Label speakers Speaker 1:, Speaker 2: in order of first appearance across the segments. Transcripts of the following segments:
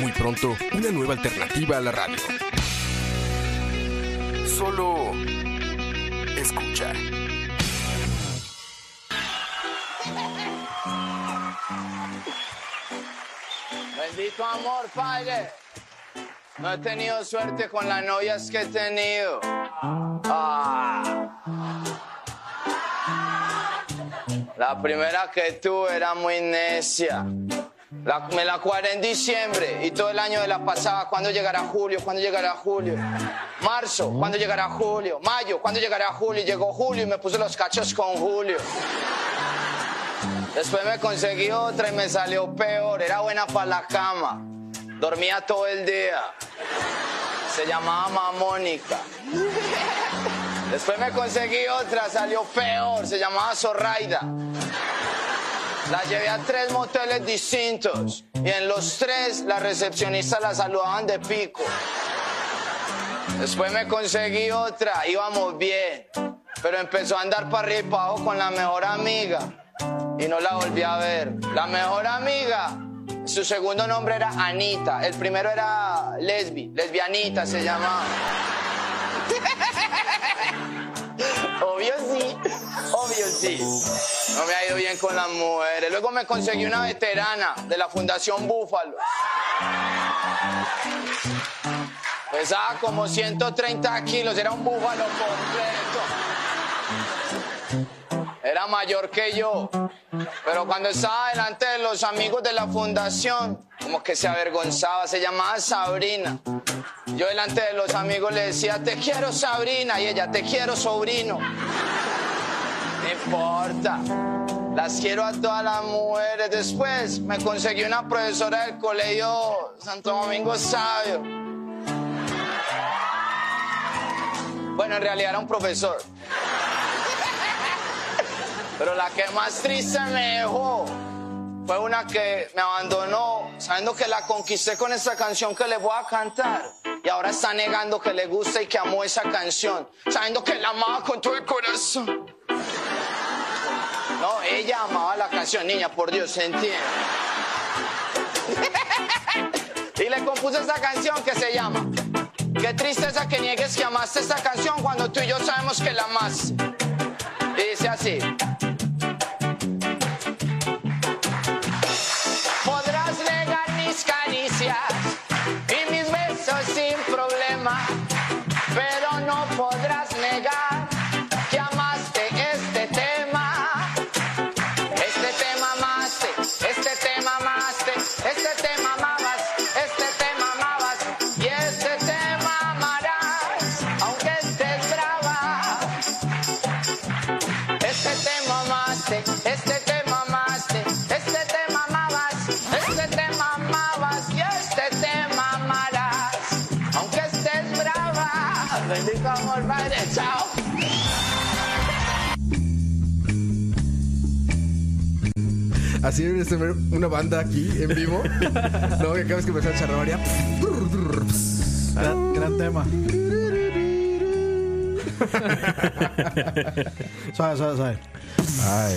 Speaker 1: Muy pronto, una nueva alternativa a la radio. Solo escucha.
Speaker 2: Bendito amor, padre. No he tenido suerte con las novias que he tenido. Ah. La primera que tuve era muy necia. La- me la cuadré en diciembre y todo el año de la pasada. ¿Cuándo llegará julio? ¿Cuándo llegará julio? Marzo, ¿cuándo llegará julio? Mayo, ¿cuándo llegará julio? Y Llegó julio y me puse los cachos con julio. Después me conseguí otra y me salió peor. Era buena para la cama. Dormía todo el día. Se llamaba Mamónica. Después me conseguí otra, salió peor. Se llamaba Zorraida. La llevé a tres moteles distintos. Y en los tres, las recepcionistas la saludaban de pico. Después me conseguí otra, íbamos bien. Pero empezó a andar para arriba y para abajo con la mejor amiga. Y no la volví a ver. La mejor amiga, su segundo nombre era Anita. El primero era Lesbi. Lesbianita se llamaba. Obvio sí, obvio sí. No me ha ido bien con las mujeres. Luego me conseguí una veterana de la Fundación Búfalo. Pesaba como 130 kilos, era un búfalo completo. Era mayor que yo, pero cuando estaba delante de los amigos de la fundación, como que se avergonzaba, se llamaba Sabrina. Yo delante de los amigos le decía, te quiero Sabrina, y ella, te quiero sobrino. No importa. Las quiero a todas las mujeres. Después me conseguí una profesora del colegio Santo Domingo Sabio. Bueno, en realidad era un profesor. Pero la que más triste me dejó fue una que me abandonó sabiendo que la conquisté con esta canción que le voy a cantar. Y ahora está negando que le gusta y que amó esa canción, sabiendo que la amaba con todo el corazón. No, ella amaba la canción, niña, por Dios, se entiende. y le compuse esta canción que se llama Qué tristeza que niegues que amaste esta canción cuando tú y yo sabemos que la amaste. Y dice así. Podrás negar mis caricias y mis besos sin problema, pero no podrás negar que amaste este tema. Este tema amaste, este tema amaste, este tema amabas, este tema amabas y este tema amarás, aunque estés brava. Este tema amaste, este tema amaste, este tema amabas, este tema amabas y este tema amarás, aunque estés brava. Bendito amor, padre, chao.
Speaker 3: Así deberías tener una banda aquí en vivo. no, que cada vez que empezar a charrabaria.
Speaker 4: Gran, gran tema. suave, suave, suave. Ay.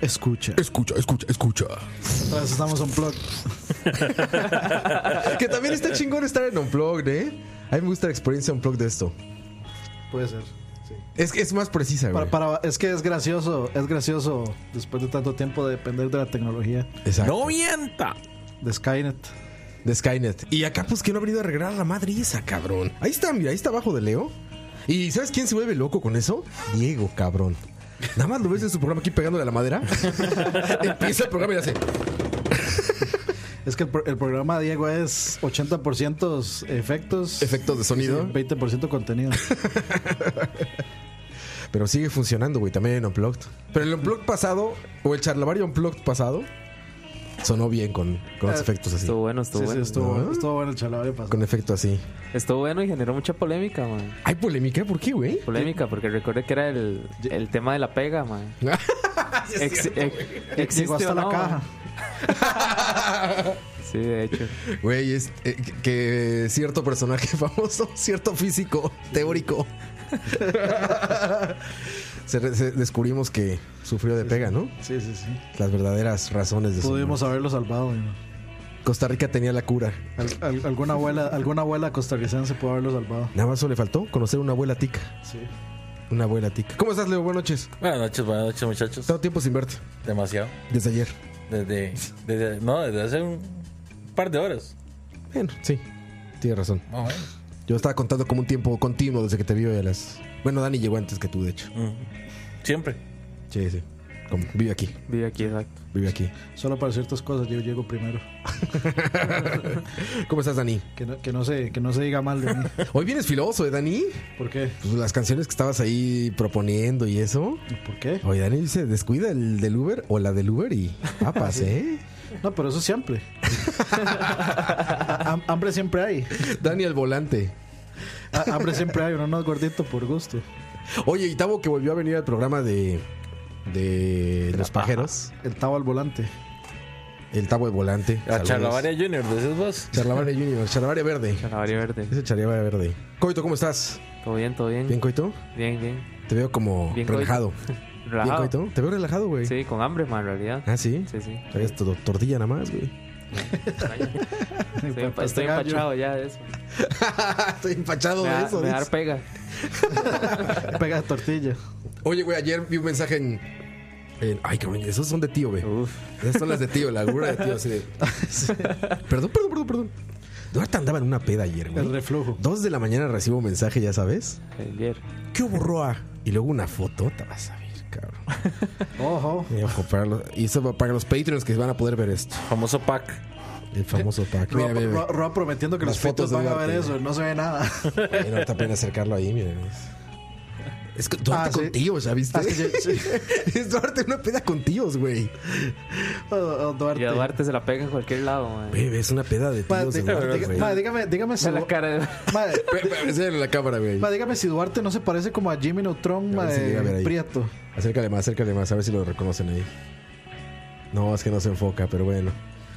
Speaker 4: Escucha.
Speaker 1: Escucha, escucha, escucha.
Speaker 4: Entonces estamos en plug.
Speaker 3: Que también está chingón estar en Unplugged, ¿eh? A mí me gusta la experiencia Unplugged de esto.
Speaker 4: Puede ser. sí.
Speaker 3: Es, es más precisa, güey.
Speaker 4: Para, para- es que es gracioso, es gracioso después de tanto tiempo de depender de la tecnología
Speaker 3: Exacto.
Speaker 5: ¡No mienta!
Speaker 4: de Skynet.
Speaker 3: De Skynet. Y acá, pues, que no ha venido a arreglar la madre esa, cabrón. Ahí está, mira, ahí está abajo de Leo. ¿Y sabes quién se vuelve loco con eso? Diego, cabrón. Nada más lo ves en su programa aquí pegándole a la madera. Empieza el programa y hace.
Speaker 4: Es que el, pro- el programa Diego es 80% efectos.
Speaker 3: Efectos de sonido.
Speaker 4: Sí, 20% contenido.
Speaker 3: Pero sigue funcionando, güey, también en Unplugged. Pero el Unplugged pasado, o el Charlavario Unplugged pasado, Sonó bien con, con los efectos así.
Speaker 5: Ah, Estuvo bueno, estuvo
Speaker 4: Eh, Sí, sí,
Speaker 5: bueno.
Speaker 4: estuvo,
Speaker 3: ¿No?
Speaker 4: bueno, estuvo bueno el chalabario pasado.
Speaker 3: Con efecto así.
Speaker 5: Estuvo bueno y generó mucha polémica, man.
Speaker 3: ¿Hay polémica? ¿Por qué, güey?
Speaker 5: Polémica, porque recuerde que era el, el tema de la pega, man. Ex- ex-
Speaker 4: Llegó
Speaker 5: existe
Speaker 4: hasta
Speaker 5: o
Speaker 4: la
Speaker 5: no,
Speaker 4: caja.
Speaker 5: man. Sí, de hecho.
Speaker 3: Güey, es eh, que que cierto personaje famoso, cierto físico, teórico. se, re- se- descubrimos que sufrió de pega, ¿no?
Speaker 4: Sí, sí, sí.
Speaker 3: Las verdaderas razones de su
Speaker 4: Pudimos
Speaker 3: muerte.
Speaker 4: haberlo salvado. ¿no?
Speaker 3: Costa Rica tenía la cura.
Speaker 4: Al- al- alguna abuela, alguna abuela costarricense pudo haberlo salvado.
Speaker 3: Nada más solo le faltó conocer una abuela tica.
Speaker 4: Sí.
Speaker 3: Una abuela tica. ¿Cómo estás, Leo? Buenas noches.
Speaker 6: Buenas noches, buenas noches, muchachos.
Speaker 3: Tanto tiempo sin verte.
Speaker 6: Demasiado.
Speaker 3: Desde ayer.
Speaker 6: Desde, desde, no, desde hace un par de horas.
Speaker 3: Bueno, sí. Tienes razón.
Speaker 6: más o menos.
Speaker 3: Yo estaba contando como un tiempo continuo desde que te vio a las. Bueno, Dani llegó antes que tú, de hecho.
Speaker 6: Siempre.
Speaker 3: Sí, sí. Como, vive aquí,
Speaker 5: Vive aquí, exacto.
Speaker 3: vive aquí.
Speaker 4: Solo para ciertas cosas yo llego primero.
Speaker 3: ¿Cómo estás, Dani?
Speaker 4: Que no, que no, se, que no se diga mal de mí.
Speaker 3: Hoy vienes filoso, ¿eh, Dani?
Speaker 4: ¿Por qué?
Speaker 3: Pues las canciones que estabas ahí proponiendo y eso.
Speaker 4: ¿Por qué?
Speaker 3: Oye, Dani dice, descuida el del Uber o la del Uber y papas, ¿eh?
Speaker 4: No, pero eso siempre. Ham- hambre siempre hay.
Speaker 3: Dani al volante.
Speaker 4: Ha- hambre siempre hay. Uno no es gordito por gusto.
Speaker 3: Oye, y Tavo que volvió a venir al programa de, de Los Pajeros.
Speaker 4: El tabo al volante.
Speaker 3: El Tavo de volante.
Speaker 6: A
Speaker 3: Saludos.
Speaker 6: Charlavaria Junior, de esas vos.
Speaker 3: Charlavaria Junior, Charlavaria Verde.
Speaker 5: Canabario verde.
Speaker 3: Ese Charlavaria Verde. Coito, ¿cómo estás?
Speaker 5: Todo bien, todo bien.
Speaker 3: ¿Bien,
Speaker 5: Bien,
Speaker 3: Coito?
Speaker 5: bien.
Speaker 3: Te veo como
Speaker 5: Bien, Coito.
Speaker 3: relajado. ¿Bien,
Speaker 5: Relajado.
Speaker 3: Coito? Te veo relajado, güey.
Speaker 5: Sí, con hambre, man, en realidad.
Speaker 3: Ah, sí.
Speaker 5: Sí, sí.
Speaker 3: Traías todo tortilla nada más, güey.
Speaker 5: Estoy, empa-
Speaker 4: Este
Speaker 5: estoy
Speaker 4: gallo.
Speaker 5: empachado ya de eso. Me
Speaker 3: Estoy empachado de
Speaker 5: da-
Speaker 3: eso.
Speaker 5: me da
Speaker 3: dice.
Speaker 5: pega.
Speaker 4: Pega tortilla.
Speaker 3: Oye, güey, ayer vi un mensaje en. en- ay, cabrón, esos son de tío, güey.
Speaker 5: Uf.
Speaker 3: Esas son las de tío, la alguna de tío, así de. Perdón, perdón, perdón, perdón. De verdad andaba en una peda ayer,
Speaker 4: El
Speaker 3: güey.
Speaker 4: reflujo.
Speaker 3: Dos de la mañana recibo un mensaje, ya sabes.
Speaker 5: Ayer.
Speaker 3: ¿Qué borró a? Y luego una foto, te vas a ver, cabrón.
Speaker 4: Ojo.
Speaker 3: Y, ojo, para los- y eso va para los Patreons que van a poder ver esto.
Speaker 6: Famoso pack.
Speaker 3: El famoso pack. Mira,
Speaker 4: Roa-
Speaker 3: mira, mira.
Speaker 4: Roa- Roa prometiendo que
Speaker 3: Las
Speaker 4: los fotos
Speaker 3: fotos de
Speaker 4: van a
Speaker 3: Duarte.
Speaker 4: ver eso. No se ve nada.
Speaker 3: Bueno, ahorita pueden acercarlo ahí, miren. Es- Es que
Speaker 4: Ah,
Speaker 3: Duarte
Speaker 4: sí.
Speaker 3: con tíos, ¿ya viste?
Speaker 4: Ah, sí, sí.
Speaker 3: es Duarte en una peda con tíos, güey.
Speaker 4: Oh, oh, Duarte.
Speaker 5: Y a Duarte se la pega en cualquier lado, man.
Speaker 3: Güey, es una peda de
Speaker 4: Ma,
Speaker 3: tíos. de
Speaker 4: diga-
Speaker 3: Duarte,
Speaker 4: diga-
Speaker 3: güey.
Speaker 4: ma, dígame, dígame si
Speaker 5: En la
Speaker 4: Duar-
Speaker 5: cara de...
Speaker 4: ma,
Speaker 3: Ve- ve- enséñale en la cámara, güey.
Speaker 4: ma, dígame si Duarte no se parece como a Jimmy Neutron,
Speaker 3: A
Speaker 4: ma,
Speaker 3: ver si llega a ver
Speaker 4: de
Speaker 3: ahí.
Speaker 4: Prieto.
Speaker 3: Acércale más, acércale más, a ver si lo reconocen ahí. No, es que no se enfoca, pero bueno.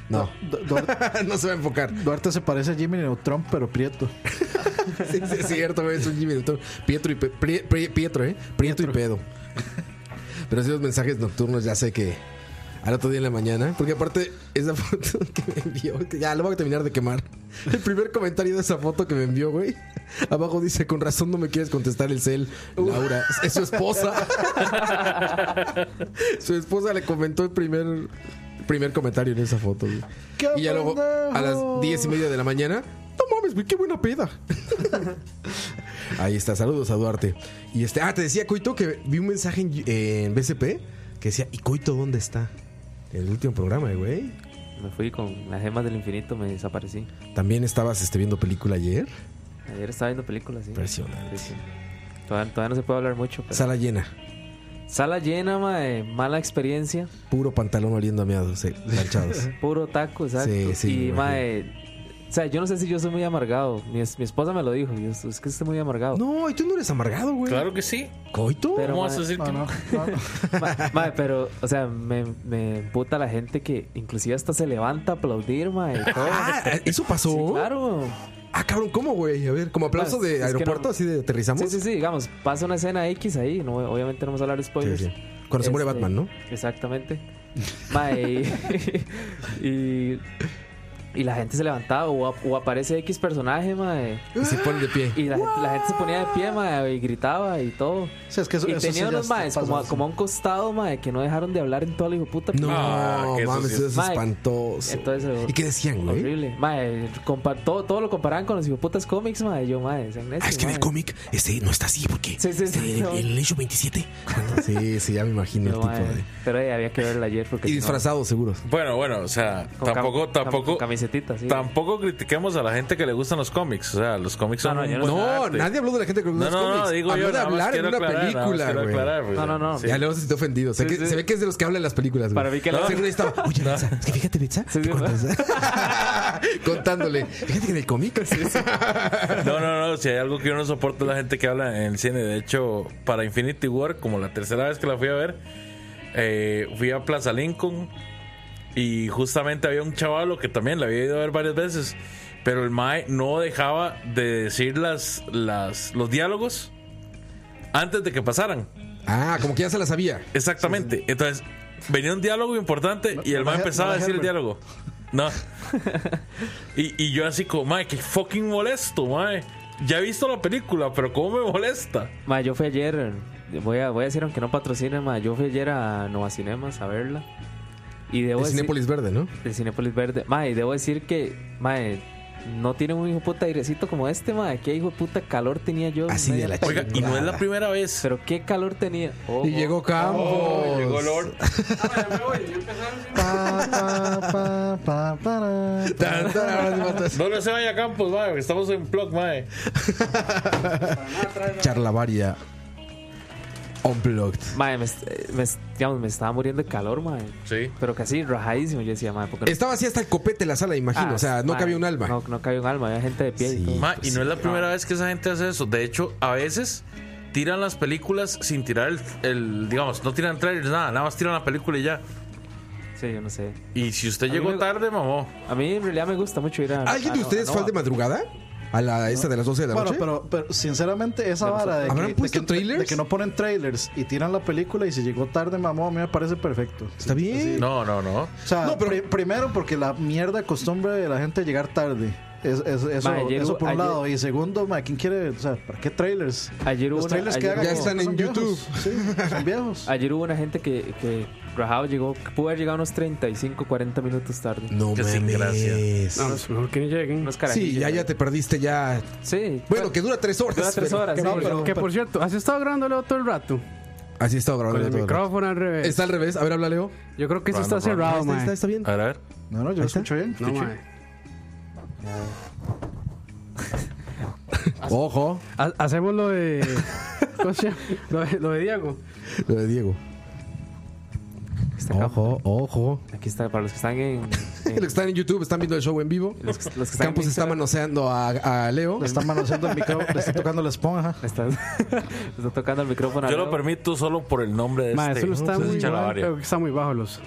Speaker 3: No.
Speaker 4: Du- Duar-
Speaker 3: no se va a enfocar.
Speaker 4: Duarte se parece a Jimmy Neutron, pero Prieto.
Speaker 3: Sí, sí, es cierto, güey, es un Jimmy Neutron. Pietro y pe- Pri- Pri- Pietro, ¿eh? Prieto y pedo. Pero si los mensajes nocturnos ya sé que al otro día en la mañana, porque aparte esa foto que me envió, que ya lo voy a terminar de quemar. El primer comentario de esa foto que me envió, güey, abajo dice, "Con razón no me quieres contestar el cel, Laura, es su esposa." su esposa le comentó el primer primer comentario en esa foto. güey.
Speaker 4: ¡Qué
Speaker 3: Y ya luego a
Speaker 4: pendejo!
Speaker 3: las diez y media de la mañana, no mames, güey, qué buena peda. Ahí está, saludos a Duarte. Y este, ah, te decía Coito que vi un mensaje en, en BCP que decía, ¿y Coito dónde está? El último programa, eh, güey.
Speaker 5: Me fui con las gemas del infinito, me desaparecí.
Speaker 3: También estabas este, viendo película ayer.
Speaker 5: Ayer estaba viendo películas, sí.
Speaker 3: Impresionante.
Speaker 5: Sí, sí. Todavía, todavía no se puede hablar mucho. Pero...
Speaker 3: Sala llena,
Speaker 5: Sala llena, mae, mala experiencia,
Speaker 3: puro pantalón oliendo a meados, eh, manchados.
Speaker 5: puro taco, exacto.
Speaker 3: Sí, sí, me
Speaker 5: y
Speaker 3: imagino.
Speaker 5: mae, o sea, yo no sé si yo soy muy amargado. Mi, es- mi esposa me lo dijo, yo, es que estoy muy amargado.
Speaker 3: no, y tú no eres amargado, güey.
Speaker 6: Claro que sí.
Speaker 3: ¿Coito?
Speaker 5: Pero,
Speaker 6: ¿Cómo
Speaker 5: ma-
Speaker 6: vas a decir
Speaker 4: No,
Speaker 6: que
Speaker 4: no,
Speaker 6: no?
Speaker 4: no, no.
Speaker 5: Ma- mae, pero, o sea, me, me emputa la gente que inclusive hasta se levanta a aplaudir, mae. y todo.
Speaker 3: Ah, ¿eso pasó?
Speaker 5: Sí, claro.
Speaker 3: Ah, cabrón, ¿cómo, güey? A ver, como aplauso
Speaker 5: Pues, es
Speaker 3: de
Speaker 5: que
Speaker 3: aeropuerto,
Speaker 5: no-
Speaker 3: así de aterrizamos.
Speaker 5: Sí, sí, sí, digamos, pasa una escena X ahí, no, obviamente no vamos a hablar de spoilers.
Speaker 3: Sí, sí. Cuando se muere
Speaker 5: Este,
Speaker 3: Batman, ¿no?
Speaker 5: Exactamente. Ma, y, y, y la gente se levantaba o, ap- o aparece X personaje, ma, eh,
Speaker 3: Y se pone de pie.
Speaker 5: y la gente, la gente se ponía de pie, ma, y gritaba y todo.
Speaker 4: O sea, es que eso-
Speaker 5: y
Speaker 4: eso sí
Speaker 5: tenía
Speaker 4: ya
Speaker 5: unos
Speaker 4: está
Speaker 5: maes como, a-
Speaker 4: pasado.
Speaker 5: como a un costado, ma, que no dejaron de hablar en toda la hijo puta.
Speaker 3: No,
Speaker 6: Ah, que eso
Speaker 3: mames,
Speaker 6: sí
Speaker 3: eso es
Speaker 5: Mike,
Speaker 3: espantoso.
Speaker 5: entonces- oh,
Speaker 3: ¿Y qué decían, güey?
Speaker 5: Horrible. Ma, eh, compa- todo, todo lo comparaban con los hijoputas cómics, ma, y yo, ma, sean necios,
Speaker 7: Ah, es que en
Speaker 5: ma.
Speaker 7: el cómic este no está así porque
Speaker 5: Sí, sí, sí,
Speaker 7: este, en,
Speaker 5: no.
Speaker 7: el- en el issue 27
Speaker 3: Sí, sí, ya me imagino el
Speaker 5: Yo,
Speaker 3: tipo
Speaker 5: ma,
Speaker 3: de.
Speaker 5: Pero eh, había que verla ayer porque
Speaker 3: Y
Speaker 5: si no-
Speaker 3: disfrazados, seguros.
Speaker 6: Bueno, bueno, o sea,
Speaker 5: Con cam-
Speaker 6: tampoco,
Speaker 5: cam-
Speaker 6: tampoco,
Speaker 5: con camisa camisetita, sí.
Speaker 6: Tampoco critiquemos a la gente que le gustan los cómics. O sea, los cómics
Speaker 5: No,
Speaker 6: son.
Speaker 5: no,
Speaker 6: un
Speaker 5: yo no
Speaker 6: buen
Speaker 5: sé.
Speaker 3: No,
Speaker 6: pues, arte.
Speaker 3: nadie habló de la gente que
Speaker 6: No, no, no, digo
Speaker 3: habló
Speaker 6: yo.
Speaker 3: de
Speaker 6: nada más
Speaker 3: hablar en
Speaker 6: quiero
Speaker 3: una
Speaker 6: aclarar, nada más
Speaker 3: película,
Speaker 6: quiero
Speaker 3: güey.
Speaker 6: aclarar, pues,
Speaker 5: No, no, no.
Speaker 6: sí.
Speaker 3: Ya luego se siente ofendido. Se,
Speaker 5: Sí,
Speaker 3: que-
Speaker 5: sí.
Speaker 3: se ve que es de los que habla en las películas, Pues, güey.
Speaker 5: Para mí que la-
Speaker 3: Seguro estaba, oye, Lanza, es que fíjate, Betsa,
Speaker 5: Sí, sí, ¿no?
Speaker 3: contándole. Fíjate que en el cómic.
Speaker 6: No, no, no, si hay algo que yo no soporto es la gente que habla en el cine. De hecho, para Infinity War, como la tercera vez que la fui a ver, eh, fui a Plaza Lincoln y justamente había un chavalo que también la había ido a ver varias veces, pero el Mae no dejaba de decir las, las, los diálogos antes de que pasaran.
Speaker 3: Ah, como que ya se la sabía.
Speaker 6: Exactamente. Entonces, venía un diálogo importante y el
Speaker 4: no
Speaker 6: man
Speaker 4: deja-
Speaker 6: empezaba a
Speaker 4: no
Speaker 6: decir el
Speaker 4: deja-
Speaker 6: diálogo. No. y, y yo así como, mae, qué fucking molesto, mae. Ya he visto la película, pero ¿cómo me molesta?
Speaker 5: Ma, yo fui ayer, voy a, voy a decir aunque no patrocine, ma, yo fui ayer a Nova Cinemas a verla. Y debo
Speaker 3: El
Speaker 5: decir,
Speaker 3: Cinépolis Verde, ¿no?
Speaker 5: El Cinépolis Verde. Ma, y debo decir que, ma, no tiene un hijo de puta airecito como este, ma. Qué hijo de puta calor tenía yo.
Speaker 3: Así de
Speaker 5: media
Speaker 3: la
Speaker 5: pe-
Speaker 6: Oiga, y no es la primera vez. Oh,
Speaker 5: Pero qué calor tenía. Oh,
Speaker 3: Y llegó Campos.
Speaker 4: Pa, pa, pa, pa, para, pa.
Speaker 3: Tan, tan, ahora sí va a estar-
Speaker 6: No, no se vaya a Campos, mae, que estamos en blog, mae.
Speaker 3: Charlavaria. Unplugged.
Speaker 5: Ma, me, est- eh, me est- digamos, me estaba muriendo de calor, ma.
Speaker 6: Sí.
Speaker 5: Pero casi rajadísimo. Yo decía, ma, ¿por qué no-
Speaker 3: Estaba así hasta el copete la sala, imagino.
Speaker 5: Ah,
Speaker 3: o sea, no
Speaker 5: ma,
Speaker 3: cabía un alma.
Speaker 5: No, no cabía un alma, había gente pues de pie y
Speaker 3: Sí.
Speaker 5: todo.
Speaker 6: Mae, y no es la primera vez que esa gente hace eso. De hecho, a veces tiran las películas sin tirar el, el- digamos, no tiran trailers, nada, nada más tiran la película y ya.
Speaker 5: Sí, yo no sé.
Speaker 6: Y si usted
Speaker 5: mí
Speaker 6: llegó
Speaker 5: me-
Speaker 6: tarde, mamó.
Speaker 5: A mí en realidad me gusta mucho ir a.
Speaker 3: ¿Alguien de
Speaker 5: a-
Speaker 3: ustedes
Speaker 5: a
Speaker 3: fue al
Speaker 5: Nova.
Speaker 3: de madrugada? ¿A la esta de las 12 de la
Speaker 4: Bueno,
Speaker 3: noche?
Speaker 4: pero, pero sinceramente, esa vara de
Speaker 3: ¿Habrán
Speaker 4: que,
Speaker 3: puesto
Speaker 4: de, que,
Speaker 3: trailers?
Speaker 4: de que no ponen trailers y tiran la película y si llegó tarde, mamó, a mí me parece perfecto.
Speaker 3: Está bien.
Speaker 6: No, no, no.
Speaker 4: O sea,
Speaker 3: No, pero-
Speaker 4: pri- primero porque la mierda costumbre de la gente de llegar tarde. Es, es- eso,
Speaker 5: Ma, ayer
Speaker 4: eso
Speaker 5: hubo-
Speaker 4: por un
Speaker 5: ayer-
Speaker 4: lado. Y segundo, ma, ¿quién quiere? O sea, ¿para qué trailers?
Speaker 5: Ayer hubo
Speaker 4: Los
Speaker 5: una-
Speaker 4: trailers que
Speaker 5: ayer-
Speaker 4: hagan
Speaker 3: Ya
Speaker 4: como-
Speaker 3: están en
Speaker 4: son viejos. Sí, son viejos.
Speaker 5: Ayer hubo una gente que, que rajado llegó, que pudo haber llegado unos 35, 40 minutos tarde.
Speaker 3: No
Speaker 6: Que sin
Speaker 3: mames.
Speaker 8: No, es mejor que ni lleguen.
Speaker 5: Unos carajillos.
Speaker 3: Sí, ya, ya te perdiste ya.
Speaker 5: eh. Sí.
Speaker 3: Bueno, que dura tres horas.
Speaker 5: Dura tres
Speaker 3: pero-
Speaker 5: horas.
Speaker 4: que
Speaker 5: sí.
Speaker 4: no, pero-
Speaker 8: Que por cierto, has estado grabándolo todo el rato.
Speaker 3: Así está
Speaker 8: Con
Speaker 3: grabando
Speaker 8: el
Speaker 3: todo.
Speaker 8: micrófono al revés.
Speaker 3: Está al revés. A ver, habla Leo.
Speaker 8: Yo creo que eso está
Speaker 3: Ahí
Speaker 8: cerrado,
Speaker 3: está, ahí está,
Speaker 8: mae.
Speaker 3: está bien.
Speaker 6: A ver, a ver.
Speaker 4: No, no, yo lo escucho bien.
Speaker 8: No, mae.
Speaker 3: Ojo,
Speaker 8: Ha- Hacemos lo de. ¿Cómo se llama? Lo de, lo de Diego.
Speaker 3: lo de Diego.
Speaker 5: Está acá.
Speaker 3: Ojo, ojo.
Speaker 5: Aquí está, para los que están en.
Speaker 3: Los que
Speaker 5: en-
Speaker 3: están en YouTube están viendo el show en vivo.
Speaker 5: los, que- los que están
Speaker 3: Campos
Speaker 5: en
Speaker 3: está
Speaker 5: Instagram,
Speaker 3: manoseando a, a Leo.
Speaker 4: Le están manoseando el micrófono, le están tocando la esponja.
Speaker 5: Está, está tocando el micrófono.
Speaker 6: Yo
Speaker 5: al
Speaker 6: lo
Speaker 5: lado.
Speaker 6: permito solo por el nombre de
Speaker 8: Mae,
Speaker 6: este.
Speaker 8: solo está
Speaker 6: Entonces,
Speaker 8: muy,
Speaker 6: échale
Speaker 8: bajo,
Speaker 6: varias.
Speaker 8: creo que está muy bajo los.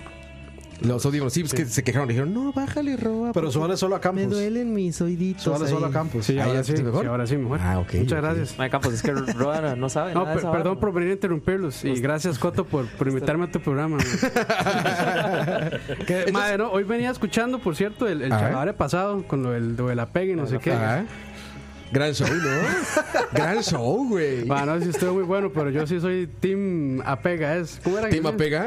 Speaker 3: Los audífonos. Sí, pues que se quejaron. Dijeron, no, bájale, roba.
Speaker 4: Pero súbale solo a
Speaker 3: Me
Speaker 4: Campos.
Speaker 3: duelen mis oíditos.
Speaker 4: Súbale
Speaker 3: ahí.
Speaker 4: solo a Campos.
Speaker 8: Sí,
Speaker 3: Ahí ya
Speaker 8: ahora sí,
Speaker 3: escuché mejor.
Speaker 8: sí, ahora sí, mejor.
Speaker 3: Ah, ok,
Speaker 8: Muchas
Speaker 3: ok.
Speaker 8: gracias.
Speaker 5: Mae, Campos, es que Roa no- no sabe.
Speaker 8: No,
Speaker 5: nada de
Speaker 8: per-
Speaker 5: esa
Speaker 8: perdón
Speaker 5: vara, Pues-
Speaker 8: por venir a interrumpirlos y gracias Coto por, por invitarme a tu programa. mae. que, madre, no, hoy venía escuchando, por cierto, el, el
Speaker 3: Ah.
Speaker 8: chalabre pasado con lo del, lo del apego y no sé qué.
Speaker 3: Ah, gran show, ¿no? gran show, güey.
Speaker 8: Bueno, sí estuvo muy bueno, pero yo sí soy team apega, es. ¿Cómo era? que
Speaker 3: Team
Speaker 8: se dice?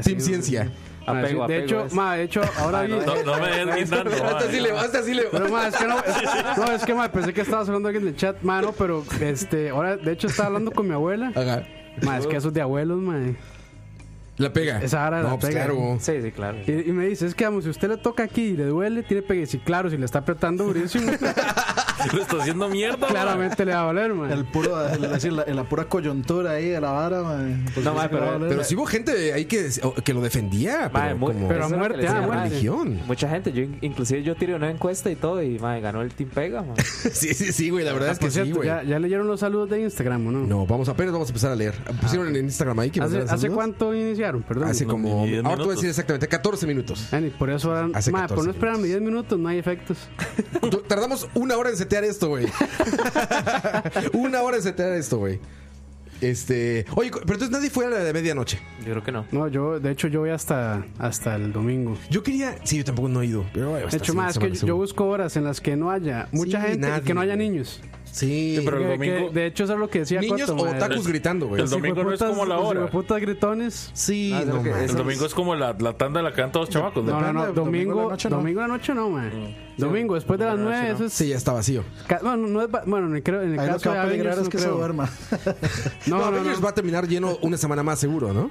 Speaker 8: Apega,
Speaker 3: Pues, Team
Speaker 8: sí.
Speaker 3: Ciencia.
Speaker 8: Ma,
Speaker 5: Apego,
Speaker 8: sí, de
Speaker 5: apego
Speaker 8: hecho,
Speaker 5: es.
Speaker 8: ma, de hecho, ahora vi-
Speaker 6: Ah, No, no me des guindando.
Speaker 3: Hasta así le
Speaker 6: mae.
Speaker 3: hasta así le
Speaker 8: Pero, ma, es que no, es, no, es que, ma, pensé que estaba hablando alguien en el chat, ma, no, pero, este, ahora, de hecho, estaba hablando con mi abuela.
Speaker 3: Ajá.
Speaker 8: Ma, es que eso es de abuelos, ma.
Speaker 3: La pega.
Speaker 8: Esa vara
Speaker 3: no,
Speaker 8: la
Speaker 3: pues
Speaker 8: pega.
Speaker 3: claro.
Speaker 5: Sí, sí, claro.
Speaker 8: Y, y me dice, es que, vamos, si usted le toca aquí y le duele, tiene pegue. Sí, claro, si le está apretando durísimo,
Speaker 6: Lo está haciendo mierda. mae.
Speaker 8: claramente le va a doler, ma.
Speaker 4: El puro, el- es decir, la, la pura coyuntura ahí de la vara, man. Pues
Speaker 5: No,
Speaker 4: sí
Speaker 5: ma,
Speaker 4: se
Speaker 5: pero-
Speaker 4: va a doler.
Speaker 3: Pero sí hubo gente ahí que, que lo defendía.
Speaker 5: Mae,
Speaker 3: pero
Speaker 5: muy-
Speaker 3: como-
Speaker 8: pero a
Speaker 5: eso era lo
Speaker 8: muerte,
Speaker 5: que le decía,
Speaker 8: ah,
Speaker 5: mae.
Speaker 3: religión.
Speaker 5: Mucha gente, yo in- inclusive yo tiré una encuesta y todo y mae, ganó el Team Pega. mae.
Speaker 3: Sí, sí, sí, güey. La verdad
Speaker 8: Ah,
Speaker 3: es que
Speaker 8: por
Speaker 3: sí,
Speaker 8: cierto,
Speaker 3: güey.
Speaker 8: ya, ya leyeron los saludos de Instagram, ¿o no? Ah,
Speaker 3: No, vamos apenas vamos a empezar a leer. Pusieron en Instagram ahí que
Speaker 8: ¿Hace,
Speaker 3: mandaran
Speaker 8: ¿hace
Speaker 3: saludos.
Speaker 8: cuánto iniciaron? Perdón.
Speaker 3: Hace
Speaker 8: No.
Speaker 3: como.
Speaker 6: ni diez
Speaker 3: Ahora te voy a
Speaker 6: minutos.
Speaker 3: decir exactamente 14 minutos.
Speaker 8: Ah, ni por eso ahora-
Speaker 3: Hace
Speaker 8: ma,
Speaker 3: 14
Speaker 8: por no esperarme 10 minutos no hay efectos.
Speaker 3: Tú- Tardamos una hora en setear esto, güey. una hora en setear esto, güey. Este. Oye, pero entonces nadie fue a la de medianoche.
Speaker 5: Yo creo que no.
Speaker 8: No, yo, de hecho, yo voy hasta, hasta el domingo.
Speaker 3: Yo quería. Sí, yo tampoco no he ido. Pero, güey,
Speaker 8: De
Speaker 3: hasta
Speaker 8: hecho, más es
Speaker 3: semana,
Speaker 8: que yo,
Speaker 3: seguro.
Speaker 8: busco horas en las que no haya mucha
Speaker 3: Sí,
Speaker 8: gente
Speaker 3: nadie,
Speaker 8: y que no haya
Speaker 3: güey.
Speaker 8: niños.
Speaker 3: Sí.
Speaker 6: Pero el
Speaker 8: Que- que,
Speaker 6: domingo.
Speaker 8: de hecho, eso es lo que decía
Speaker 3: Niños
Speaker 8: Coto,
Speaker 3: o
Speaker 8: madre.
Speaker 3: otakus gritando, güey.
Speaker 6: El
Speaker 8: Los
Speaker 6: domingo no es
Speaker 8: hijueputas-
Speaker 6: como la
Speaker 8: los
Speaker 6: hora.
Speaker 8: hijueputas gritones.
Speaker 3: Sí,
Speaker 5: Ah, es
Speaker 3: no,
Speaker 5: lo que-
Speaker 3: man.
Speaker 5: es-
Speaker 6: El domingo es como la, la tanda en la que dan todos los chamacos.
Speaker 8: No, no, no.
Speaker 4: Depende, domingo en
Speaker 8: Domingo,
Speaker 4: la noche no.
Speaker 8: domingo en la noche no, man. Domingo, después de las
Speaker 6: Mm. domingo en la
Speaker 8: 9,
Speaker 6: noche
Speaker 8: eso es.
Speaker 3: Sí, ya está vacío.
Speaker 8: ca- Bueno, no es. ba- Bueno, en el, creo- en el
Speaker 4: Ahí lo que
Speaker 8: caso
Speaker 4: va
Speaker 8: de
Speaker 4: a peligrar es
Speaker 8: Avengers, no
Speaker 4: que se
Speaker 8: creo.
Speaker 4: duerma.
Speaker 8: No,
Speaker 3: No,
Speaker 8: no, no.
Speaker 3: Avengers va a terminar lleno una semana más seguro, ¿no?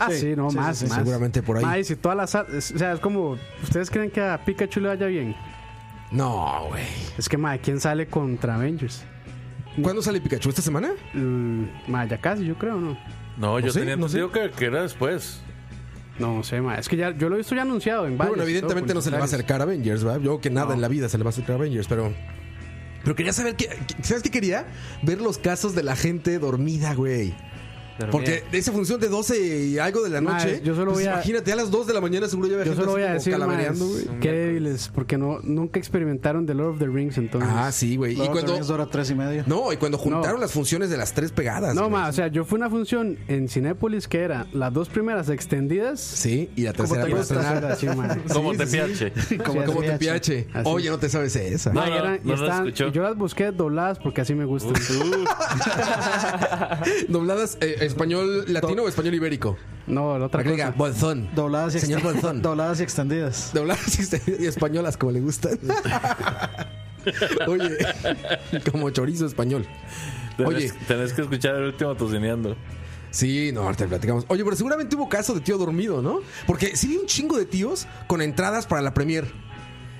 Speaker 8: Ah, sí, no,
Speaker 4: sí,
Speaker 8: más,
Speaker 4: sí,
Speaker 8: más.
Speaker 3: seguramente por ahí.
Speaker 8: Mae, si todas las. ar- es- O sea, es como. ¿Ustedes creen que a Pikachu le vaya bien?
Speaker 3: No, güey.
Speaker 8: Es que, mae, ¿quién sale contra Avengers?
Speaker 3: ¿Cuándo sale Pikachu? ¿Esta semana?
Speaker 8: Mm, mae, ya casi, yo creo, ¿no?
Speaker 6: No, yo
Speaker 3: sé,
Speaker 6: tenía
Speaker 3: no sé.
Speaker 6: entendido que, que era después.
Speaker 8: No, no sé, mae. Es que ya, yo lo he visto ya anunciado en
Speaker 3: Pero
Speaker 8: varios.
Speaker 3: bueno, evidentemente no se le va a
Speaker 8: documentales.
Speaker 3: acercar a Avengers, ¿verdad? Yo creo que nada en la vida se le va a acercar a Avengers, pero. Pero quería saber que. que- ¿Sabes qué quería? Ver los casos de la gente dormida, güey.
Speaker 5: Pero
Speaker 3: Porque
Speaker 5: mira,
Speaker 3: de esa función de 12 y algo de la
Speaker 8: Ma,
Speaker 3: noche.
Speaker 8: yo solo
Speaker 3: pues
Speaker 8: voy a-
Speaker 3: Imagínate, a las 2 de la mañana seguro ya había
Speaker 8: Yo
Speaker 3: gente
Speaker 8: solo
Speaker 3: así
Speaker 8: voy a
Speaker 3: como
Speaker 8: decir, mae,
Speaker 3: calabareando, güey.
Speaker 8: qué débiles, porque no, nunca experimentaron The Lord of the Rings, entonces.
Speaker 3: Ah, sí, güey. Y
Speaker 4: Luego
Speaker 3: cuando.
Speaker 4: también es hora tres y media.
Speaker 3: No, y cuando juntaron
Speaker 8: No.
Speaker 3: las funciones de las tres pegadas.
Speaker 8: No,
Speaker 3: güey.
Speaker 8: ma, o sea, yo fui a una función en Cinépolis que era las dos primeras extendidas.
Speaker 3: Sí, y la
Speaker 8: Como
Speaker 3: tercera
Speaker 8: te
Speaker 3: para estrenar.
Speaker 8: gusta, sí, ma.
Speaker 6: Como
Speaker 3: sí,
Speaker 6: te
Speaker 3: sí.
Speaker 6: piache.
Speaker 8: Sí,
Speaker 3: Como
Speaker 8: así.
Speaker 3: te piache.
Speaker 8: Así.
Speaker 3: Oye, no te sabes esa.
Speaker 6: No,
Speaker 8: Ma, y
Speaker 6: no,
Speaker 8: eran- y
Speaker 6: no lo
Speaker 8: estaban-
Speaker 6: escuchó.
Speaker 8: y yo las busqué dobladas porque así me gustan.
Speaker 3: Dobladas eh, español latino o español ibérico.
Speaker 8: No, la otra
Speaker 3: Para que diga,
Speaker 8: cosa.
Speaker 3: Bolzón.
Speaker 4: Dobladas y
Speaker 3: Señor
Speaker 4: exten-
Speaker 3: Bolzón.
Speaker 4: Dobladas y extendidas.
Speaker 3: Dobladas y españolas como le gustan. Oye, como chorizo español.
Speaker 6: Tenés,
Speaker 3: Oye.
Speaker 6: tenés que escuchar el último tocineando.
Speaker 3: Sí, no, ahorita platicamos. Oye, pero seguramente hubo caso de tío dormido, ¿no? Porque sí vi un chingo de tíos con entradas para la premier.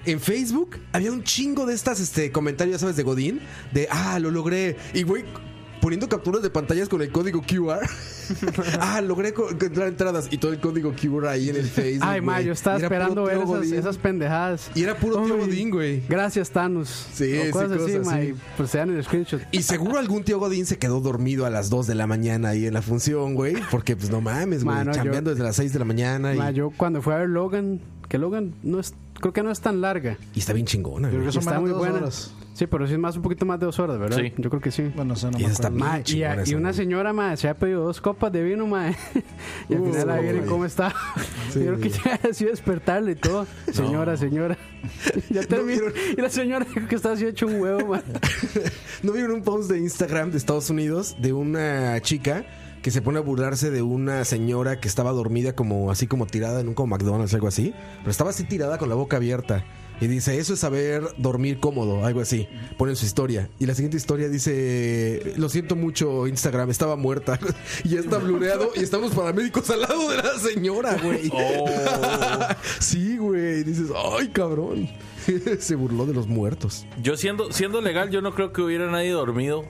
Speaker 3: En Facebook había un chingo de estas este, comentarios, ya sabes, de Godín, de ah, lo logré. Y güey, poniendo capturas de pantallas con el código QR. ah, logré co- encontrar entradas. Y todo el código QR ahí en el Facebook.
Speaker 8: Ay, ma,
Speaker 3: güey.
Speaker 8: yo estaba
Speaker 3: Y era puro
Speaker 8: esperando
Speaker 3: tío
Speaker 8: ver esas,
Speaker 3: Godín.
Speaker 8: esas pendejadas.
Speaker 3: Y era puro tío
Speaker 8: Ay,
Speaker 3: Godín, güey.
Speaker 8: Gracias, Thanos.
Speaker 3: Sí,
Speaker 8: O
Speaker 3: sí,
Speaker 8: cosas así,
Speaker 3: cosas
Speaker 8: ma,
Speaker 3: así.
Speaker 8: y pues se dan el screenshot.
Speaker 3: Y seguro algún tío Godín se quedó dormido a las 2 de la mañana ahí en la función, güey. Porque, pues, no mames, güey.
Speaker 8: Mano, yo-
Speaker 3: chambeando desde las 6 de la mañana. Y,
Speaker 8: Ma, yo cuando fui a ver Logan, que Logan no es, creo que no es tan larga.
Speaker 3: y está bien chingona,
Speaker 4: Yo creo
Speaker 3: güey.
Speaker 4: que son
Speaker 8: Está
Speaker 4: más de
Speaker 8: muy
Speaker 4: dos
Speaker 8: buena.
Speaker 4: horas.
Speaker 8: Sí, pero sí es más un poquito más de dos horas, ¿verdad?
Speaker 6: Sí.
Speaker 8: Yo creo que sí.
Speaker 4: Bueno, no sé, no
Speaker 3: Y
Speaker 4: me
Speaker 3: esa está
Speaker 4: acuerdo.
Speaker 8: Ma,
Speaker 3: bien
Speaker 8: y, a- y
Speaker 3: chingona. esa,
Speaker 8: una
Speaker 3: güey.
Speaker 8: señora ma, se ha pedido dos copas de vino ma, y al
Speaker 3: Uh,
Speaker 8: final la viene
Speaker 3: güey.
Speaker 8: cómo está. Yo creo que ya decidió despertarle y todo. Señora, señora. ya terminó. Y la señora dijo que está así hecho un huevo, ma.
Speaker 3: ¿No vieron un post de Instagram de Estados Unidos de una chica que se pone a burlarse de una señora que estaba dormida como así como tirada en un como McDonald's, algo así? Pero estaba así tirada con la boca abierta. Y dice, eso es saber dormir cómodo, algo así. Ponen su historia. Y la siguiente historia dice, lo siento mucho Instagram, estaba muerta. Y ya está blureado y están los paramédicos al lado de la señora, güey. sí, güey. Dices, ay, cabrón. se burló de los muertos.
Speaker 6: Yo siendo, siendo legal, yo no creo que hubiera nadie dormido.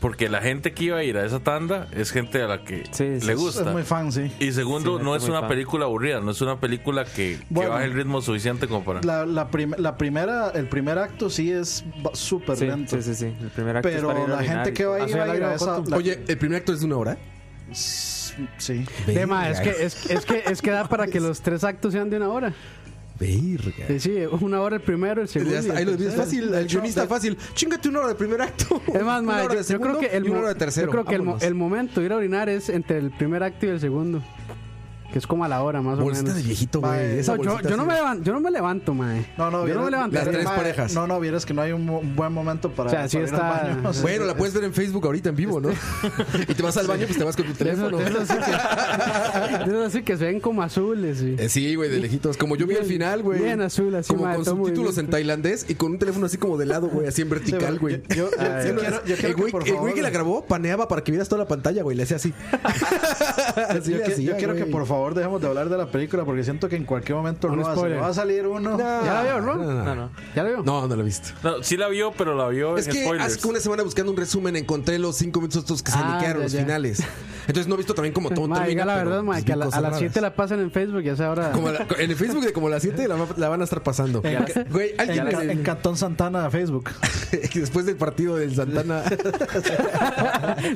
Speaker 6: Porque la gente que iba a ir a esa tanda es gente a la que
Speaker 5: Sí, sí,
Speaker 6: le
Speaker 5: es-
Speaker 6: gusta.
Speaker 4: Es muy fan, sí.
Speaker 6: Y segundo,
Speaker 5: Sí,
Speaker 6: no
Speaker 5: neta,
Speaker 6: es
Speaker 5: muy
Speaker 6: una
Speaker 5: fan.
Speaker 6: película aburrida, no es una película que, que
Speaker 4: Bueno.
Speaker 6: baje el ritmo suficiente como para...
Speaker 4: La, la, prim- la primera, el primer acto sí es ba- súper
Speaker 5: Sí,
Speaker 4: lento.
Speaker 5: sí, sí, sí. El primer acto es para ir
Speaker 4: Pero
Speaker 5: a
Speaker 4: la
Speaker 5: orinar
Speaker 4: gente
Speaker 5: y
Speaker 4: que
Speaker 5: todo.
Speaker 4: va
Speaker 8: Ah,
Speaker 4: a
Speaker 8: sí,
Speaker 4: ir, va
Speaker 8: la
Speaker 4: a ir a
Speaker 8: grabó
Speaker 4: esa.
Speaker 8: Coto.
Speaker 4: la-
Speaker 3: Oye, el primer acto es de una hora.
Speaker 4: Sí.
Speaker 8: De, ma, es que, es, es que, es que da para que los tres actos sean de una hora.
Speaker 3: Verga.
Speaker 8: Sí, sí, una hora el primero, el segundo. y
Speaker 3: Ya está,
Speaker 8: el
Speaker 3: ahí lo ves
Speaker 8: tercero.
Speaker 3: fácil, el guionista fácil. Chingate una hora de primer acto.
Speaker 8: Es más,
Speaker 3: una
Speaker 8: ma,
Speaker 3: hora
Speaker 8: yo, yo creo
Speaker 3: de segundo
Speaker 8: que, el,
Speaker 3: y una
Speaker 8: mo-
Speaker 3: hora de tercero.
Speaker 8: yo creo que el, mo-
Speaker 3: Vámonos.
Speaker 8: el momento de ir a orinar es entre el primer acto y el segundo. Que es como a la hora, más o
Speaker 3: bolsita
Speaker 8: menos.
Speaker 3: de viejito,
Speaker 4: Ma,
Speaker 3: güey. esa
Speaker 8: No, yo,
Speaker 3: bolsita
Speaker 8: yo, no
Speaker 3: así.
Speaker 8: me levanto, yo no me levanto, mae.
Speaker 4: No, no,
Speaker 8: yo no
Speaker 4: vieras-
Speaker 8: me levanto.
Speaker 3: Las tres
Speaker 4: ma,
Speaker 3: parejas.
Speaker 4: No, no, vieras que no hay un mo- buen momento para.
Speaker 8: O sea, sí
Speaker 4: para ir al
Speaker 8: está-
Speaker 4: baño. Sí,
Speaker 3: Bueno, la
Speaker 4: sí,
Speaker 3: puedes ver en Facebook ahorita en vivo, ¿no?
Speaker 4: Este.
Speaker 3: y te vas al baño, pues te vas con tu
Speaker 8: De esos,
Speaker 3: teléfono.
Speaker 8: de esos sí que, de esos sí que se ven como azules. sí.
Speaker 3: Eh, Sí, güey, de lejitos. Como yo vi
Speaker 8: Bien-
Speaker 3: al final, güey.
Speaker 8: bien azul, así,
Speaker 3: Como
Speaker 8: ma,
Speaker 3: con
Speaker 8: todo
Speaker 3: subtítulos
Speaker 8: movimiento.
Speaker 3: en tailandés y con un teléfono así como de lado, güey, así en vertical,
Speaker 4: yo-
Speaker 3: güey.
Speaker 4: yo- yo- yo
Speaker 3: Sí, no,
Speaker 4: quiero- yo
Speaker 3: el
Speaker 4: quiero que,
Speaker 3: güey
Speaker 4: por
Speaker 3: el güey
Speaker 4: favor,
Speaker 3: que la grabó paneaba para que vieras toda la pantalla, güey. Le hacía así. así
Speaker 4: Yo,
Speaker 3: le
Speaker 4: que-
Speaker 3: hacía,
Speaker 4: yo quiero que
Speaker 3: güey.
Speaker 4: por favor dejemos de hablar de la película porque siento que en cualquier momento
Speaker 8: Un
Speaker 4: Roa se le
Speaker 8: spoiler.
Speaker 4: va a salir uno.
Speaker 8: ¿Ya la vio, Ron?
Speaker 5: No, no.
Speaker 8: ¿Ya la vio?
Speaker 3: No, no lo he visto.
Speaker 6: No, sí la vio, pero la vio
Speaker 3: Es
Speaker 6: en
Speaker 3: que
Speaker 6: spoilers.
Speaker 3: hace como una semana buscando un resumen encontré los cinco minutos estos que se
Speaker 8: Ah,
Speaker 3: liquearon,
Speaker 8: ya,
Speaker 3: los
Speaker 8: ya.
Speaker 3: finales. Entonces no he visto también como todo
Speaker 8: Ma,
Speaker 3: termina.
Speaker 8: diga la
Speaker 3: pero,
Speaker 8: verdad, ma,
Speaker 3: pues,
Speaker 8: que a,
Speaker 3: vi
Speaker 8: la- a
Speaker 3: cosas
Speaker 8: las
Speaker 3: raras.
Speaker 8: 7 la pasan en Facebook y a esa hora.
Speaker 3: Como la- en el Facebook de como las 7 la, va- la van a estar pasando.
Speaker 4: En, ca-
Speaker 3: Güey, alguien
Speaker 4: en ca- en Cantón Santana de Facebook.
Speaker 3: después del partido del Santana.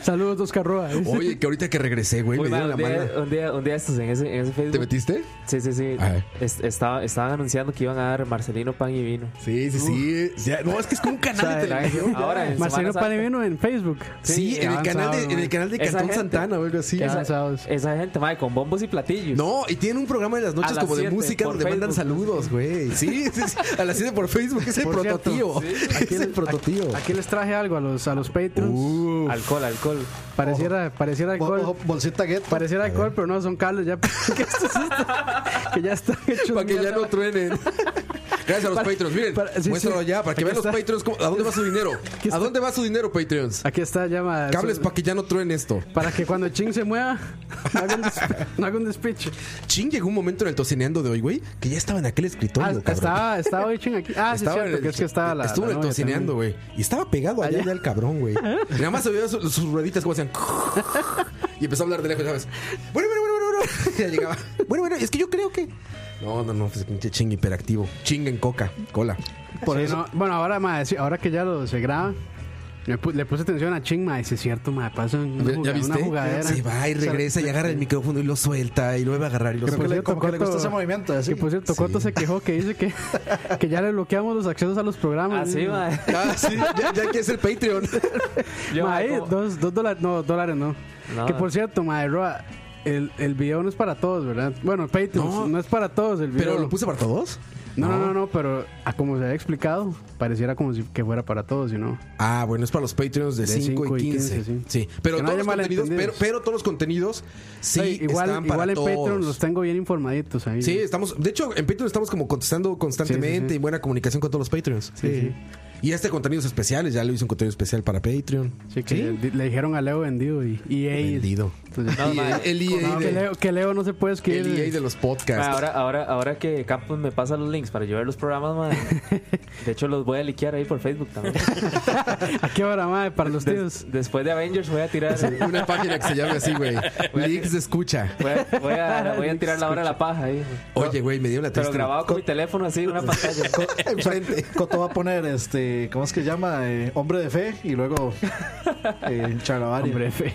Speaker 8: Saludos, Oscar Roa.
Speaker 3: Oye, que ahorita que regresé, güey, me
Speaker 5: Uy, ma,
Speaker 3: dieron
Speaker 5: un,
Speaker 3: la mala.
Speaker 5: día, un, día, un día estos en ese, en ese Facebook.
Speaker 3: ¿Te metiste?
Speaker 5: Sí, sí, sí.
Speaker 3: A ver.
Speaker 5: Es- estaba, estaban anunciando que iban a dar Marcelino pan y vino.
Speaker 3: Sí, sí, sí. Ya, no, es que es como un canal de televisión.
Speaker 5: Ahora, en
Speaker 8: Marcelo
Speaker 5: Semana Santa.
Speaker 8: Panevino en Facebook.
Speaker 3: Sí,
Speaker 5: Sí,
Speaker 3: en el, canal de,
Speaker 8: avanzado,
Speaker 3: en el canal de
Speaker 5: Esa
Speaker 3: Cantón
Speaker 5: gente.
Speaker 3: Santana o algo así.
Speaker 8: Qué
Speaker 5: Esa-
Speaker 8: avanzados.
Speaker 5: Esa gente, madre, con bombos y platillos.
Speaker 3: No, y tienen un programa en las
Speaker 5: A
Speaker 3: noches
Speaker 5: las
Speaker 3: como de
Speaker 5: siete,
Speaker 3: música
Speaker 5: por
Speaker 3: donde mandan
Speaker 5: Facebook.
Speaker 3: saludos, güey. Sí, sí, sí. a las 7 por Facebook, es el
Speaker 8: Por cierto,
Speaker 3: prototipo. Es el prototipo.
Speaker 8: Aquí les traje algo a los, a los Patreons.
Speaker 5: Alcohol, alcohol.
Speaker 8: pareciera, pareciera
Speaker 4: Bo-
Speaker 8: alcohol.
Speaker 4: ojo, bolsita Get.
Speaker 8: Pareciera alcohol, pero no, son cables ya. que, estos- que ya están hechos.
Speaker 3: Para que ya
Speaker 8: mierda.
Speaker 3: no truenen. Gracias a los
Speaker 8: Para-
Speaker 3: Patreons. Miren,
Speaker 8: para- sí, sí.
Speaker 3: muéstralo ya para que
Speaker 8: Aquí
Speaker 3: vean los
Speaker 8: está.
Speaker 3: Patreons. cómo- ¿A dónde va su dinero?
Speaker 8: está.
Speaker 3: ¿A dónde va su dinero, Patreons?
Speaker 8: Aquí está, llama.
Speaker 3: Cables para que ya no truene esto.
Speaker 8: Para que cuando Ching se mueva, no haga un, despe- no haga un despecho.
Speaker 3: Ching llegó un momento en el tocineando de hoy, güey, que ya estaba en aquel escritorio.
Speaker 8: Ah,
Speaker 3: cabrón.
Speaker 8: estaba, estaba hoy Ching aquí. Ah, sí, es
Speaker 3: Estaba en
Speaker 8: cierto,
Speaker 3: el-
Speaker 8: que es que estaba la.
Speaker 3: Estuvo
Speaker 8: la
Speaker 3: en el
Speaker 8: novia
Speaker 3: tocineando,
Speaker 8: también.
Speaker 3: güey. Y estaba pegado allá,
Speaker 8: Allá.
Speaker 3: allá el cabrón, güey. Y Nada más se veía su- sus rueditas como hacían. Y empezó a hablar de lejos, ¿sabes? Bueno, bueno, bueno, bueno, bueno. Ya llegaba. Bueno, bueno, es que yo creo que. No, no, no, pues pinche ching hiperactivo. Ching en coca, cola.
Speaker 8: Por eso. bueno, ahora, ma, sí, ahora que ya lo se graba. Le, pu- le puse atención a Ching, ma, y sí es cierto, ma, pasa un- una,
Speaker 3: ¿Ya, ya
Speaker 8: jugada-
Speaker 3: viste?
Speaker 8: una jugadera.
Speaker 3: Se va y regresa y agarra el micrófono y lo suelta y lo vuelve a agarrar y lo
Speaker 4: Creo que
Speaker 3: suelta.
Speaker 4: le,
Speaker 8: cierto,
Speaker 4: como que le gusta
Speaker 8: Coto-
Speaker 4: ese movimiento. Así.
Speaker 8: Que por cierto, Coto se quejó que dice que, que ya le bloqueamos los accesos a los programas.
Speaker 5: Así,
Speaker 8: ma.
Speaker 5: mae.
Speaker 3: Ah, sí, ya, ya que es el Patreon.
Speaker 5: Yo,
Speaker 8: Ma, ahí,
Speaker 5: mae, como-
Speaker 8: dos, dos dólares, no, dólares no.
Speaker 5: No.
Speaker 8: Que por cierto, ma, Roa, el, el video no es para todos, ¿verdad? Bueno, el Patreon
Speaker 3: No.
Speaker 8: no, es para todos el video.
Speaker 3: Pero lo puse para todos.
Speaker 8: No, no, no, no, pero a como se había explicado, pareciera como si que fuera para todos, y no.
Speaker 3: Ah, bueno, es para los Patreons de
Speaker 8: De
Speaker 3: 5
Speaker 8: cinco
Speaker 3: y
Speaker 8: y
Speaker 3: 15. sí.
Speaker 8: sí.
Speaker 3: pero,
Speaker 8: Que no
Speaker 3: todos
Speaker 8: haya
Speaker 3: los contenidos, pero,
Speaker 8: malentendidos.
Speaker 3: pero todos los contenidos sí
Speaker 8: Ey, igual
Speaker 3: están para
Speaker 8: igual en
Speaker 3: todos.
Speaker 8: Patreon los tengo bien informaditos ahí.
Speaker 3: Sí, estamos. De hecho, en Patreon estamos como contestando constantemente
Speaker 8: Sí, sí, sí.
Speaker 3: y buena comunicación con todos los Patreons.
Speaker 8: Sí, sí.
Speaker 3: Y este contenidos especiales, ya lo hice un contenido especial para Patreon.
Speaker 8: Sí, que Le, le dijeron a Leo vendido y, y ey,
Speaker 3: Vendido.
Speaker 8: entonces-
Speaker 5: No, E mae,
Speaker 3: el EA,
Speaker 8: No, que,
Speaker 3: de,
Speaker 8: Leo, que Leo no se puede escribir.
Speaker 3: el EA de los podcasts.
Speaker 5: Ma, ahora, ahora, ahora que Campos me pasa los links para yo ver los programas, ma, de hecho los voy a liquear ahí por Facebook también.
Speaker 8: ¿A qué hora, madre? Para los
Speaker 5: Des-
Speaker 8: tíos.
Speaker 5: después de Avengers voy a tirar
Speaker 3: Una página que se llame así, güey. Leaks de escucha.
Speaker 5: voy a, voy a- voy a tirar la hora de la paja ahí.
Speaker 3: Oye, güey, me dio la
Speaker 5: Pero
Speaker 3: triste.
Speaker 5: grabado con mi teléfono así, una pantalla.
Speaker 3: Enfrente.
Speaker 4: Coto va a poner, este, ¿cómo es que llama? Eh, hombre de fe y luego eh, Charavari.
Speaker 8: Hombre, fe.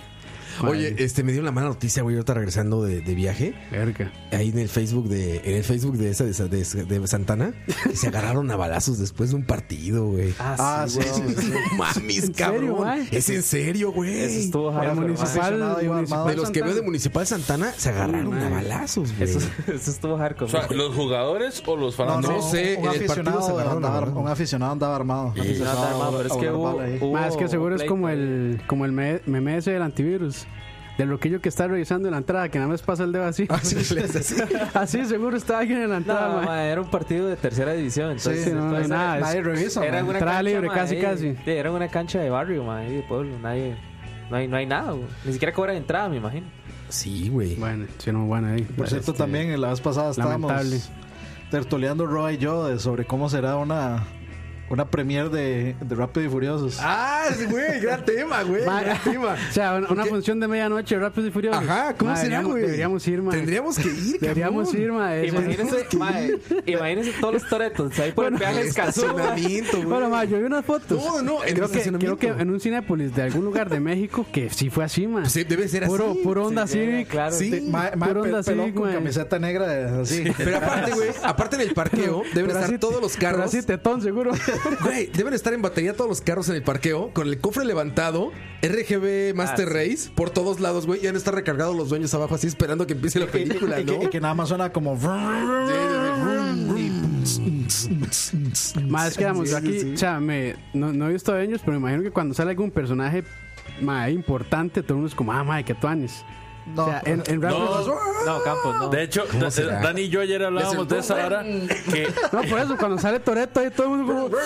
Speaker 3: Oye, este, me dio la mala noticia, güey, ahorita regresando de, de viaje.
Speaker 8: Verga.
Speaker 3: Ahí en el Facebook de, en el Facebook de esa de, esa- de, esa- de Santana, que se agarraron a balazos después de un partido, güey.
Speaker 4: Ah, sí, sí, sí.
Speaker 3: No mames,
Speaker 8: serio,
Speaker 3: cabrón.
Speaker 8: güey?
Speaker 3: es en serio,
Speaker 5: Eso
Speaker 3: güey.
Speaker 5: estuvo
Speaker 8: El
Speaker 5: jalo, pero, ma,
Speaker 8: municipal,
Speaker 4: aficionado iba armado.
Speaker 3: De los que
Speaker 8: Santana.
Speaker 3: veo de Municipal Santana, se agarraron a balazos, güey.
Speaker 5: Eso, eso estuvo hardcore.
Speaker 6: O sea,
Speaker 5: ma.
Speaker 6: ¿los jugadores o los
Speaker 4: No,
Speaker 6: fanáticos?
Speaker 4: no,
Speaker 3: No sé,
Speaker 4: un,
Speaker 3: en el partido se
Speaker 4: aficionado
Speaker 3: agarraron
Speaker 4: andaba,
Speaker 3: a balazos.
Speaker 4: un aficionado andaba armado. Un
Speaker 5: No,
Speaker 4: aficionado
Speaker 5: está armado, pero es
Speaker 4: a
Speaker 5: que
Speaker 4: una
Speaker 5: hubo,
Speaker 4: bala ahí.
Speaker 5: hubo
Speaker 8: Más que seguro es
Speaker 5: pleito
Speaker 8: como
Speaker 5: ahí.
Speaker 8: el, como el me- meme ese del antivirus. Del loquillo que está revisando en la entrada, que nada más pasa el dedo así.
Speaker 3: Así le hace así.
Speaker 8: así seguro está alguien en la
Speaker 5: No,
Speaker 8: entrada, ma.
Speaker 5: ma, era un partido de tercera división. Entonces,
Speaker 8: Sí, no, no hay
Speaker 5: entonces,
Speaker 8: nada,
Speaker 4: Nadie revisa,
Speaker 5: Era
Speaker 4: man.
Speaker 5: una
Speaker 8: Entrada
Speaker 5: cancha,
Speaker 8: libre,
Speaker 5: ma,
Speaker 8: casi,
Speaker 5: ahí-
Speaker 8: casi.
Speaker 5: sí, era una cancha de barrio, ma, ahí de pueblo. Nadie, no, hay, no hay nada, güey. ni siquiera cobran entrada, me imagino.
Speaker 3: Sí, güey.
Speaker 8: Bueno, sí, no, bueno, ahí.
Speaker 4: Por cierto,
Speaker 8: Este,
Speaker 4: también la vez pasada estábamos
Speaker 8: lamentable.
Speaker 4: tertuleando Roa y yo de sobre cómo será una, una premier de, de Rápido y Furiosos.
Speaker 3: Ah, sí, güey, gran tema, güey.
Speaker 8: Ma-
Speaker 3: Gran tema.
Speaker 8: O sea, una, una
Speaker 3: ¿Qué?
Speaker 8: función de medianoche, rápido y furioso.
Speaker 3: Ajá, ¿cómo
Speaker 8: Ma,
Speaker 3: será,
Speaker 8: deberíamos-
Speaker 3: güey?
Speaker 8: Deberíamos ir, ma.
Speaker 3: Tendríamos que ir,
Speaker 8: Deberíamos
Speaker 3: cabrón.
Speaker 8: ir, ma. eso-
Speaker 5: Imagínense, mae, imagínense todos los toretos ahí por el peaje de Escazú. mae.
Speaker 3: Estacionamiento, güey.
Speaker 8: Bueno, ma, yo vi unas fotos.
Speaker 3: No,
Speaker 8: creo
Speaker 3: no, en el
Speaker 8: que, creo
Speaker 3: estacionamiento.
Speaker 8: que en un Cinépolis de algún lugar de México que sí fue así, ma.
Speaker 3: Pues sí, debe ser
Speaker 8: puro,
Speaker 3: así.
Speaker 8: Puro onda
Speaker 5: Sí,
Speaker 8: Civic.
Speaker 5: claro.
Speaker 3: Sí.
Speaker 4: Te- ma- ma-
Speaker 8: puro
Speaker 4: pe-
Speaker 8: onda
Speaker 4: pelón
Speaker 8: Civic,
Speaker 4: con
Speaker 8: ma.
Speaker 4: camiseta negra de- así.
Speaker 3: Pero aparte, güey, aparte en el parqueo
Speaker 8: Pero
Speaker 3: deben estar
Speaker 8: así-
Speaker 3: todos los
Speaker 8: Pero
Speaker 3: carros.
Speaker 8: así tetón, seguro.
Speaker 3: Güey, deben estar en batería todos los carros en el parqueo, con el cofre levantado, RGB Master
Speaker 5: Ah,
Speaker 3: Race por todos lados, güey. Ya han estar recargados los dueños abajo, así esperando que empiece la película,
Speaker 4: y, que,
Speaker 3: ¿no?
Speaker 4: y que nada más suena como
Speaker 8: Más quedamos aquí. O sea, me, no, no he visto a ellos, pero me imagino que cuando sale algún personaje ma, importante, todo el mundo es como, ah, ma, qué tuanes.
Speaker 4: No,
Speaker 8: o sea, en,
Speaker 5: pues,
Speaker 8: en Rápidos- no.
Speaker 5: No, Campos, no.
Speaker 6: De hecho, da-
Speaker 3: será?
Speaker 6: Dani y yo ayer hablábamos de esa hora que
Speaker 8: por eso, cuando sale Toreto, ahí todo el mundo como. "Bra,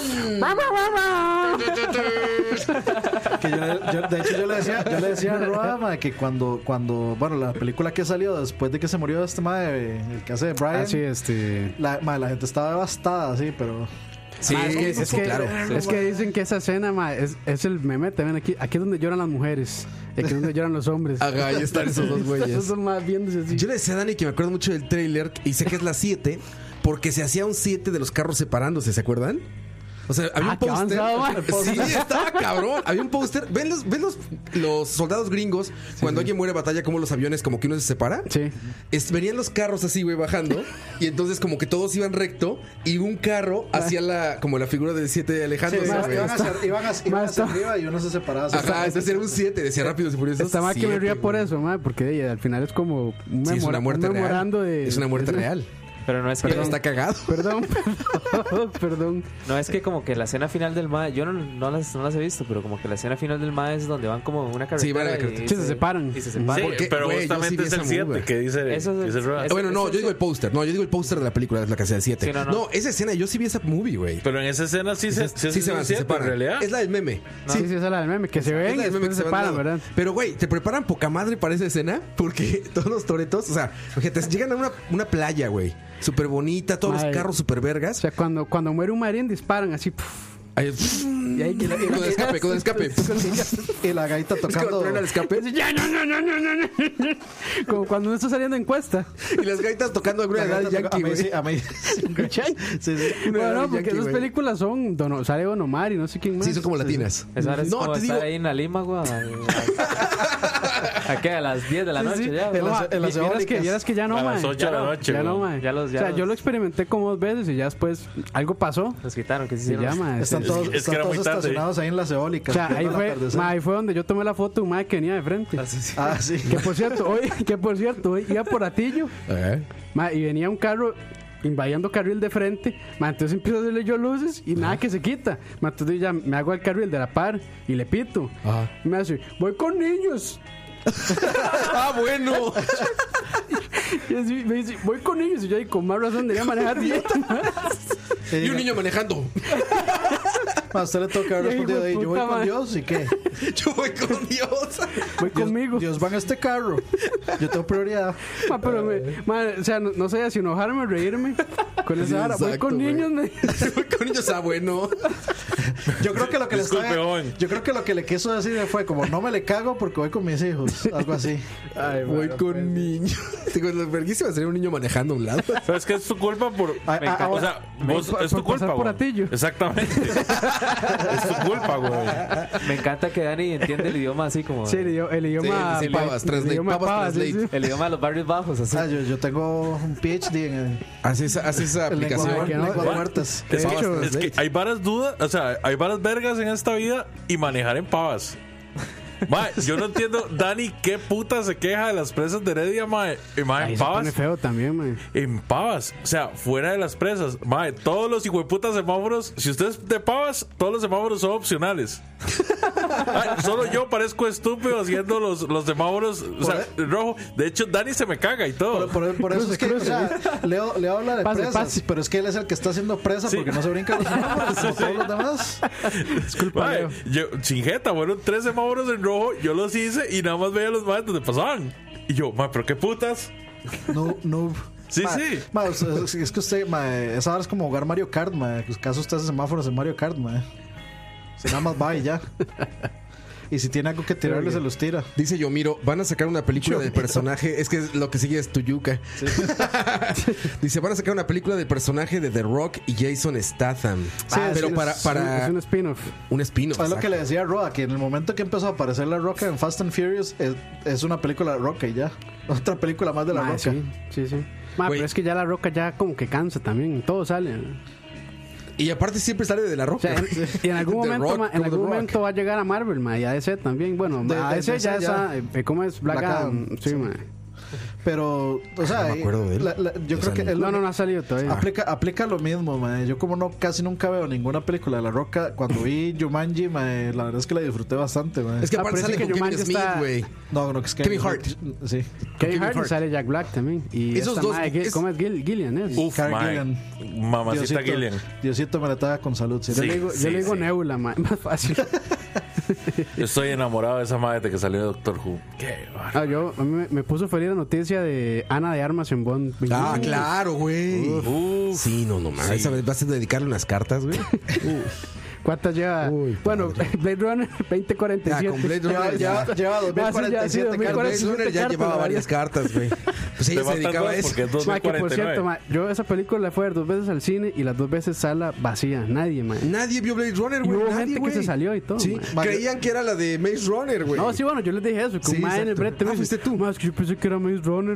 Speaker 8: bra, bra, bra".
Speaker 4: que yo, le- yo- de hecho yo le decía yo le decía a Roa ma, que cuando cuando bueno la película que salió después de que se murió este madre el que hace de Brian
Speaker 8: Así, este.
Speaker 4: la, ma, la gente estaba devastada sí pero
Speaker 3: Sí,
Speaker 8: Ma, es que,
Speaker 3: sí,
Speaker 8: es
Speaker 3: sí,
Speaker 8: que-
Speaker 3: claro.
Speaker 8: es que dicen que esa escena ma, es, es el meme también. Aquí, aquí es donde lloran las mujeres, aquí es donde lloran los hombres.
Speaker 3: Ajá, ahí están esos dos
Speaker 8: Esos
Speaker 3: güeyes.
Speaker 8: son más viéndose así.
Speaker 3: Yo le decía a Dani que me acuerdo mucho del trailer y sé que es la 7, porque se hacía un 7 de los carros separándose, ¿se acuerdan? O sea, había
Speaker 8: Ah,
Speaker 3: un
Speaker 8: qué
Speaker 3: póster.
Speaker 8: avanzado, man.
Speaker 3: Sí, estaba cabrón. Había un póster. ¿Ven, los, ven los, los soldados gringos cuando alguien muere en batalla, como los aviones, como que uno se separa?
Speaker 8: Sí.
Speaker 3: Es- venían los carros así, güey, bajando. Y entonces, como que todos iban recto. Y un carro
Speaker 8: Ah.
Speaker 3: hacía la, como la figura del 7 de Alejandro.
Speaker 4: iban,
Speaker 3: güey.
Speaker 4: iban hacia, iban hacia- iban hacia
Speaker 8: Maestro.
Speaker 4: arriba y uno se separaba hacia
Speaker 3: Ajá,
Speaker 4: atrás.
Speaker 3: entonces era un 7, decía rápido y furioso.
Speaker 8: Está mal que me
Speaker 3: siete,
Speaker 8: ría por
Speaker 3: güey.
Speaker 8: eso, ma, porque ey, al final es como un
Speaker 3: Sí, es una
Speaker 8: memora-
Speaker 3: muerte
Speaker 8: un memorando
Speaker 3: real.
Speaker 8: de.
Speaker 3: es una muerte real.
Speaker 5: Pero no es que.
Speaker 3: Pero está cagado.
Speaker 8: Perdón, perdón, perdón.
Speaker 5: No es que como que la escena final del MAE, yo no, no, las, no las he visto, pero como que la escena final del MAE es donde van como en una carretera.
Speaker 3: Sí, van a la
Speaker 5: y
Speaker 3: carretera.
Speaker 8: Sí, se separan.
Speaker 5: Y se
Speaker 6: Sí,
Speaker 5: separan.
Speaker 3: porque,
Speaker 6: pero
Speaker 3: güey, yo sí
Speaker 6: justamente
Speaker 3: vi
Speaker 6: es
Speaker 3: esa
Speaker 6: el 7
Speaker 3: movie. Ah,
Speaker 6: que dice.
Speaker 5: Eso es-
Speaker 6: que dice Roa.
Speaker 5: eso-
Speaker 3: bueno, no, yo digo el póster. No, yo digo el póster de la película, la que se siete.
Speaker 5: Sí, no,
Speaker 3: no,
Speaker 5: no.
Speaker 3: esa escena, yo sí vi esa movie, güey.
Speaker 6: Pero en esa escena sí se, sí,
Speaker 3: Sí
Speaker 6: se
Speaker 3: se van,
Speaker 6: siente,
Speaker 3: se
Speaker 6: en
Speaker 3: separan.
Speaker 6: realidad.
Speaker 3: Es la del meme.
Speaker 8: Sí, sí, esa es la del meme, que se
Speaker 3: Es
Speaker 8: ven
Speaker 3: la
Speaker 8: y
Speaker 3: del
Speaker 8: después
Speaker 3: meme
Speaker 8: se
Speaker 3: que se van
Speaker 8: separan,
Speaker 3: al lado.
Speaker 8: ¿verdad?
Speaker 3: Pero, güey, te preparan poca madre para esa escena porque todos los toretos, o sea, fíjate, llegan a una, una playa, güey. Súper bonita, todos
Speaker 8: Madre.
Speaker 3: los carros súper
Speaker 8: O
Speaker 3: vergas.
Speaker 8: sea, cuando, cuando muere un marín disparan así. puf.
Speaker 3: Ahí-
Speaker 8: Y ahí que la-
Speaker 3: Con el escape, con el escape.
Speaker 4: Y la gaita tocando.
Speaker 3: Con el escape.
Speaker 8: Ya, no, no, no, no, no, no. Como cuando uno está saliendo en encuesta.
Speaker 3: Y las gaitas tocando
Speaker 4: La
Speaker 3: alguna de Daddy
Speaker 4: gaita
Speaker 3: Yankee,
Speaker 4: tocando-
Speaker 3: güey.
Speaker 4: Amazing- Amazing
Speaker 8: ¿Cachai?
Speaker 4: Grace. Sí, sí.
Speaker 3: Una
Speaker 8: Bueno,
Speaker 3: Daddy
Speaker 8: no, porque
Speaker 3: Yankee,
Speaker 8: esas
Speaker 3: güey.
Speaker 8: películas son. Don, sale Don Omar y no sé quién más.
Speaker 3: Sí, son como latinas.
Speaker 5: Esa hora es como
Speaker 3: No, te
Speaker 5: estar
Speaker 3: digo,
Speaker 5: ahí en la Lima, güey. ¿A qué? A las 10 de la
Speaker 8: Sí,
Speaker 5: noche
Speaker 8: sí.
Speaker 5: ya.
Speaker 8: No,
Speaker 4: las- en las
Speaker 8: vi- vieras, que,
Speaker 4: eólicas.
Speaker 8: vieras que ya no,
Speaker 6: A
Speaker 8: man.
Speaker 6: las ocho de la noche,
Speaker 8: Ya no,
Speaker 6: güey.
Speaker 8: man.
Speaker 5: Ya los- ya
Speaker 8: o sea, yo
Speaker 5: los-
Speaker 8: lo experimenté como dos veces y ya después algo pasó.
Speaker 5: Los quitaron, ¿qué se
Speaker 8: Se
Speaker 5: hicieron?
Speaker 8: llama.
Speaker 4: Están
Speaker 6: Es-
Speaker 4: todos,
Speaker 6: es que
Speaker 4: están
Speaker 6: era
Speaker 4: todos
Speaker 6: muy tarde.
Speaker 4: estacionados ahí en las
Speaker 8: O
Speaker 4: eólicas.
Speaker 8: sea, ahí
Speaker 4: viendo el
Speaker 8: fue,
Speaker 4: atardecer.
Speaker 8: ma, ahí fue donde yo tomé la foto de un mae que venía de frente.
Speaker 4: Ah, sí.
Speaker 8: Que por cierto, hoy, que por cierto, hoy iba por Atillo
Speaker 6: Eh.
Speaker 3: Ajá.
Speaker 8: ma, y venía un carro invadiendo carril de frente. Ma, entonces empiezo a hacerle yo luces y nada que se quita. Ma, entonces ya me hago al carril de la par y le pito.
Speaker 3: Ajá.
Speaker 8: Y me hace, voy con niños.
Speaker 3: Ah, bueno.
Speaker 8: Y así me dice, voy con niños. Y yo, ahí con más razón debería manejar bien.
Speaker 4: Eh,
Speaker 3: Y un niño manejando.
Speaker 4: A usted le toca haber
Speaker 8: Ya, hijo
Speaker 4: respondido
Speaker 8: de
Speaker 4: ahí. Yo voy
Speaker 8: puta,
Speaker 4: con
Speaker 8: ma.
Speaker 4: Dios y qué.
Speaker 3: Yo voy con Dios.
Speaker 8: Voy conmigo.
Speaker 4: Dios van a este carro. Yo tengo prioridad.
Speaker 8: Ma, pero me- ma, o sea, no, no sé si enojarme o reírme. Con
Speaker 3: Sí,
Speaker 8: esa vara. Voy
Speaker 3: exacto,
Speaker 8: con
Speaker 3: güey.
Speaker 8: niños. me-
Speaker 3: Yo voy con niños, ah, bueno.
Speaker 4: Yo creo que lo que le
Speaker 6: Disculpe,
Speaker 4: estaba-
Speaker 6: joven.
Speaker 4: Yo creo que lo que le quiso decir fue como no me le cago porque voy con mis hijos. Algo así.
Speaker 3: voy con
Speaker 4: pues,
Speaker 3: niños. Digo, lo verguísima sería un niño manejando a un lado.
Speaker 6: Pero es que es tu culpa por.
Speaker 4: Ay, ah,
Speaker 6: o
Speaker 4: ahora-
Speaker 6: sea, vos,
Speaker 8: por-
Speaker 6: es
Speaker 8: por
Speaker 6: tu culpa,
Speaker 8: pasar por
Speaker 6: güey.
Speaker 8: Atillo.
Speaker 6: Exactamente. es tu culpa, güey.
Speaker 5: Me encanta que Dani entiende el idioma así como.
Speaker 8: Sí, el, idio- el idioma.
Speaker 3: sí,
Speaker 8: pa-
Speaker 3: pavas, translate,
Speaker 8: el idioma
Speaker 3: pavas,
Speaker 8: pavas, sí,
Speaker 3: translate.
Speaker 8: sí.
Speaker 5: El idioma de los barrios bajos, así.
Speaker 4: Ah, yo, yo tengo un PhD en el-
Speaker 3: Hace esa, hace esa
Speaker 4: el lenguaje,
Speaker 3: aplicación.
Speaker 8: que no-
Speaker 4: lenguas
Speaker 8: What?
Speaker 4: muertas.
Speaker 6: Es
Speaker 3: Pavas
Speaker 6: que, es
Speaker 3: translate.
Speaker 6: que hay varias dudas, o sea, hay varias vergas en esta vida y manejar en pavas. Mae, yo no entiendo, Dani, qué puta se queja de las presas de Heredia, mae. Y, mae,
Speaker 8: Ahí
Speaker 6: en
Speaker 8: se pone
Speaker 6: pavas.
Speaker 8: feo también, man.
Speaker 6: En pavas, o sea, fuera de las presas. Mae, todos los hijueputas semáforos, si usted es de pavas, todos los semáforos son opcionales. Ay, solo yo parezco estúpido haciendo los, los semáforos, o sea, rojo. De hecho, Dani se me caga y todo.
Speaker 4: e- Por, por- por eso es que o sea, Leo, Leo habla de
Speaker 8: Pase,
Speaker 4: presas,
Speaker 8: pase.
Speaker 4: pero es que él es el que está haciendo presa
Speaker 6: Sí.
Speaker 4: porque no se brinca los semáforos como todos los demás.
Speaker 6: Mae, yo, sin jeta, fueron tres semáforos en rojo, yo los hice y nada más veía los maestros donde pasaban. Y yo, mae, pero qué putas.
Speaker 4: No, no.
Speaker 6: Sí,
Speaker 4: Ma-
Speaker 6: sí.
Speaker 4: ma, o sea, es, es que usted, ma, esa hora es como jugar Mario Kart, ma. Caso usted hace semáforos en Mario Kart, ma. Si nada más va y ya. Y si tiene algo que tirarle, se los tira.
Speaker 3: Dice Yomiro, van a sacar una película del personaje. Es que lo que sigue es Tuyuca. Dice, van a sacar una película del personaje de The Rock y Jason Statham. Ah,
Speaker 4: Sí,
Speaker 3: pero
Speaker 4: sí,
Speaker 3: para,
Speaker 4: Ah, es-
Speaker 3: para
Speaker 8: Es un spin-off.
Speaker 3: un espino.
Speaker 4: Es lo que le decía a Roa, que en el momento que empezó a aparecer La Roca en Fast and Furious, es, es una película de Roca y ya. Otra película más de La
Speaker 8: Ma,
Speaker 4: Roca.
Speaker 8: sí, sí, sí. Ma,
Speaker 3: Güey.
Speaker 8: pero es que ya la roca ya como que cansa también. Todo sale.
Speaker 3: Y aparte siempre sale de la
Speaker 8: O
Speaker 3: roca.
Speaker 8: sea, en, y en algún
Speaker 3: The
Speaker 8: momento,
Speaker 3: Rock,
Speaker 8: ma, en
Speaker 3: The
Speaker 8: algún
Speaker 3: Rock.
Speaker 8: momento va a llegar a Marvel, ma, y a DC también. Bueno,
Speaker 4: De-
Speaker 8: ma, a
Speaker 4: de
Speaker 8: DC ya
Speaker 4: DC ya.
Speaker 8: esa, eh, ¿cómo es? Black,
Speaker 4: Black
Speaker 8: Adam.
Speaker 4: Adam,
Speaker 8: Sí,
Speaker 4: sí.
Speaker 8: ma.
Speaker 4: Pero, o sea,
Speaker 3: Ah, me acuerdo de él.
Speaker 4: la- la- yo
Speaker 3: O
Speaker 4: creo
Speaker 3: sea,
Speaker 4: que él
Speaker 8: No, no, no ha salido todavía.
Speaker 4: Aplica, aplica lo mismo, mae. Yo como no casi nunca veo ninguna película de La Roca, cuando vi Jumanji, mae, la verdad es que la disfruté bastante, mae.
Speaker 3: es que
Speaker 8: Ah, pero
Speaker 3: aparte sale
Speaker 8: es que
Speaker 3: con Kevin
Speaker 8: Jumanji
Speaker 3: Smith,
Speaker 8: está-
Speaker 3: güey.
Speaker 4: No, no, que es que...
Speaker 3: Kevin Hart.
Speaker 4: Sí.
Speaker 8: Kevin
Speaker 3: Kevin
Speaker 8: Hart y
Speaker 3: Hart.
Speaker 8: sale Jack Black también. Y
Speaker 3: Esos
Speaker 8: esta
Speaker 3: dos-
Speaker 8: ma de Gil-
Speaker 3: es-
Speaker 8: ¿Cómo es Gil- Gillian? Es?
Speaker 6: Uf,
Speaker 4: Karen
Speaker 6: mae.
Speaker 4: Gillian.
Speaker 6: Mamacita
Speaker 4: Diosito-
Speaker 6: Gillian.
Speaker 4: Diosito me la estaba con salud. ¿sí?
Speaker 8: yo le
Speaker 6: Sí.
Speaker 8: digo, yo le digo
Speaker 6: sí.
Speaker 8: Nebula, ma, más fácil.
Speaker 6: Yo estoy enamorado de esa madre de que salió de Doctor Who. Qué bar-
Speaker 8: Ah, yo, a mí me, me puso feliz la noticia de Ana de Armas en Bond.
Speaker 3: Ah, claro, güey.
Speaker 6: Uf.
Speaker 3: Sí, no, no mames. Esa vez vas a dedicarle unas cartas, güey.
Speaker 8: ¿Cuántas lleva?
Speaker 3: Uy,
Speaker 8: bueno, Blade Runner 2047.
Speaker 3: Ah, con Blade
Speaker 4: Lleva,
Speaker 3: Runner.
Speaker 4: lleva,
Speaker 3: ya-
Speaker 4: lleva
Speaker 8: Ah, sí, ya, sí,
Speaker 4: 2047 cartas.
Speaker 8: 2047.
Speaker 3: Blade Runner ya
Speaker 8: cartas,
Speaker 3: llevaba
Speaker 8: la
Speaker 3: varias cartas, güey. Pues
Speaker 6: Te
Speaker 3: ella se
Speaker 6: faltan
Speaker 3: dedicaba a
Speaker 6: dos
Speaker 3: eso.
Speaker 6: porque es
Speaker 8: Ma, que por cierto,
Speaker 6: 2049.
Speaker 8: ma, yo esa película fue a ver dos veces al cine y las dos veces sala vacía, nadie, ma.
Speaker 3: Nadie vio Blade Runner,
Speaker 8: Y
Speaker 3: güey.
Speaker 8: hubo
Speaker 3: nadie,
Speaker 8: gente que
Speaker 3: güey.
Speaker 8: se salió y todo,
Speaker 3: Sí,
Speaker 4: man.
Speaker 3: creían que era la de Maze Runner, güey.
Speaker 8: No, sí, bueno, yo les dije eso, que
Speaker 3: Sí,
Speaker 8: un ma en el
Speaker 3: exacto.
Speaker 8: brete me
Speaker 3: Ah,
Speaker 8: dice,
Speaker 3: fuiste tú.
Speaker 8: "Ma, es que yo pensé que era Maze Runner.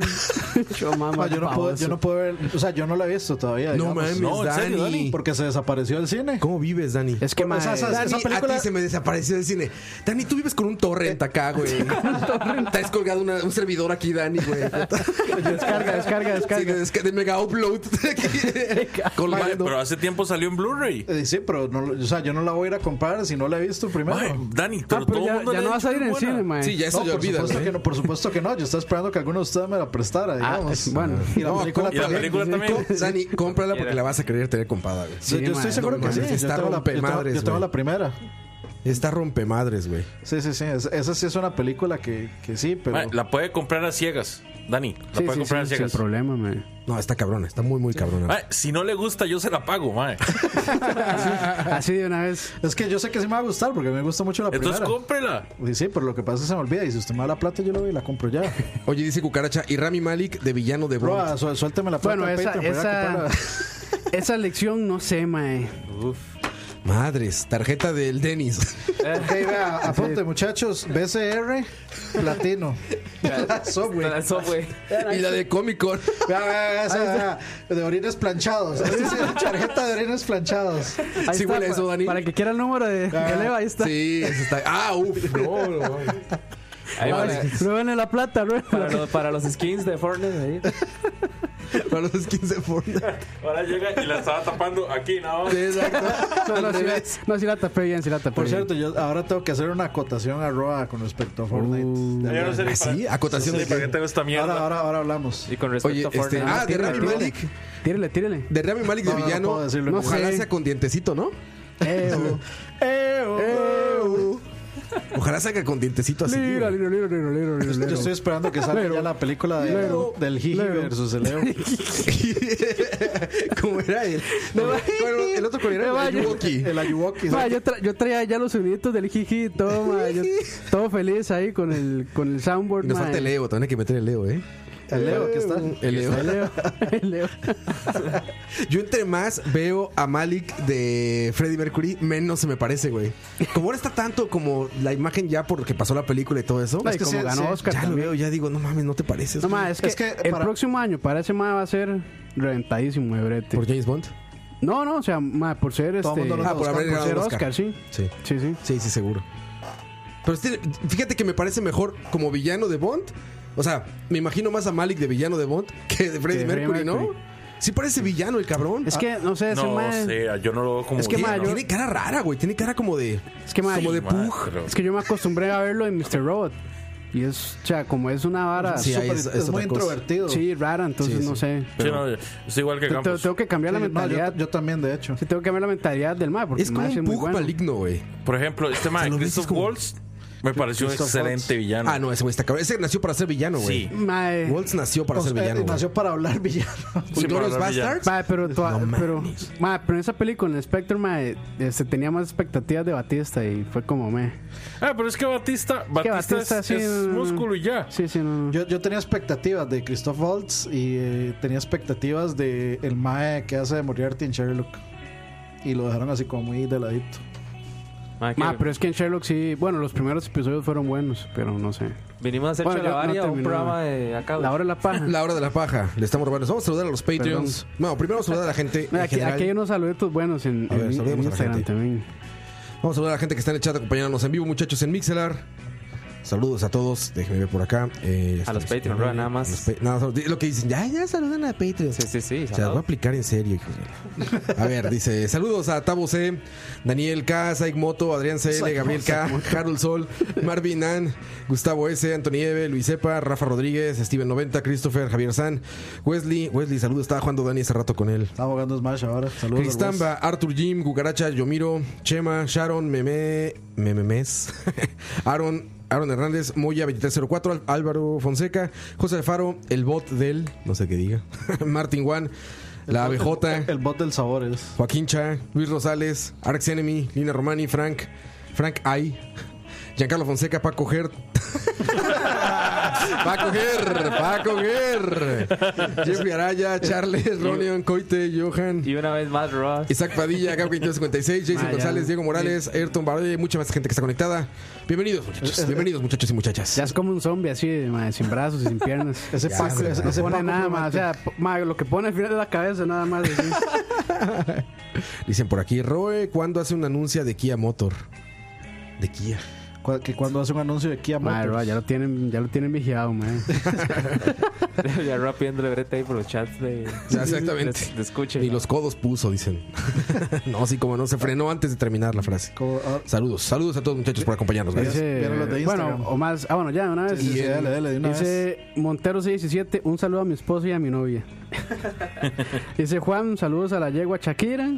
Speaker 8: yo, ma,
Speaker 4: Ma,
Speaker 8: ma,
Speaker 4: yo, no puedo, yo no puedo ver... O sea, yo no la he visto todavía,
Speaker 3: No
Speaker 4: digamos.
Speaker 3: mames,
Speaker 6: No, en serio,
Speaker 3: Dani.
Speaker 6: Dani.
Speaker 4: Porque se desapareció del cine.
Speaker 3: ¿Cómo vives, Dani?
Speaker 8: Es que, ma,
Speaker 4: O sea, esas-
Speaker 3: Dani,
Speaker 4: esa película-
Speaker 3: a ti se me desapareció del cine. Dani, tú vives con un torrent acá, güey. Te has colgado una- un servidor aquí, Dani, güey.
Speaker 8: Descarga, descarga,
Speaker 3: Sí,
Speaker 8: descarga.
Speaker 3: es que de mega upload. Con
Speaker 6: Mae,
Speaker 3: mando.
Speaker 6: pero hace tiempo salió en Blu-ray.
Speaker 4: Eh, sí, pero no, o sea, yo no la voy a ir a comprar si no la he visto primero.
Speaker 6: Mae, Dani, pero
Speaker 8: Ah, pero
Speaker 6: todo el
Speaker 8: ya,
Speaker 6: mundo
Speaker 8: ya
Speaker 6: le ha
Speaker 8: no vas
Speaker 6: dicho
Speaker 8: a ir
Speaker 6: que
Speaker 8: en
Speaker 6: es buena.
Speaker 8: cine, mae.
Speaker 3: Sí, ya eso
Speaker 4: No,
Speaker 3: ya ¿eh?
Speaker 4: por
Speaker 3: olvida.
Speaker 4: supuesto, que no, por supuesto que no. Yo estaba esperando que alguno de ustedes me la prestara, digamos.
Speaker 8: Ah, bueno.
Speaker 4: y la
Speaker 3: No,
Speaker 4: película
Speaker 6: Y la
Speaker 4: también.
Speaker 6: película también.
Speaker 3: Dani, cómprala porque la vas a querer tener compada, güey.
Speaker 4: Sí,
Speaker 8: Sí,
Speaker 4: yo estoy
Speaker 8: madre,
Speaker 4: seguro
Speaker 3: no
Speaker 4: que sí.
Speaker 3: mames, está
Speaker 4: yo tengo la- yo tengo-
Speaker 3: rompemadres,
Speaker 4: yo tengo
Speaker 3: güey.
Speaker 4: la primera.
Speaker 3: Está rompemadres, güey.
Speaker 4: Sí, sí, sí. es- Esa sí es una película que, que sí, pero.
Speaker 6: Mae, la puede comprar a ciegas, Dani. La
Speaker 8: Sí,
Speaker 6: puede
Speaker 8: sí,
Speaker 6: comprar
Speaker 8: sí,
Speaker 6: a
Speaker 8: sin
Speaker 6: ciegas.
Speaker 8: problema, mae.
Speaker 3: No, está cabrona, está muy, muy cabrona.
Speaker 6: Mae, si no le gusta, yo se la pago, mae.
Speaker 8: Así de una vez.
Speaker 4: Ah, Es que yo sé que sí me va a gustar porque me gusta mucho la
Speaker 6: Entonces
Speaker 4: primera.
Speaker 6: cómprela.
Speaker 4: Y sí, pero lo que pasa es que se me olvida. Y si usted me da la plata, yo la voy y la compro ya.
Speaker 3: Oye, dice Cucaracha, y Rami Malik de villano de Bronx.
Speaker 4: Bro, su- suélteme la plata.
Speaker 8: Bueno,
Speaker 4: al
Speaker 8: esa,
Speaker 4: Patreon para ir a
Speaker 8: esa,
Speaker 4: comprarla.
Speaker 8: esa lección no sé, mae.
Speaker 3: Madres, tarjeta del Dennis.
Speaker 4: Ok, vea, apunte, muchachos. BCR Platino. La Subway.
Speaker 5: La Subway.
Speaker 3: y la de Comic Con.
Speaker 4: Vea, vea, vea, esa, vea, de orines planchados. Esa es la tarjeta de orines planchados.
Speaker 8: Ahí
Speaker 3: Sí
Speaker 8: está,
Speaker 3: huele
Speaker 8: pa-
Speaker 3: eso, Dani.
Speaker 8: Para el que quiera el número de, de Leva, ahí está.
Speaker 3: Sí, eso está. Ah, uff, no, no.
Speaker 5: Ahí para,
Speaker 8: Ruébenle la plata, ruébenle la
Speaker 5: para los, para los skins de Fortnite. ahí.
Speaker 3: Para los skins de Fortnite.
Speaker 6: Ahora llega y la estaba tapando aquí, ¿no?
Speaker 3: Sí, exacto.
Speaker 8: No, no, sí la, no, sí la tapé bien, sí la tapé
Speaker 4: Por
Speaker 8: bien.
Speaker 4: cierto, yo ahora tengo que hacer una acotación a Roa con respecto a Fortnite.
Speaker 8: Uh.
Speaker 6: Yo no sé ni
Speaker 3: ¿Ah, sí? ¿Acotación
Speaker 6: no sé
Speaker 3: de
Speaker 6: ni para
Speaker 3: qué?
Speaker 6: qué tengo esta
Speaker 4: ahora,
Speaker 6: mierda.
Speaker 4: ahora, ahora hablamos.
Speaker 5: Y con respecto
Speaker 3: Oye,
Speaker 5: a
Speaker 3: este.
Speaker 5: Fortnite.
Speaker 3: Ah, de Rami
Speaker 8: tírale.
Speaker 3: Malik.
Speaker 8: Tírele, tírele.
Speaker 3: De Rami Malik de
Speaker 4: No, no, no
Speaker 3: villano.
Speaker 4: puedo decirlo.
Speaker 8: No
Speaker 3: ojalá
Speaker 8: sé.
Speaker 3: sea con dientecito, ¿no?
Speaker 8: Eh, oh.
Speaker 3: Ojalá salga con dientecito así.
Speaker 8: Liro,
Speaker 3: güey.
Speaker 8: liro, liro, liro, liro, liro,
Speaker 4: Yo
Speaker 8: liro.
Speaker 4: estoy esperando que salga ya la película de-
Speaker 8: Lero.
Speaker 4: del Jiji
Speaker 8: Lero.
Speaker 4: versus el Leo.
Speaker 3: ¿Cómo era él? el otro
Speaker 8: Me
Speaker 3: coreano
Speaker 8: baño.
Speaker 3: era Yuwoki.
Speaker 4: El Ayuwoki.
Speaker 8: Ma, yo, tra- yo traía ya los soniditos del jiji, todo, ma, yo- todo feliz ahí con el, con el soundboard.
Speaker 3: Y nos
Speaker 8: ma.
Speaker 3: falta el Leo, también hay que meter el Leo, ¿eh?
Speaker 4: El Leo, aquí está.
Speaker 3: El Leo.
Speaker 8: El Leo, el Leo.
Speaker 3: Yo entre más veo a Malik de Freddie Mercury, menos se me parece, güey. Como ahora está tanto como la imagen ya porque pasó la película y todo eso.
Speaker 8: Ma, y
Speaker 4: Es que
Speaker 8: como
Speaker 4: sí,
Speaker 8: ganó
Speaker 4: sí.
Speaker 8: Oscar
Speaker 3: ya lo
Speaker 8: también.
Speaker 3: veo, ya digo, no mames, no te pareces.
Speaker 8: No,
Speaker 3: güey.
Speaker 8: ma, es que,
Speaker 4: Es que
Speaker 8: el
Speaker 4: para-
Speaker 8: próximo año para ese ma va a ser reventadísimo de brete.
Speaker 3: ¿Por James Bond?
Speaker 8: No, no, o sea, ma, por ser
Speaker 4: Todo
Speaker 8: este...
Speaker 4: mundo lo-
Speaker 3: Ah, por
Speaker 4: Oscar,
Speaker 3: haber
Speaker 8: por
Speaker 3: ganado
Speaker 8: ser
Speaker 3: el
Speaker 8: Oscar,
Speaker 3: Oscar.
Speaker 8: sí.
Speaker 3: Sí,
Speaker 8: Sí, sí.
Speaker 3: sí, sí, seguro. Pero este- fíjate que me parece mejor como villano de Bond. O sea, me imagino más a Malik de villano de Bond que de Freddie
Speaker 8: Que de Freddie
Speaker 3: Mercury, ¿no?
Speaker 8: Mercury.
Speaker 3: Sí parece villano el cabrón.
Speaker 8: Es que, no sé, ese
Speaker 6: No
Speaker 8: ma-
Speaker 6: sé, yo no lo veo como.
Speaker 8: Es que, ma,
Speaker 6: villano.
Speaker 8: yo-
Speaker 3: Tiene cara rara, güey. Tiene cara como de...
Speaker 8: Es que, ma,
Speaker 3: como de
Speaker 6: Ma,
Speaker 3: Pug.
Speaker 6: pero-
Speaker 8: Es que yo me acostumbré a verlo en Mr. Robot. Y es, o sea, como es una vara
Speaker 3: Sí, ahí
Speaker 4: Súper-
Speaker 3: es-
Speaker 4: es,
Speaker 3: es otra
Speaker 4: muy
Speaker 3: cosa.
Speaker 4: introvertido.
Speaker 8: sí, rara, entonces
Speaker 3: Sí, sí.
Speaker 8: no sé.
Speaker 6: Sí,
Speaker 8: pero-
Speaker 6: no, yo- es igual que
Speaker 8: te- te-
Speaker 6: Campos.
Speaker 8: tengo que cambiar
Speaker 4: Sí,
Speaker 8: la
Speaker 4: no,
Speaker 8: mentalidad.
Speaker 4: yo, yo también, de hecho.
Speaker 8: Sí, tengo que cambiar la mentalidad del ma, porque
Speaker 3: Es
Speaker 8: el ma
Speaker 3: como
Speaker 8: es
Speaker 3: un
Speaker 8: muy
Speaker 3: Pug
Speaker 8: bueno.
Speaker 3: maligno, güey.
Speaker 6: Por ejemplo, este man,
Speaker 3: lo ves, es
Speaker 6: Christoph
Speaker 3: como-
Speaker 6: Waltz, me pareció un
Speaker 4: Christoph
Speaker 6: excelente
Speaker 4: Waltz.
Speaker 6: villano.
Speaker 3: Ah, no, ese güey está cabrón. Ese nació para ser villano, güey.
Speaker 6: Sí.
Speaker 8: Mae,
Speaker 3: Waltz nació para
Speaker 4: O
Speaker 3: ser
Speaker 4: sea,
Speaker 3: villano. güey.
Speaker 4: nació para hablar villano.
Speaker 6: Sí, para
Speaker 3: Inglourious
Speaker 6: hablar villano.
Speaker 3: Basterds.
Speaker 8: mae, pero, toda-
Speaker 3: No
Speaker 8: pero,
Speaker 3: mames.
Speaker 8: mae, pero en esa película, en el Spectre, mae, este, tenía más expectativas de Batista y fue como, me.
Speaker 6: Ah, pero es que Batista, Batista,
Speaker 8: Batista,
Speaker 6: es,
Speaker 8: sí,
Speaker 6: es
Speaker 8: no, no, no.
Speaker 6: músculo y ya.
Speaker 8: Sí, sí, no. no.
Speaker 4: Yo, yo tenía expectativas de Christoph Waltz y eh, tenía expectativas de el Mae que hace de Moriarty en Sherlock. Y lo dejaron así como muy de ladito.
Speaker 5: Ma, que
Speaker 8: Ma, pero es que en Sherlock sí, bueno, los primeros episodios fueron buenos, pero no sé.
Speaker 5: Vinimos a hacer
Speaker 8: Bueno, yo
Speaker 5: chalabaria
Speaker 8: no
Speaker 5: un
Speaker 8: terminé,
Speaker 5: programa
Speaker 8: ma.
Speaker 5: de acá.
Speaker 8: La hora de la paja.
Speaker 3: La hora de la paja. Le estamos robando. Vamos a saludar a los Patreons. Bueno, primero vamos a saludar a la gente.
Speaker 8: Mira,
Speaker 3: en
Speaker 8: aquí,
Speaker 3: general.
Speaker 8: aquí hay unos saluditos buenos en,
Speaker 3: A ver,
Speaker 8: en- en
Speaker 3: saludemos a la
Speaker 8: Instagram
Speaker 3: gente.
Speaker 8: también.
Speaker 3: Vamos a saludar a la gente que está en el chat acompañándonos en vivo, muchachos, en Mixelar. Saludos a todos. Déjenme ver por acá. Eh,
Speaker 5: A los
Speaker 3: estamos-
Speaker 5: Patreon, Roa, nada más.
Speaker 3: A los pa- nada, lo que dicen, ya, ya saludan a Patreon.
Speaker 5: Sí, sí, sí.
Speaker 3: O sea, voy a
Speaker 5: salado.
Speaker 3: aplicar en serio, hijos de la- A ver, dice, saludos a Tabo C, Daniel K, Saik Moto, Adrián CL, Gabriel K, Harold Sol, Marvin Nan, Gustavo S, Antonio Eve, Luis Epa, Rafa Rodríguez, Steven 90, Christopher, Javier San, Wesley, Wesley, saludos, estaba jugando Dani hace rato con él.
Speaker 4: Estaba jugando Smash ahora. Saludos. al
Speaker 3: Cristamba, Arthur Jim, Cucaracha, Yomiro, Chema, Sharon, Meme, Mememes, Aaron, Aaron Hernández, Moya 2304, Al- Álvaro Fonseca, José Alfaro, el bot del, no sé qué diga, Martin Juan, la
Speaker 4: bot-
Speaker 3: abejota,
Speaker 4: El, el bot del sabor es.
Speaker 3: Joaquín Cha, Luis Rosales, Arx Enemy, Lina Romani, Frank, Frank Ay, Giancarlo Fonseca, Paco Ger. Paco Ger, Paco Ger, Jeffrey Araya, Charles, Ronion, Coite, Johan.
Speaker 5: Y una vez más, Ross.
Speaker 3: Isaac Padilla, Gabo 556, Jason
Speaker 8: Ah, ya.
Speaker 3: González, Diego Morales, Ayrton Bardet, mucha más gente que está conectada. Bienvenidos, muchachos. Bienvenidos, muchachos y muchachas.
Speaker 8: Ya es como un zombie así, ma, sin brazos y sin piernas.
Speaker 4: Ese
Speaker 3: Ya,
Speaker 4: Paco,
Speaker 3: güey,
Speaker 4: ese,
Speaker 3: no
Speaker 8: No
Speaker 4: ese
Speaker 8: pone
Speaker 4: Paco
Speaker 8: nada más, o
Speaker 4: promete.
Speaker 8: sea, po- ma, lo que pone al final de la cabeza nada más. así.
Speaker 3: Dicen por aquí, Roe, ¿cuándo hace una anuncia de Kia Motor? De Kia.
Speaker 4: cua- que cuando hace un anuncio de Kia
Speaker 8: Madre, Roa,
Speaker 4: Motors.
Speaker 8: ya lo tienen, ya lo tienen vigiado, man.
Speaker 5: ya rapiendo la breta ahí por los chats de.
Speaker 3: Ya, exactamente.
Speaker 5: De, de escucha.
Speaker 3: Y los codos puso, dicen. no, sí, como no, se frenó antes de terminar la frase.
Speaker 4: Como- ah,
Speaker 3: Saludos, saludos a todos muchachos por acompañarnos. Gracias.
Speaker 8: Dice-
Speaker 4: vieron los de Instagram.
Speaker 8: Bueno, o más. Ah, bueno, ya, de una vez.
Speaker 4: Sí, sí, sí, dale, dale, de una
Speaker 8: Dice Montero617, un saludo a mi esposo y a mi novia. Dice Juan, saludos a la yegua Shakira.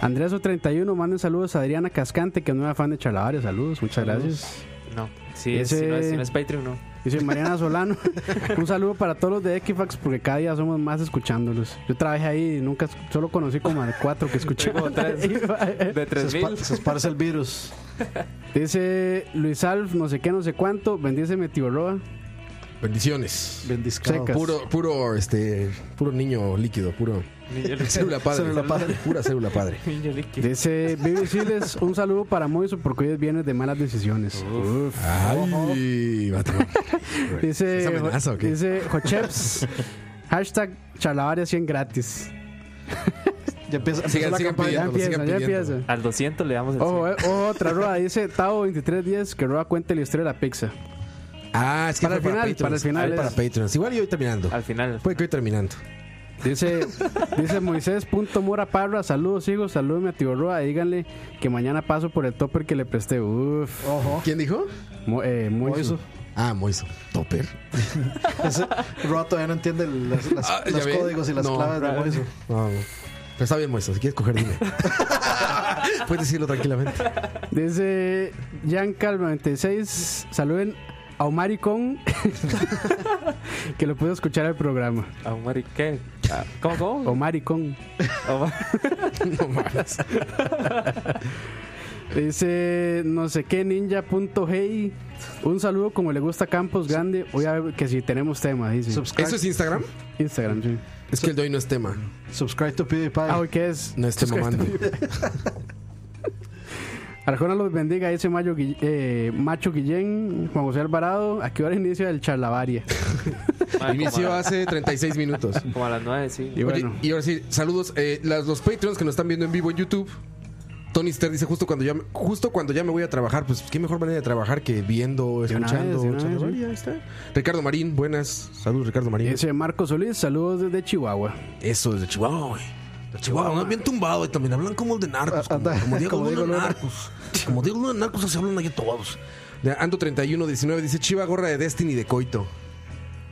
Speaker 8: Andrés 31 manden saludos a Adriana Cascante, que es nueva fan de Charlavaria. Saludos, muchas gracias.
Speaker 5: No. Sí, es-
Speaker 8: Ese-
Speaker 5: si, no es, si no es Patreon, no.
Speaker 8: Dice Mariana Solano, un saludo para todos los de Equifax, porque cada día somos más escuchándolos. Yo trabajé ahí y nunca, solo conocí como a cuatro que
Speaker 5: Como
Speaker 8: escuchaban.
Speaker 5: tres. De
Speaker 4: Se, espa-
Speaker 5: 3000.
Speaker 4: se esparce el virus.
Speaker 8: Dice Luis Alf, no sé qué, no sé cuánto, bendíceme tío Roa.
Speaker 3: Bendiciones.
Speaker 4: Bendiscado.
Speaker 8: Secas.
Speaker 3: Puro, puro, este, puro niño líquido, puro célula padre,
Speaker 4: Célula padre.
Speaker 3: pura célula padre.
Speaker 5: Niño líquido.
Speaker 8: Dice Vivi Siles, un saludo para Moiso porque hoy es viernes de malas decisiones.
Speaker 3: Ay, Batman.
Speaker 8: Dice,
Speaker 3: ¿Es amenaza o qué?
Speaker 8: dice Jocheps, hashtag charlavaria 100 gratis.
Speaker 4: Ya empieza, empieza
Speaker 3: Sigan,
Speaker 4: la
Speaker 3: sigan
Speaker 4: campaña.
Speaker 8: Ya
Speaker 3: pidiendo,
Speaker 8: empieza,
Speaker 3: sigan
Speaker 8: ya
Speaker 3: pidiendo. Oh,
Speaker 8: empieza.
Speaker 5: Al 200 le damos el
Speaker 8: Ojo,
Speaker 5: 100.
Speaker 8: eh, ojo, otra rueda. Dice Tao 2310 que Roa cuente la historia de la pizza.
Speaker 3: Ah, es que
Speaker 8: Para
Speaker 3: fue
Speaker 8: el final,
Speaker 3: Patreons.
Speaker 8: para el final
Speaker 3: Ah,
Speaker 8: es.
Speaker 3: para Patreons. Igual y hoy terminando.
Speaker 5: Al final.
Speaker 3: Puede que hoy terminando.
Speaker 8: Dice, dice Moisés.mora Parra, saludos hijos, salúdeme a tío Roa, díganle que mañana paso por el topper que le presté. Uf,
Speaker 4: Ojo.
Speaker 3: ¿Quién dijo?
Speaker 8: Mo- eh, Moiso.
Speaker 4: Moiso.
Speaker 3: Ah, Moiso. Topper.
Speaker 4: Ese, Roa todavía no entiende el- las- las-
Speaker 3: Ah, ¿ya
Speaker 4: los
Speaker 3: ven?
Speaker 4: códigos y las
Speaker 3: No.
Speaker 4: claves de Moiso.
Speaker 3: No, no. Pero está bien, Moiso. Si quieres coger, dime. Puedes decirlo tranquilamente.
Speaker 8: Dice Yancal96, saluden a Omari Con, que lo puedo escuchar al programa.
Speaker 5: A un mari- ¿Qué? Ah, ¿Cómo, cómo?
Speaker 8: Omari Con.
Speaker 5: Omar.
Speaker 3: No mames.
Speaker 8: Dice no sé qué ninja.hey. Un saludo como le gusta a Campos Grande. Voy a ver que si tenemos tema, dice.
Speaker 4: Subscribe,
Speaker 3: ¿Eso es Instagram?
Speaker 8: Instagram, sí.
Speaker 3: Es que el de hoy no es tema.
Speaker 4: subscribe to PewDiePie.
Speaker 8: Ah, ¿hoy ¿qué es?
Speaker 3: No es tema, mando.
Speaker 8: Arjona los bendiga, dice Mayo Guille- eh, Macho Guillén, Juan José Alvarado. ¿A qué hora inicia el charlavaria?
Speaker 5: Ah,
Speaker 3: Inició
Speaker 5: como, a,
Speaker 3: hace 36 minutos.
Speaker 5: como a las 9, sí.
Speaker 8: Y
Speaker 3: Oye,
Speaker 8: bueno,
Speaker 3: y ahora sí, saludos. eh, las- los Patreons que nos están viendo en vivo en YouTube. Tony Ster dice justo cuando ya me- justo cuando ya me voy a trabajar, pues qué mejor manera de trabajar que viendo,
Speaker 8: De una
Speaker 3: escuchando.
Speaker 8: vez, de una
Speaker 3: echando
Speaker 8: vez,
Speaker 3: rol,
Speaker 8: sí.
Speaker 3: ya está. Ricardo Marín, buenas. Saludos Ricardo Marín.
Speaker 8: dice Marco Solís, saludos desde Chihuahua.
Speaker 3: Eso es de Chihuahua, güey. De Chihuahua, andan bien tumbado y también hablan como de narcos.
Speaker 4: Ah,
Speaker 3: Como,
Speaker 4: anda,
Speaker 3: como Diego
Speaker 4: como
Speaker 3: Luna
Speaker 4: Diego Luna.
Speaker 3: narcos. Como Diego Luna narcos, así hablan allá todos. De Ando 3119 dice Chiva gorra de Destiny de Coito.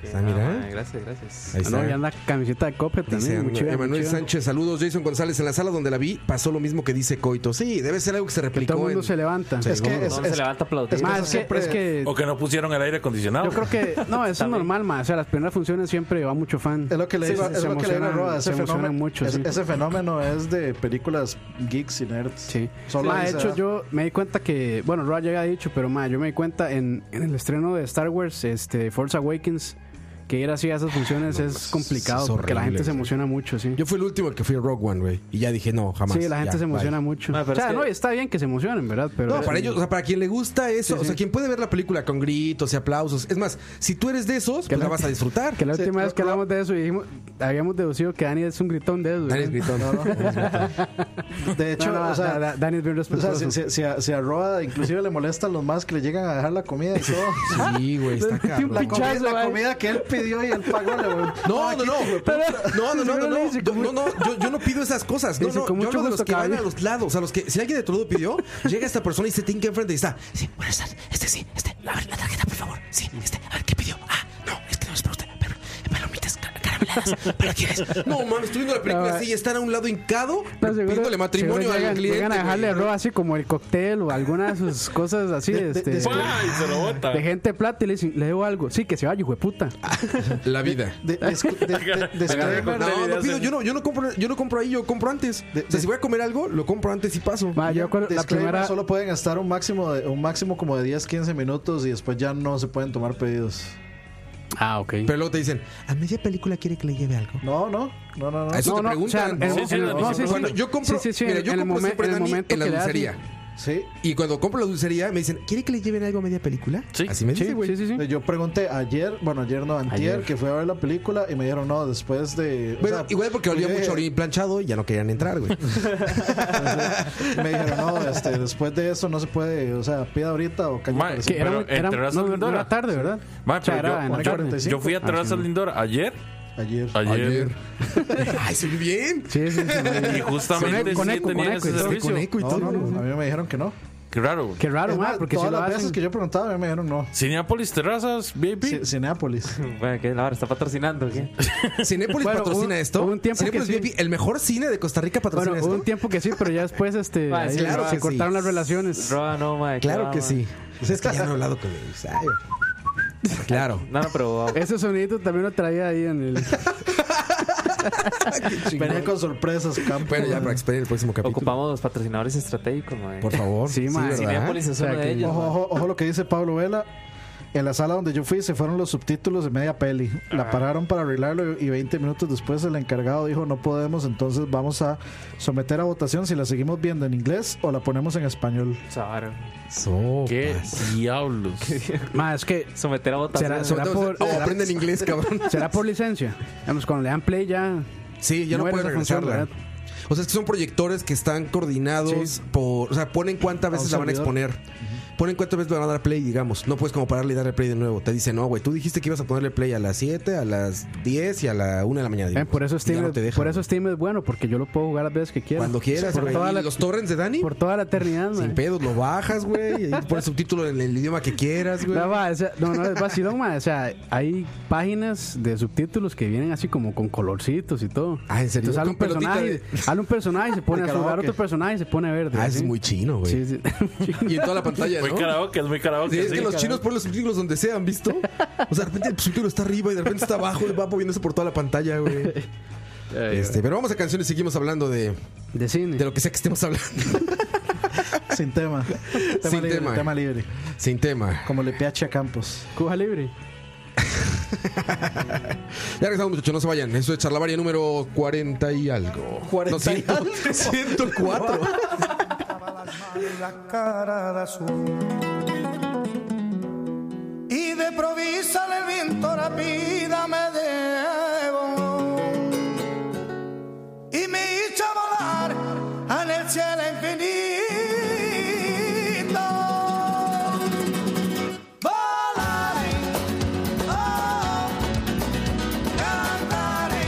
Speaker 3: Está, pues, mira.
Speaker 5: Ah, gracias, gracias.
Speaker 3: Ahí
Speaker 8: Ah,
Speaker 3: está.
Speaker 8: no, y anda camiseta de Cope
Speaker 3: Dice
Speaker 8: también. muy chiva, muy
Speaker 3: Emanuel
Speaker 8: chiva.
Speaker 3: Sánchez, saludos Jason González. En la sala donde la vi pasó lo mismo que dice Coito. Sí, debe ser algo que se
Speaker 8: Que todo el
Speaker 3: replicó
Speaker 8: mundo
Speaker 3: en...
Speaker 8: se levanta.
Speaker 4: es que es,
Speaker 5: Entonces
Speaker 4: es-
Speaker 5: se levanta a aplaudir.
Speaker 4: es
Speaker 8: Ma,
Speaker 4: eso
Speaker 8: es, que,
Speaker 4: siempre-
Speaker 8: es que
Speaker 6: O que no pusieron el aire acondicionado.
Speaker 8: yo creo que no, eso es normal, más. O sea, las primeras funciones siempre va mucho fan.
Speaker 4: es lo que le
Speaker 8: Sí,
Speaker 4: digo,
Speaker 8: se-
Speaker 4: es
Speaker 8: se
Speaker 4: lo que le digo a
Speaker 8: emocionan-
Speaker 4: Roa,
Speaker 8: se
Speaker 4: ese
Speaker 8: emocionan
Speaker 4: fenómeno,
Speaker 8: mucho.
Speaker 4: es-
Speaker 8: sí.
Speaker 4: ese fenómeno es de películas geeks y nerds.
Speaker 8: Sí.
Speaker 4: Solo
Speaker 8: Ma,
Speaker 4: ahí
Speaker 8: de
Speaker 4: se
Speaker 8: hecho,
Speaker 4: da.
Speaker 8: yo me di cuenta que, bueno, Roa ya había dicho, pero ma, yo me di cuenta en, en el estreno de Star Wars, este, Force Awakens, que ir así a esas funciones es complicado
Speaker 3: es
Speaker 8: porque la
Speaker 3: horrible,
Speaker 8: gente se
Speaker 3: sí.
Speaker 8: emociona mucho, sí.
Speaker 3: Yo fui el último que fui a Rogue One, güey. Y ya dije, no, jamás.
Speaker 8: sí, la gente
Speaker 3: ya,
Speaker 8: se emociona mucho.
Speaker 5: Ma, pero
Speaker 8: o sea,
Speaker 5: es que-
Speaker 8: no, y está bien que se emocionen, ¿verdad? Pero
Speaker 3: No, para ellos, o sea, para quien le gusta eso, o sea, quien puede ver la película con gritos y aplausos. Es más, si tú eres de esos, pues
Speaker 8: la-
Speaker 3: la vas a disfrutar.
Speaker 8: Que la
Speaker 4: Sí,
Speaker 8: última vez que
Speaker 4: Roa-
Speaker 8: hablamos de eso y dijimos, habíamos deducido que Dani es un gritón de eso.
Speaker 3: Dani es gritón.
Speaker 4: De hecho, o sea,
Speaker 8: Dani es bien
Speaker 4: o sea,
Speaker 8: respetuoso.
Speaker 4: si, si- si a, si a Roa inclusive le molestan los más que le llegan a dejar la comida y todo.
Speaker 3: Sí, güey, está cabrón.
Speaker 4: La comida,
Speaker 8: Pinchazo,
Speaker 4: la
Speaker 8: ay.
Speaker 4: comida que él pidió y él pagó. le-
Speaker 3: No, no, no. No, no, no, no, no. Yo, no, no, yo, yo no pido esas cosas. No,
Speaker 8: Dice,
Speaker 3: no,
Speaker 8: con
Speaker 3: yo
Speaker 8: mucho
Speaker 3: hablo de los
Speaker 8: gusto,
Speaker 3: que van a
Speaker 8: caballero.
Speaker 3: los lados. A los que, si alguien de todo pidió, llega esta persona y se tinca enfrente y está.
Speaker 7: Sí, buenas tardes. Este sí, este. A ver, la tarjeta, por favor. Sí, este. A ver, ¿qué pidió? Ah, no, es que no es para usted. Pero, palomitas car- carameladas. ¿Para quién es?
Speaker 3: No, mames, estoy viendo la película
Speaker 8: No,
Speaker 3: así y están a un lado hincado
Speaker 8: No, seguro-
Speaker 3: pidiéndole matrimonio
Speaker 8: seguro
Speaker 3: al
Speaker 8: llegan-
Speaker 3: cliente.
Speaker 8: Llegan a dejarle
Speaker 3: güey.
Speaker 8: a Roa así como el cóctel o alguna de sus cosas así, este, de,
Speaker 6: ¡Pah! Y se lo bota.
Speaker 8: gente de plata y le dicen, le debo algo. Sí, que se vaya, hijo de puta.
Speaker 3: Ah, La vida.
Speaker 4: De- des- de- de- disclaimer,
Speaker 3: No, no
Speaker 6: Hacen-
Speaker 3: pido, yo no, yo no compro, yo no compro ahí, yo compro antes.
Speaker 4: De-
Speaker 3: o sea, si voy a comer algo, lo compro antes y paso.
Speaker 8: Ma, yo recuerdo la
Speaker 4: disclaimer,
Speaker 8: primera.
Speaker 4: solo pueden estar un máximo de un máximo como de 10, 15 minutos y después ya no se pueden tomar pedidos.
Speaker 8: Ah, ok.
Speaker 3: Pero luego te dicen,
Speaker 7: A media película quiere que le lleve algo.
Speaker 4: No, no, no, no, no.
Speaker 3: a eso
Speaker 8: No,
Speaker 3: te
Speaker 8: no, o sea,
Speaker 3: preguntan.
Speaker 8: en-
Speaker 3: ¿no?
Speaker 8: en-
Speaker 6: Sí, sí,
Speaker 8: en-
Speaker 6: no,
Speaker 8: no,
Speaker 6: sí,
Speaker 8: sí,
Speaker 3: Cuando
Speaker 8: sí.
Speaker 3: yo compro,
Speaker 8: Sí, sí, sí,
Speaker 3: mira,
Speaker 8: en
Speaker 3: yo
Speaker 8: el
Speaker 3: compro
Speaker 8: momen-
Speaker 3: siempre
Speaker 8: en el
Speaker 3: Dani
Speaker 8: momento
Speaker 3: en la
Speaker 8: que le hacen-
Speaker 3: dulcería.
Speaker 4: Sí.
Speaker 3: Y cuando compro la dulcería, me dicen, ¿quiere que le lleven algo a media película?
Speaker 6: Sí.
Speaker 3: Así me
Speaker 8: Sí,
Speaker 3: dice, güey.
Speaker 8: sí, sí, sí.
Speaker 4: Eh, Yo pregunté ayer, bueno, ayer no, antier,
Speaker 8: Ayer.
Speaker 4: que fui a ver la película y me dijeron no, después de. o
Speaker 3: Bueno,
Speaker 4: sea,
Speaker 3: igual porque
Speaker 4: yo
Speaker 3: olía mucho
Speaker 4: dije-
Speaker 3: a orín planchado y ya no querían entrar, güey.
Speaker 4: Me dijeron no, este, después de eso no se puede, o sea, pida ahorita o calle
Speaker 6: Ma,
Speaker 4: para
Speaker 6: ¿qué?
Speaker 4: siempre.
Speaker 8: Que era,
Speaker 6: Pero
Speaker 8: era-
Speaker 6: entre Raza
Speaker 8: no, no,
Speaker 6: Lindora.
Speaker 8: era tarde, ¿verdad?
Speaker 6: Ma,
Speaker 8: O sea,
Speaker 6: pero
Speaker 8: era en la
Speaker 4: yo-
Speaker 8: tarde.
Speaker 4: yo-
Speaker 6: Yo fui a
Speaker 8: Ah,
Speaker 6: Terrazas Lindor ayer.
Speaker 4: Ayer.
Speaker 6: Ayer.
Speaker 3: Ay, se ve bien.
Speaker 8: Sí, sí, sí, sí.
Speaker 6: Y justamente
Speaker 8: Con eco, con
Speaker 6: sí
Speaker 8: eco, con
Speaker 6: tenía
Speaker 8: eco
Speaker 6: ese
Speaker 8: y todo.
Speaker 3: Este,
Speaker 6: servicio.
Speaker 3: con eco y
Speaker 4: No,
Speaker 3: todo.
Speaker 4: no, no, a mí me dijeron que no.
Speaker 6: Qué raro.
Speaker 8: Qué raro,
Speaker 4: Es
Speaker 8: ma,
Speaker 4: más,
Speaker 8: porque si
Speaker 4: todas
Speaker 8: lo
Speaker 4: las
Speaker 8: hacen...
Speaker 4: veces que yo preguntaba, a mí me dijeron no.
Speaker 6: Cineápolis Terrazas, baby.
Speaker 4: Ci- Cinépolis.
Speaker 5: Bueno, ¿qué? La verdad, está patrocinando. ¿qué?
Speaker 3: Cinépolis
Speaker 8: Bueno,
Speaker 3: patrocina
Speaker 8: hubo-
Speaker 3: esto.
Speaker 8: hubo un tiempo que
Speaker 3: Cinépolis
Speaker 8: sí.
Speaker 3: VIP, el mejor cine de Costa Rica patrocina
Speaker 8: Bueno, hubo un
Speaker 3: esto. Ah,
Speaker 8: tiempo que sí, pero ya después este,
Speaker 5: Ma,
Speaker 8: ahí
Speaker 3: claro
Speaker 8: se
Speaker 3: que
Speaker 8: cortaron
Speaker 3: sí.
Speaker 8: las relaciones.
Speaker 5: Roa, no, mae, qué
Speaker 3: Claro
Speaker 5: va,
Speaker 3: que
Speaker 5: mae.
Speaker 3: sí. Pues es que ya no he hablado con ellos. Ay. Claro.
Speaker 5: No, no, pero.
Speaker 8: Ese sonidito también lo traía ahí en el...
Speaker 4: Venía con sorpresas, campo.
Speaker 3: Bueno, ya para expedir el próximo capítulo.
Speaker 5: Ocupamos los patrocinadores estratégicos, mae.
Speaker 3: Por favor.
Speaker 8: Sí, ma,
Speaker 3: ¿verdad?
Speaker 5: Cinepolis es
Speaker 8: O sea,
Speaker 5: uno de
Speaker 8: que-
Speaker 5: ellos.
Speaker 4: Ojo,
Speaker 5: mae.
Speaker 4: ojo, ojo lo que dice Pablo Vela. En la sala donde yo fui se fueron los subtítulos de media peli. La pararon para arreglarlo y 20 minutos después el encargado dijo no podemos, entonces vamos a someter a votación si la seguimos viendo en inglés o la ponemos en español.
Speaker 5: Sabar.
Speaker 3: Sopas.
Speaker 6: Qué diablos.
Speaker 8: Ma, es que
Speaker 5: Someter
Speaker 8: Será-
Speaker 5: a votación.
Speaker 8: será- por-
Speaker 3: Entonces, oh, aprenden inglés, cabrón.
Speaker 8: será por licencia. Vamos, cuando le dan play ya...
Speaker 3: Sí, ya no,
Speaker 8: No era
Speaker 3: puedes
Speaker 8: esa función,
Speaker 3: regresarla. O sea, es que son proyectores que están coordinados
Speaker 8: Sí.
Speaker 3: por. O sea, ponen cuántas veces la van a
Speaker 4: servidor.
Speaker 3: exponer. Ponen cuántas veces le van a dar play, digamos. No puedes como pararle y darle play de nuevo. Te dicen, no, güey, tú dijiste que ibas a ponerle play a las 7, a las 10 y a la 1 de la mañana.
Speaker 8: Eh,
Speaker 3: digamos.
Speaker 8: por eso
Speaker 3: Y ya
Speaker 8: Steam,
Speaker 3: no
Speaker 8: es-
Speaker 3: te dejan,
Speaker 8: por eso Steam es bueno, porque yo lo puedo jugar las veces que
Speaker 3: güey.
Speaker 8: quiera.
Speaker 3: Cuando quieras,
Speaker 8: por
Speaker 3: güey.
Speaker 8: toda,
Speaker 3: Y
Speaker 8: la,
Speaker 3: los torrents de Dani,
Speaker 8: por toda la eternidad,
Speaker 3: sin
Speaker 8: ma.
Speaker 3: pedos, lo bajas, güey. Y ahí pones subtítulo en el idioma que quieras, güey.
Speaker 8: No, ma, o sea, no, no, es vacilón, ma. O sea, hay páginas de subtítulos que vienen así como con colorcitos y todo.
Speaker 3: Ah, ¿en serio?
Speaker 8: Entonces sale un
Speaker 3: Con pelotita
Speaker 8: personaje, sale un personaje y se pone
Speaker 4: De
Speaker 8: azul, sale
Speaker 4: karaoke.
Speaker 8: otro personaje y se pone verde.
Speaker 3: Ah,
Speaker 8: así.
Speaker 3: es muy chino, güey.
Speaker 8: Sí, sí.
Speaker 3: Y en toda la pantalla,
Speaker 6: Muy
Speaker 3: ¿no?
Speaker 6: karaoke, es muy karaoke.
Speaker 3: Sí, es que
Speaker 6: sí.
Speaker 3: los chinos ponen los subtítulos donde sea, ¿han visto? O sea, de repente el subtítulo está arriba y de repente está abajo y va moviéndose por toda la pantalla, güey. Este, pero vamos a canciones y seguimos hablando de,
Speaker 8: De cine.
Speaker 3: de lo que sea que estemos hablando.
Speaker 4: Sin tema. tema
Speaker 3: Sin
Speaker 4: libre,
Speaker 3: tema.
Speaker 4: tema libre.
Speaker 3: Sin tema.
Speaker 4: Como le PH a Campos.
Speaker 8: Cuba Libre.
Speaker 3: Ya regresamos, muchachos, no se vayan. Eso es Charlavaria número 40 y algo. 40 104.
Speaker 9: la cara de azul. Y de provisa el viento rápida me debo y me hizo volar en el cielo infinito. Volaré, oh, cantaré,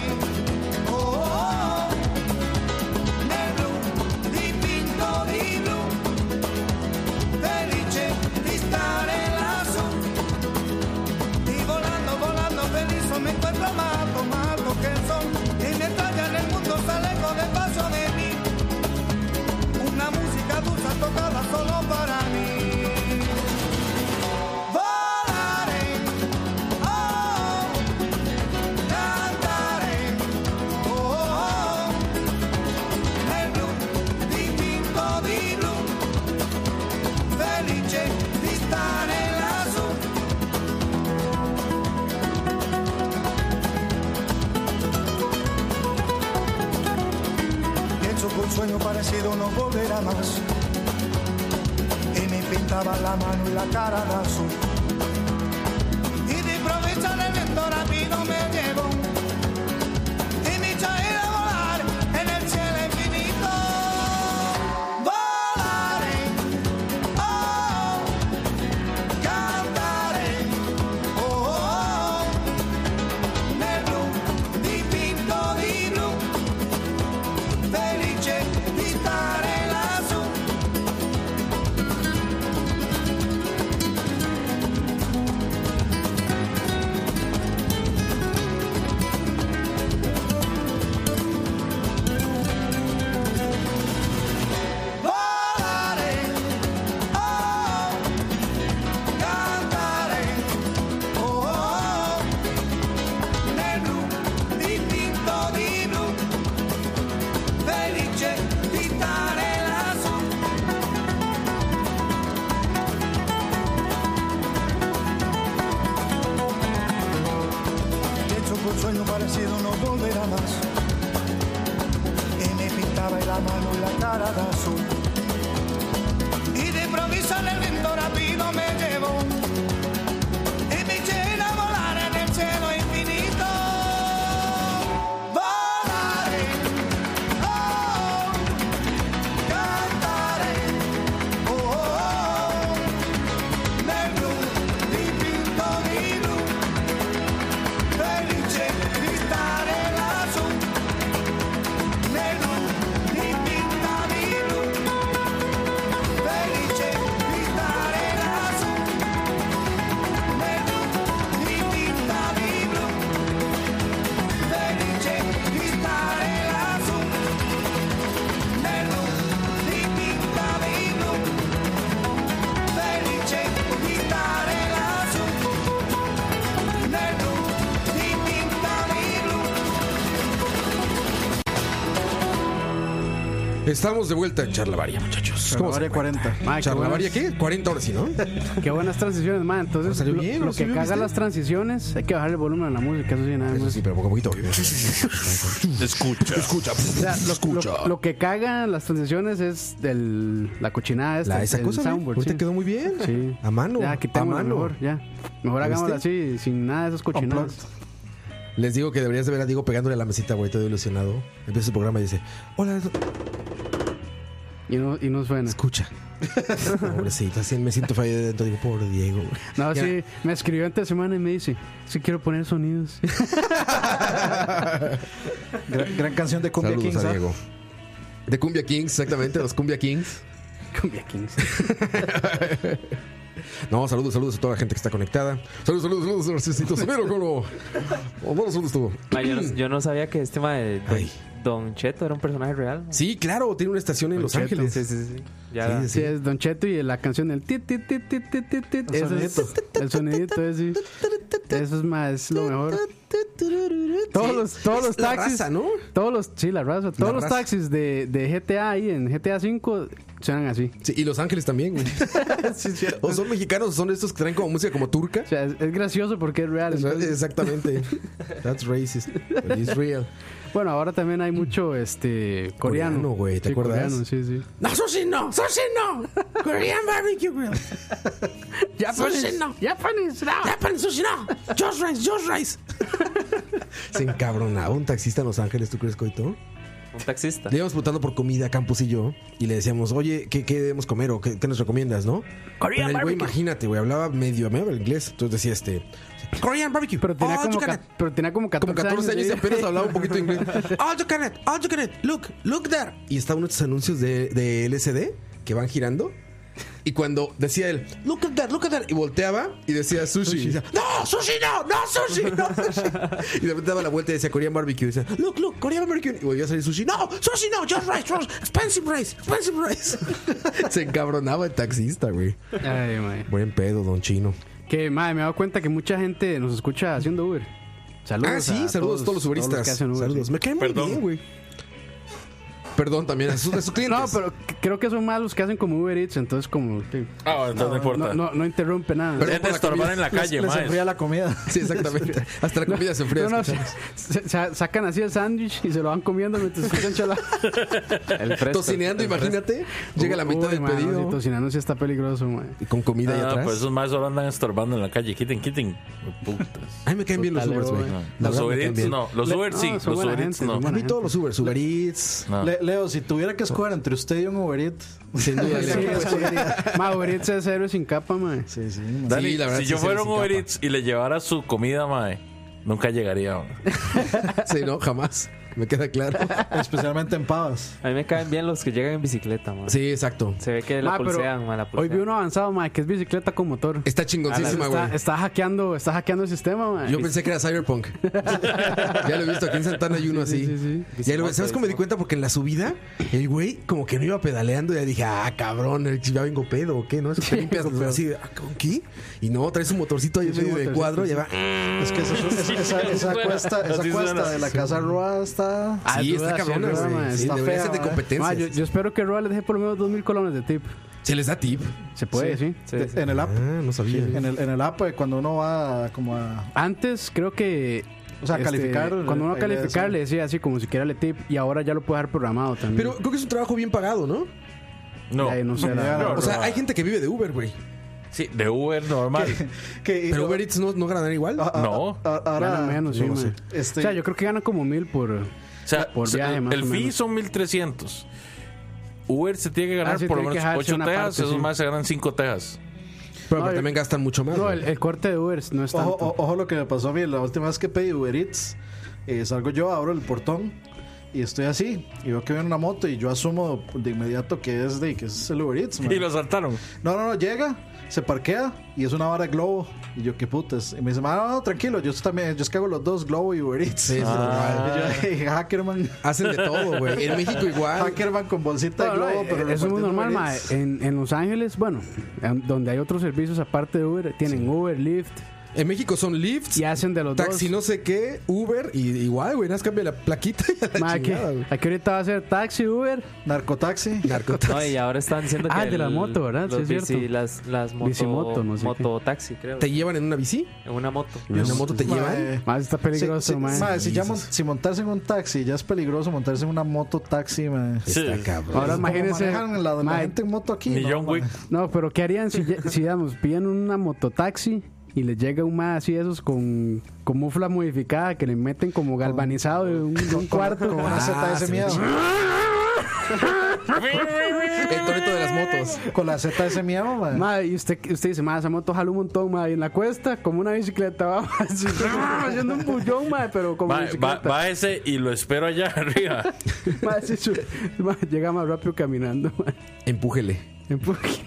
Speaker 9: oh, oh, nel blu dipinto di blu, felice di stare lassù. Y volando, volando feliz, me encuentro más alto, más alto que el sol. Y mientras ya en el mundo sale con el paso de mí. Una música dulce tocada solo para mí. Volaré, oh, cantaré, oh, oh, oh. el blue, distinto di blu, felice di stare lassù. Pienso que un sueño parecido no volverá más. Y me pintaba la mano y la cara de azul. Y de improviso el viento rápido me llevó. Y me hizo ir a volar en el cielo infinito. Volaré, oh, cantaré, oh, oh, oh. Nel blu, dipinto di blu felice di stare lassù. Volare, oh, cantare, oh, oh, nel blu, dipinto di blu felice di stare lassù. Pienso que un sueño parecido no volverá más. Y me pintaba la mano y la cara de azul.
Speaker 3: Estamos de vuelta en Charlavaria, muchachos. ¿Cómo se
Speaker 4: Charlavaria
Speaker 3: encuentran?
Speaker 4: 40.
Speaker 8: Mae, qué
Speaker 3: ¿Charlavaria
Speaker 8: buenas-
Speaker 3: qué? 40 horas, ¿sí, no?
Speaker 8: Qué buenas transiciones, mae. Entonces,
Speaker 3: Pero salió
Speaker 8: lo,
Speaker 3: bien,
Speaker 8: lo
Speaker 3: ¿no?
Speaker 8: que
Speaker 3: ¿Sí
Speaker 8: caga
Speaker 3: viste?
Speaker 8: las transiciones, hay que bajar el volumen a la música, eso sí, nada
Speaker 3: Eso
Speaker 8: más.
Speaker 3: sí, pero poco a poquito.
Speaker 6: Escucha.
Speaker 3: Escucha,
Speaker 8: O sea, lo,
Speaker 3: escucha.
Speaker 8: lo- lo que caga las transiciones es del, la cochinada esta,
Speaker 3: La- esa
Speaker 8: el
Speaker 3: cosa, ¿ve?
Speaker 8: soundboard,
Speaker 3: ahorita
Speaker 8: sí.
Speaker 3: quedó muy bien.
Speaker 8: Sí.
Speaker 3: A mano.
Speaker 8: Ya,
Speaker 3: a
Speaker 8: quitémosla
Speaker 3: mano.
Speaker 8: mejor, ya. Mejor hagámoslo así, sin nada de esas cochinadas.
Speaker 3: Les digo que deberías de ver a Diego pegándole a la mesita, güey. Todo ilusionado. Empieza el programa y dice: Hola,
Speaker 8: Y no, y no suena.
Speaker 3: escucha. Pobrecito, así me siento fallado dentro. Digo, pobre Diego, güey.
Speaker 8: No,
Speaker 3: Ya.
Speaker 8: sí, me escribió esta semana y me dice, sí quiero poner sonidos.
Speaker 4: Gran, gran canción de Cumbia
Speaker 3: Saludos
Speaker 4: Kings.
Speaker 3: a
Speaker 4: ¿ah?
Speaker 3: Diego. De Cumbia Kings, exactamente, los Cumbia Kings.
Speaker 8: Cumbia Kings.
Speaker 3: No, saludos, saludos a toda la gente que está conectada. Saludos, saludos, saludos, Narcisito. Severo, Colo. Oh, bueno, saludos tú.
Speaker 5: Ma, yo, no, yo no sabía que este ma de Don,
Speaker 3: Ay.
Speaker 5: Don Cheto era un personaje real. ma.
Speaker 3: Sí, claro, tiene una estación en Los
Speaker 5: Cheto,
Speaker 3: Ángeles.
Speaker 5: Sí, sí, sí. Ya
Speaker 3: Sí,
Speaker 5: la-
Speaker 8: Sí, es Don Cheto y la canción del tit, tit, tit, tit, tit, tit, tit.
Speaker 4: El
Speaker 8: Eso es-
Speaker 4: sonidito.
Speaker 8: el sonidito es, sí. Eso es más, es lo mejor. Todos los- todos los
Speaker 3: Es la
Speaker 8: taxis.
Speaker 3: raza, ¿no?
Speaker 8: Todos los, sí, la raza, todos los
Speaker 3: raza.
Speaker 8: taxis de, de GTA ahí en GTA 5 suenan así.
Speaker 3: Sí, y Los Ángeles también, güey. O son mexicanos o son estos que traen como música como turca.
Speaker 8: O sea, es, es gracioso porque es real. entonces-
Speaker 3: Exactamente. That's racist. But it's real.
Speaker 8: bueno, ahora también hay mucho este coreano.
Speaker 3: Coreano, güey, ¿te
Speaker 8: Sí,
Speaker 3: acuerdas?
Speaker 8: coreano, sí, sí.
Speaker 3: No, sushi no, sushi no. Korean barbecue grill. Sushi no.
Speaker 8: Japanese, no.
Speaker 3: Japan sushi no. Just rice, just rice. Se encabronaba un taxista en Los Ángeles, ¿tú crees, Coito?
Speaker 5: Un taxista.
Speaker 3: Le íbamos preguntando por comida, Campos y yo, y le decíamos, oye, ¿qué, qué debemos comer o qué, qué nos recomiendas, no? Pero el güey, imagínate, güey, hablaba medio, medio inglés. Entonces decía este, Korean barbecue.
Speaker 8: Pero tenía,
Speaker 3: all
Speaker 8: como,
Speaker 3: you can
Speaker 8: ca-
Speaker 3: eat.
Speaker 8: pero tenía como 14,
Speaker 3: Como 14 años y
Speaker 8: de-
Speaker 3: apenas hablaba un poquito de inglés. "Oh, All you can eat, all you can eat. Look, look there. Y estaban estos anuncios de, de LSD que van girando. Y cuando decía él, look at that, look at that, y volteaba y decía sushi. Y decía, no, sushi no, no, sushi, no, sushi. Y de repente daba la vuelta y decía Korean barbecue. Y decía, look, look, Korean barbecue. Y volvió a salir sushi. No, sushi no, just rice, just expensive rice, expensive rice. Se encabronaba el taxista, güey.
Speaker 8: Ay, mae.
Speaker 3: Buen pedo, don Chino.
Speaker 8: Que madre, me he dado cuenta que mucha gente nos escucha haciendo Uber. Saludos.
Speaker 3: Ah, sí,
Speaker 8: a
Speaker 3: saludos a todos los
Speaker 8: que
Speaker 3: uberistas.
Speaker 8: hacen Uber,
Speaker 3: saludos.
Speaker 8: sí.
Speaker 3: Me caen muy
Speaker 6: Perdón.
Speaker 3: bien, güey. Perdón también a sus, a sus clientes.
Speaker 8: No, pero c- creo que son más los que hacen como Uber Eats, entonces como sí.
Speaker 6: Ah, bueno, entonces no, importa.
Speaker 8: no, no, no interrumpe nada.
Speaker 3: Pero-
Speaker 6: es de estorbar en la
Speaker 4: Les,
Speaker 6: calle,
Speaker 4: les
Speaker 6: mae.
Speaker 4: enfría la comida.
Speaker 3: Sí, exactamente. Hasta la comida se enfría.
Speaker 8: No, no,
Speaker 3: escuchamos.
Speaker 8: se- se- sacan así el sándwich y se lo van comiendo mientras escuchan chala.
Speaker 5: El fresco,
Speaker 3: Tocineando,
Speaker 5: el fresco.
Speaker 3: imagínate. Llega a la mitad
Speaker 8: Uy,
Speaker 3: del
Speaker 8: mano, sí,
Speaker 3: pedido.
Speaker 8: tocinando sí está peligroso, mae.
Speaker 3: Y con comida ahí
Speaker 6: Ah,
Speaker 3: atrás.
Speaker 6: pues esos más solo andan estorbando en la calle. Quiten, quiten. Putas.
Speaker 3: Ay, me caen bien los
Speaker 8: Dale,
Speaker 3: Ubers, güey.
Speaker 8: güey.
Speaker 3: La
Speaker 6: Los
Speaker 3: verdad, me
Speaker 6: Uber
Speaker 3: caen
Speaker 6: Eats
Speaker 3: bien.
Speaker 6: no. Los
Speaker 8: Le-
Speaker 6: Uber
Speaker 8: no,
Speaker 6: sí.
Speaker 8: son
Speaker 6: Los
Speaker 8: buena
Speaker 6: Uber Eats
Speaker 8: gente,
Speaker 6: no.
Speaker 8: son
Speaker 3: A
Speaker 8: buena
Speaker 3: mí todos los Ubers, Uber Eats.
Speaker 6: No.
Speaker 4: Le- Leo, si tuviera que escoger entre usted y un Uber Eats.
Speaker 3: Sin duda.
Speaker 8: Sí,
Speaker 3: Leo.
Speaker 8: sí. Mae, Uber Eats es héroe sin capa, mae.
Speaker 4: Sí, sí. mae.
Speaker 6: Dani,
Speaker 3: Sí, la verdad,
Speaker 6: si
Speaker 3: sí
Speaker 6: yo
Speaker 3: se
Speaker 6: fuera
Speaker 3: les
Speaker 6: un Uber
Speaker 3: escapa.
Speaker 6: Eats y le llevara su comida, mae, nunca llegaría. mae.
Speaker 3: Sí, no, jamás. Me queda claro.
Speaker 4: Especialmente en pavas.
Speaker 5: A mí me caen bien los que llegan en bicicleta, ma.
Speaker 3: Sí, exacto.
Speaker 5: Se ve que
Speaker 8: Ma,
Speaker 5: la
Speaker 8: pero
Speaker 5: pulsean, ma, la
Speaker 8: Hoy vi
Speaker 5: pulsean.
Speaker 8: uno avanzado, mae, que es bicicleta con motor. Ah,
Speaker 3: Está chingoncísima, güey.
Speaker 8: Está, está hackeando, está hackeando el sistema, mae.
Speaker 3: Yo pensé que era Cyberpunk. ya lo he visto aquí en Santana hay uno
Speaker 8: Sí,
Speaker 3: así.
Speaker 8: sí, sí, sí.
Speaker 3: Ya lo- ¿Sabes cómo me di cuenta? Porque en la subida, el güey como que no iba pedaleando. Y ya dije, ah, cabrón, el- ya vengo pedo o qué, ¿no? Eso te limpias los dedos así, ah, ¿con qué? Y no, traes un motorcito ahí en
Speaker 8: Sí, sí,
Speaker 3: medio de
Speaker 8: motorcito,
Speaker 3: cuadro. Y va,
Speaker 4: Es que esa, esa, esa- esa cuesta, esa
Speaker 6: Así
Speaker 4: cuesta
Speaker 6: suena.
Speaker 4: de la casa Roa está. Ah,
Speaker 8: Ah,
Speaker 3: sí, está
Speaker 8: duda,
Speaker 3: cabrón,
Speaker 8: sí, duda,
Speaker 3: güey.
Speaker 8: ma,
Speaker 3: Sí,
Speaker 4: está
Speaker 3: debería
Speaker 4: fea,
Speaker 3: ser de
Speaker 4: ma.
Speaker 8: Ma,
Speaker 3: competencia.
Speaker 8: yo, yo espero que Roa le deje por lo menos dos mil colones de tip.
Speaker 3: Se les da tip.
Speaker 8: Se puede, sí.
Speaker 5: Sí,
Speaker 4: De-
Speaker 5: sí.
Speaker 4: En el app.
Speaker 3: Ah, no sabía.
Speaker 4: En el, en el app, eh, cuando uno va como a.
Speaker 8: Antes creo que.
Speaker 4: O sea, calificar,
Speaker 8: Este, Cuando uno
Speaker 4: ahí le
Speaker 8: calificar
Speaker 4: decía.
Speaker 8: le decía así como si quiera le tip y ahora ya lo puede dejar programado también.
Speaker 3: Pero creo que es un trabajo bien pagado, ¿no?
Speaker 6: No.
Speaker 8: Ay, no sé, la-
Speaker 4: No,
Speaker 3: O sea, hay gente que vive de Uber, güey.
Speaker 6: Sí, de Uber normal.
Speaker 4: Que,
Speaker 3: Pero Uber Eats no, no ganará igual.
Speaker 8: Ah,
Speaker 4: a- a-
Speaker 6: No.
Speaker 4: a- ahora.
Speaker 8: Gana menos, sí,
Speaker 3: ah, no lo
Speaker 8: ma.
Speaker 3: sé.
Speaker 4: Este-
Speaker 8: O sea, yo creo que gana como mil por.
Speaker 6: O sea,
Speaker 8: Por
Speaker 6: se-
Speaker 8: viaje, más
Speaker 6: el
Speaker 8: o
Speaker 6: fee
Speaker 8: menos.
Speaker 6: son 1300. Uber se tiene que ganar
Speaker 8: Ah, sí,
Speaker 6: por lo
Speaker 8: tiene que
Speaker 6: menos
Speaker 8: dejarse
Speaker 6: 8
Speaker 8: una
Speaker 6: tejas.
Speaker 8: parte,
Speaker 6: esos
Speaker 8: sí.
Speaker 6: más se ganan 5 tejas.
Speaker 3: Pero,
Speaker 8: no,
Speaker 3: pero también gastan mucho más.
Speaker 8: No,
Speaker 3: güey.
Speaker 8: el, el corte de Uber no es tanto.
Speaker 4: Ojo, o- ojo lo que me pasó a mí. La última vez que pedí Uber Eats, eh, salgo yo, abro el portón y estoy así. Y veo que viene una moto y yo asumo de inmediato que es de que es el Uber Eats. man.
Speaker 6: Y lo saltaron.
Speaker 4: No, no, no, llega, se parquea y es una vara de globo. Y yo, qué putas. Y me dice, "Ah, no, no, tranquilo, yo también, yo es que hago los dos, globo y Uber Eats. Ah.
Speaker 3: Sí, sí,
Speaker 4: Y yo dije, Hackerman.
Speaker 3: Ah. Hacen de todo, güey. En México igual.
Speaker 4: Hackerman con bolsita
Speaker 8: No,
Speaker 4: de
Speaker 8: no,
Speaker 4: globo,
Speaker 8: eh,
Speaker 4: pero
Speaker 8: eso es muy
Speaker 4: repartiendo
Speaker 8: normal,
Speaker 4: Uber
Speaker 8: ma.
Speaker 4: Eats.
Speaker 8: En, en Los Ángeles, bueno, en- donde hay otros servicios aparte de Uber, tienen Uber, Lyft,
Speaker 3: En México son Lyft,
Speaker 8: Y hacen de los
Speaker 3: taxi
Speaker 8: dos.
Speaker 3: no sé Eh, qué, Uber, y igual, güey, nada más cambia la plaquita y a la
Speaker 8: Ma, aquí,
Speaker 3: chingada, güey.
Speaker 8: aquí ahorita va a ser taxi, Uber,
Speaker 4: Narcotaxi.
Speaker 3: Narcotaxi.
Speaker 5: No, y ahora están diciendo que.
Speaker 8: Ah, de la moto, ¿verdad?
Speaker 5: los
Speaker 8: Sí, es
Speaker 5: bici-
Speaker 8: cierto.
Speaker 5: las, las moto,
Speaker 8: Bicimoto, no sé qué.
Speaker 5: mototaxi, creo.
Speaker 3: ¿Te llevan en una bici?
Speaker 5: En una moto.
Speaker 3: ¿En una moto te llevan?
Speaker 4: Mae,
Speaker 8: Ma, está
Speaker 4: sí,
Speaker 8: peligroso,
Speaker 4: sí,
Speaker 8: ma.
Speaker 4: mae, si, ya mon-
Speaker 3: Jesus.
Speaker 4: si montarse en un taxi ya es peligroso, montarse en una moto taxi, mae.
Speaker 3: Está cabrón.
Speaker 8: Ahora
Speaker 4: ¿Cómo
Speaker 8: imagínense.
Speaker 4: manejan la, la
Speaker 8: ma,
Speaker 4: gente en moto aquí.
Speaker 6: Ni
Speaker 4: No,
Speaker 6: John
Speaker 4: mae.
Speaker 6: Wick.
Speaker 8: No, pero ¿qué harían si, lle- si digamos, piden una mototaxi y les llega un más así de esos con, con mufla modificada que le meten como galvanizado de un, de un cuarto? Ah,
Speaker 4: Con una Z de ese
Speaker 3: sí.
Speaker 4: miedo.
Speaker 3: El torito de las motos.
Speaker 4: Con la Z de ese miedo, mae.
Speaker 8: Ma, y usted, usted dice, ma, esa moto jala un montón, ma, y en la cuesta, como una bicicleta, va, ma, así, haciendo un bullón, ma, pero como
Speaker 6: Va, va-
Speaker 8: bicicleta.
Speaker 6: bájese y lo espero allá arriba.
Speaker 8: Ma, así su- ma, llega más rápido caminando, ma.
Speaker 3: Empújele.
Speaker 8: Empuje.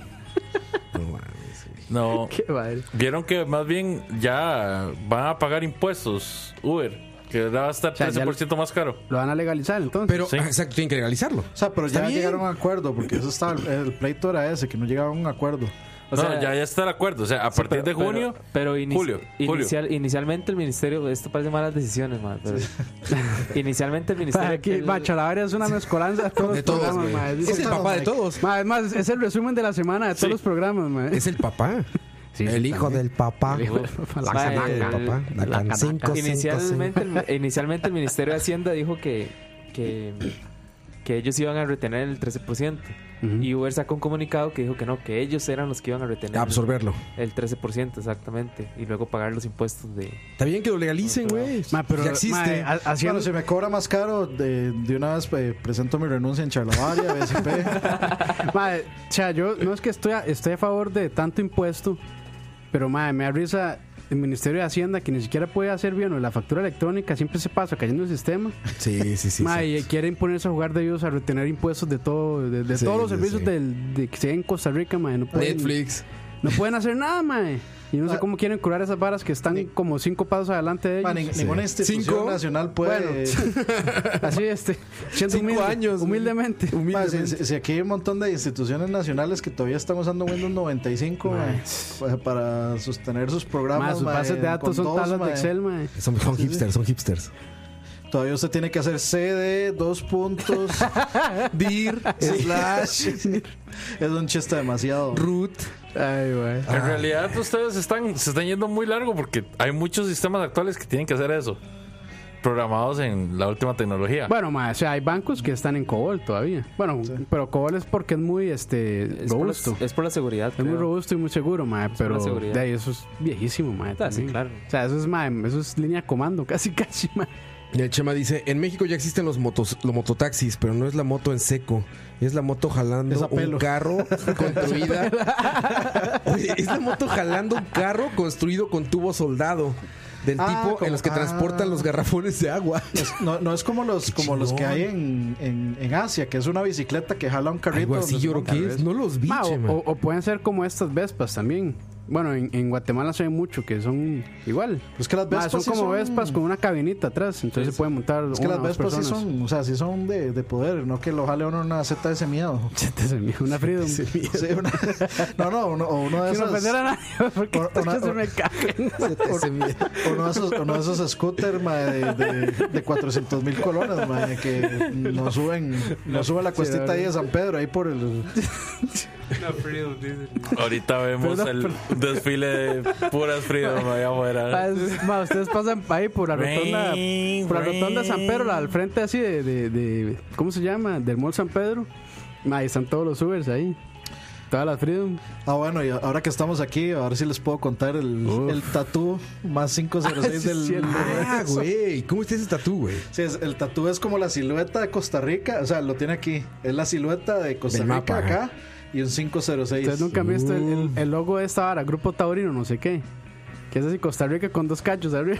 Speaker 6: No.
Speaker 8: Qué madre.
Speaker 6: Vieron que más bien ya van a pagar impuestos Uber, que ahora va a estar
Speaker 8: sea, ya
Speaker 6: 13% más caro.
Speaker 8: Lo van a legalizar, entonces.
Speaker 3: Pero,
Speaker 6: Sí.
Speaker 3: ah, exacto, tienen que legalizarlo.
Speaker 4: O sea, pero
Speaker 3: Está
Speaker 4: ya
Speaker 3: bien.
Speaker 4: llegaron a un acuerdo, porque eso estaba, el, el pleito era ese, que no llegaron a un acuerdo.
Speaker 5: O
Speaker 6: no,
Speaker 5: sea,
Speaker 6: ya, ya está el acuerdo. O sea, a partir de junio,
Speaker 5: Pero, pero ini-
Speaker 6: julio, julio.
Speaker 5: inicial- inicialmente el ministerio. Esto parece malas decisiones, madre. pero- inicialmente el
Speaker 8: Ma,
Speaker 5: ministerio.
Speaker 8: aquí,
Speaker 5: el-
Speaker 8: ma, Chalabaria es una mezcolanza de todos
Speaker 3: De
Speaker 8: los
Speaker 3: todos,
Speaker 8: programas,
Speaker 3: güey.
Speaker 8: ma, es-
Speaker 3: Es el papá de todos.
Speaker 8: Ma, es más, es el resumen de la semana de todos los programas, ma.
Speaker 3: Es el papá.
Speaker 8: Sí,
Speaker 3: el hijo del papá.
Speaker 8: El hijo del papá.
Speaker 3: La
Speaker 5: Ma,
Speaker 3: canaca,
Speaker 5: el-
Speaker 3: papá. La
Speaker 5: la
Speaker 3: can- cinco, cinco,
Speaker 5: Inicialmente,
Speaker 3: cinco.
Speaker 5: el, inicialmente el Ministerio de Hacienda dijo que, que, que ellos iban a retener el 13%. Y Uber sacó un comunicado que dijo que no, que ellos eran los que iban a retener el-
Speaker 3: Absorberlo.
Speaker 5: el 13%, exactamente. Y luego pagar los impuestos de...
Speaker 3: Está bien que lo legalicen, güey.
Speaker 8: Ma, pero,
Speaker 3: ya existe.
Speaker 8: ma, ha- haciendo-
Speaker 4: Bueno, si me cobra más caro, de, de una vez eh, presento mi renuncia en Charlavaria, BSP.
Speaker 8: Madre, o sea, yo no es que estoy a, estoy a favor de tanto impuesto, pero madre, me da risa el Ministerio de Hacienda que ni siquiera puede hacer bien o la factura electrónica, siempre se pasa cayendo el sistema.
Speaker 3: sí, sí, sí.
Speaker 8: Madre, y
Speaker 3: exacto.
Speaker 8: quieren ponerse a jugar de ellos a retener impuestos de todo, de, de
Speaker 3: Sí,
Speaker 8: todos los
Speaker 3: sí,
Speaker 8: servicios
Speaker 3: sí.
Speaker 8: del- de que se den en Costa Rica, madre, no pueden,
Speaker 3: Netflix.
Speaker 8: no pueden hacer nada, madre. Y no sé
Speaker 4: Ah.
Speaker 8: cómo quieren curar esas varas que están como cinco pasos adelante de ellos.
Speaker 4: Ma, ni- Ninguna institución
Speaker 3: Cinco.
Speaker 4: nacional puede...
Speaker 8: Así este, siendo
Speaker 3: Cinco
Speaker 8: humilde,
Speaker 3: años, güey.
Speaker 8: humildemente.
Speaker 4: Ma,
Speaker 3: Humildemente.
Speaker 4: si, si- si aquí hay un montón de instituciones nacionales que todavía están usando Windows 95 ma, pa- para sostener sus programas.
Speaker 8: Madre, sus
Speaker 4: ma,
Speaker 8: bases de
Speaker 4: en-
Speaker 8: datos
Speaker 4: con
Speaker 8: son
Speaker 4: dos,
Speaker 8: tablas
Speaker 4: ma.
Speaker 8: de Excel, madre.
Speaker 3: Son, son hipsters, son hipsters.
Speaker 4: Todavía usted tiene que hacer CD, dos puntos,
Speaker 3: Dir,
Speaker 4: slash. es un chiste demasiado. Ah.
Speaker 3: root.
Speaker 8: Ay, güey.
Speaker 6: En realidad ustedes están, se están yendo muy largo porque hay muchos sistemas actuales que tienen que hacer eso. Programados en la última tecnología.
Speaker 8: Bueno, ma, o sea, hay bancos que están en COBOL todavía. Bueno, pero COBOL es porque es muy este
Speaker 5: Es, por la,
Speaker 8: robusto.
Speaker 5: es por la seguridad.
Speaker 8: Es muy
Speaker 5: creo.
Speaker 8: robusto y muy seguro, ma,
Speaker 5: por la
Speaker 8: pero
Speaker 5: seguridad.
Speaker 8: de ahí eso es viejísimo, ma.
Speaker 5: Ah, sí,
Speaker 8: también.
Speaker 5: claro.
Speaker 8: O sea, eso es ma, eso es línea de comando, casi casi, ma.
Speaker 3: Y el Chema dice: En México ya existen los, motos, los mototaxis, pero no es la moto en seco. Es la moto
Speaker 4: Es a
Speaker 3: jalando un
Speaker 4: pelo.
Speaker 3: carro construida. Oye, es la moto jalando un carro construido con tubo soldado. Del
Speaker 4: Ah,
Speaker 3: tipo
Speaker 4: como-
Speaker 3: en los que
Speaker 4: ah.
Speaker 3: transportan los garrafones de agua.
Speaker 4: Es- no, no es como los como los que hay en, en- en Asia, que es una bicicleta que jala un carrito.
Speaker 3: Algo así,
Speaker 4: donde se
Speaker 3: yo creo
Speaker 4: monta.
Speaker 3: que es. No los vi,
Speaker 8: Ma, o,
Speaker 3: Chema.
Speaker 8: o- o pueden ser como estas Vespas también. Bueno, en, en Guatemala se ve mucho que son igual.
Speaker 4: Pues Es que las
Speaker 8: Ma,
Speaker 4: Vespas
Speaker 8: son
Speaker 4: sí
Speaker 8: como
Speaker 4: son-
Speaker 8: Vespas con una cabinita atrás, entonces se pueden montar
Speaker 4: Es que
Speaker 8: una
Speaker 4: las
Speaker 8: o dos
Speaker 4: Vespas sí
Speaker 8: personas.
Speaker 4: son, o sea, sí son de, de poder, no que lo jale uno en una Z de ese miedo.
Speaker 8: una Freedom.
Speaker 4: Sí, una- no, no, uno, o uno de
Speaker 8: Sin
Speaker 4: esos.
Speaker 8: ofender a nadie, porque
Speaker 4: Una-
Speaker 8: estos que se
Speaker 4: una-
Speaker 8: me caen.
Speaker 4: Uno de esos, uno de esos scooters ma, de, de, de 400 mil colones ma, que nos suben, nos suben la cuestita ahí de San Pedro, ahí por el.
Speaker 6: Ahorita vemos
Speaker 8: Perdón,
Speaker 6: el desfile de puras Freedom allá
Speaker 8: Ah,
Speaker 6: afuera.
Speaker 8: es- ma, ustedes pasan ahí por la rotonda
Speaker 6: Ring,
Speaker 8: por la
Speaker 6: ring.
Speaker 8: rotonda de San Pedro, la al frente así de, de- de- ¿cómo se llama? del Mall San Pedro. Ma, ahí están todos los Ubers ahí. Todas las Freedom.
Speaker 4: Ah, bueno, y ahora que estamos aquí, a ver si les puedo contar el,
Speaker 8: Uf. Ah,
Speaker 4: el tatú más 506
Speaker 8: sí,
Speaker 4: del.
Speaker 8: sí, el-
Speaker 3: Ah, güey. ¿Cómo está ese tatú, güey?
Speaker 4: Sí, es- el tatú es como la silueta de Costa Rica, o sea, lo tiene aquí. Es la silueta de Costa
Speaker 3: Del
Speaker 4: Rica
Speaker 3: mapa, ajá.
Speaker 4: acá y un 506.
Speaker 8: Ustedes nunca han visto el, el- el logo de esta vara, Grupo Taurino, no sé qué. Que es así Costa Rica con dos cachos arriba.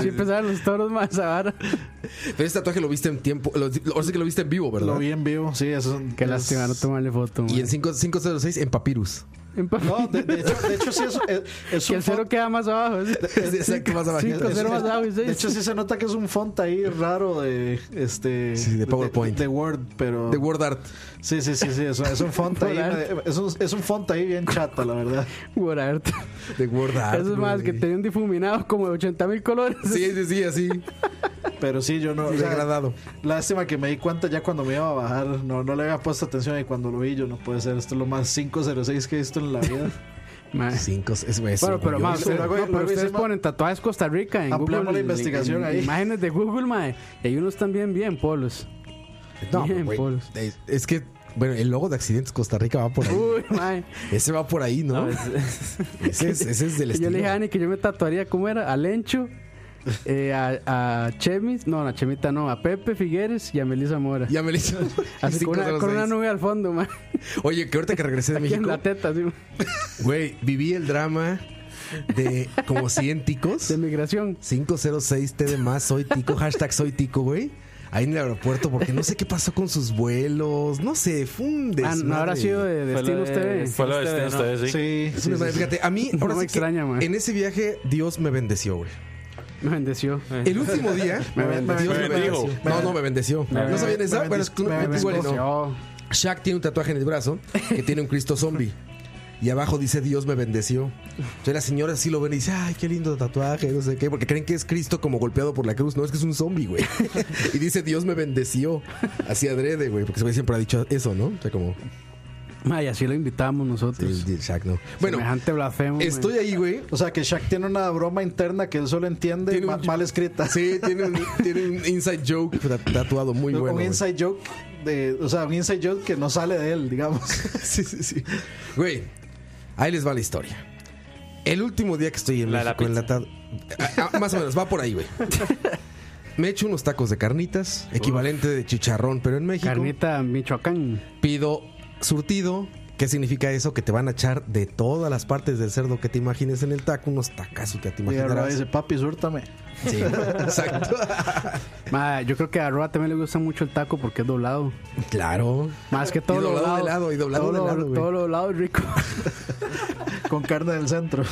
Speaker 8: Siempre salen los toros más esa vara.
Speaker 3: Pero ese tatuaje lo viste en tiempo. Lo, lo- ahora sí que lo viste en vivo, ¿verdad?
Speaker 4: Lo vi en vivo, sí, eso es un-
Speaker 8: Qué
Speaker 4: es-
Speaker 8: lástima no tomarle foto.
Speaker 3: Y
Speaker 8: ma.
Speaker 3: en 5- 506 en Papyrus.
Speaker 8: Empate.
Speaker 4: No, de, de hecho, de hecho sí es, es, es
Speaker 8: que
Speaker 4: un
Speaker 8: el cero
Speaker 4: font-
Speaker 8: queda más abajo. es-
Speaker 3: Es- exacto, más abajo.
Speaker 8: Cinco,
Speaker 4: es-
Speaker 8: cero más abajo y
Speaker 4: de
Speaker 8: seis.
Speaker 4: hecho sí se nota que es un font ahí raro de este
Speaker 3: Sí, de PowerPoint.
Speaker 4: de, de Word, pero
Speaker 3: De Word Art.
Speaker 4: sí, sí, sí, sí, es, es un font ahí,
Speaker 8: Word
Speaker 4: medio- es un, es un font ahí bien chata, la verdad.
Speaker 8: Por arte.
Speaker 3: De Word Art.
Speaker 8: Eso es más
Speaker 3: güey.
Speaker 8: que tenían difuminado como de 80 mil colores.
Speaker 3: Sí, sí, sí, así.
Speaker 4: Pero sí, yo no. o sea,
Speaker 3: Degradado.
Speaker 4: lástima que me di cuenta ya cuando me iba a bajar. No, no le había puesto atención y cuando lo vi yo no puede ser. Esto es lo más 506 que he visto en la vida.
Speaker 8: Ma.
Speaker 3: Cinco, es
Speaker 8: Bueno, pero más,
Speaker 4: hice-
Speaker 8: ustedes,
Speaker 4: luego-
Speaker 8: no, pero
Speaker 4: luego
Speaker 8: ustedes
Speaker 4: hicimos-
Speaker 8: ponen tatuajes Costa Rica en
Speaker 4: Ampliamos la
Speaker 8: Google. en-
Speaker 4: investigación
Speaker 8: en
Speaker 4: ahí.
Speaker 8: Imágenes de Google, mae. Y hay unos también bien polos.
Speaker 3: No,
Speaker 8: Bien,
Speaker 3: güey,
Speaker 8: polos.
Speaker 3: es, es que, bueno, el logo de Accidentes Costa Rica va por ahí.
Speaker 8: Uy, mae.
Speaker 3: Ese va por ahí, ¿no?
Speaker 5: No, es-
Speaker 3: ese, es, ese es del
Speaker 8: Yo
Speaker 3: estilo.
Speaker 8: le dije a Ani que yo me tatuaría, ¿cómo era? A Lencho, eh, a, a Chemis, no, a Chemita no, a Pepe Figueres y a Melissa Mora.
Speaker 3: Ya me lo hizo.
Speaker 8: Así con una, con una
Speaker 3: 506.
Speaker 8: nube al fondo, mae.
Speaker 3: Oye, que ahorita que regresé de
Speaker 8: Aquí en
Speaker 3: México,
Speaker 8: la teta, así,
Speaker 3: güey, viví el drama de como 100 ticos.
Speaker 8: de migración.
Speaker 3: 506 T de más, soy tico, hashtag soy tico, güey. Ahí en el aeropuerto, porque no sé qué pasó con sus vuelos, no sé, fue un
Speaker 8: Ah,
Speaker 3: desmadre.
Speaker 8: no habrá sido de
Speaker 5: Fue
Speaker 8: Destino
Speaker 5: lo de-
Speaker 8: TV.
Speaker 6: Fue lo de
Speaker 5: Ustedes,
Speaker 6: Steven ustedes, sí.
Speaker 4: Sí,
Speaker 3: Es
Speaker 4: sí,
Speaker 3: un desmadre.
Speaker 4: sí, sí.
Speaker 3: Fíjate, a mí,
Speaker 8: No
Speaker 3: ahora
Speaker 8: me
Speaker 3: sí que
Speaker 8: extraña, man.
Speaker 3: en ese viaje, Dios me bendeció, güey.
Speaker 8: Me bendeció.
Speaker 3: El último día,
Speaker 8: Me bendeció.
Speaker 3: Dios me
Speaker 6: Me bendijo.
Speaker 3: bendeció. No, no, me bendeció.
Speaker 8: Me
Speaker 3: No sabían
Speaker 4: bendijo.
Speaker 3: esa,
Speaker 4: Me
Speaker 3: pero es
Speaker 4: bendijo. Me
Speaker 3: igual y no.
Speaker 8: Bendeció.
Speaker 3: Shaq tiene un tatuaje en el brazo que tiene un Cristo zombie. Y abajo dice Dios me bendeció. Entonces las señoras sí lo ven y dicen, ay, qué lindo tatuaje, no sé qué, porque creen que es Cristo como golpeado por la cruz. No, es que es un zombie, güey. y dice Dios me bendeció. Así adrede, güey, porque ese güey siempre ha dicho eso, ¿no? O sea, como,
Speaker 8: Mae, así lo invitamos
Speaker 3: sí,
Speaker 8: nosotros.
Speaker 3: sí, Shaq, no. Bueno, eh,
Speaker 8: Semejante blasfemo. mae.
Speaker 3: estoy ahí, güey.
Speaker 4: O sea que Shaq tiene una broma interna que él solo entiende
Speaker 3: Tiene
Speaker 4: ma-
Speaker 3: un-
Speaker 4: mal escrita.
Speaker 3: Sí, tiene un, tiene un inside joke tat- tatuado muy
Speaker 4: un
Speaker 3: bueno. güey.
Speaker 4: inside joke de, o sea, un inside joke que no sale de él, digamos.
Speaker 3: Sí, sí, sí. Güey, ahí les va la historia. El último día que estoy en
Speaker 5: La de la
Speaker 3: México, en la tarde. Ah, ah, más o menos, va por ahí, güey. Me echo unos tacos de carnitas, equivalente de chicharrón, pero en México.
Speaker 8: Carnita Michoacán.
Speaker 3: Pido surtido. ¿Qué significa eso? Que te van a echar de todas las partes del cerdo que te imagines en el taco, unos tacazos que te
Speaker 4: Y ahora
Speaker 3: imaginarás.
Speaker 4: dice, papi, súrtame.
Speaker 3: Sí, exacto.
Speaker 8: Mae, yo creo que a Roa también le gusta mucho el taco porque es doblado.
Speaker 3: Claro.
Speaker 8: Más que todo
Speaker 3: Y doblado de lado, y doblado
Speaker 8: todo
Speaker 3: de
Speaker 8: lo-
Speaker 3: lado, güey.
Speaker 8: Todo lo doblado es rico.
Speaker 4: Con carne del centro.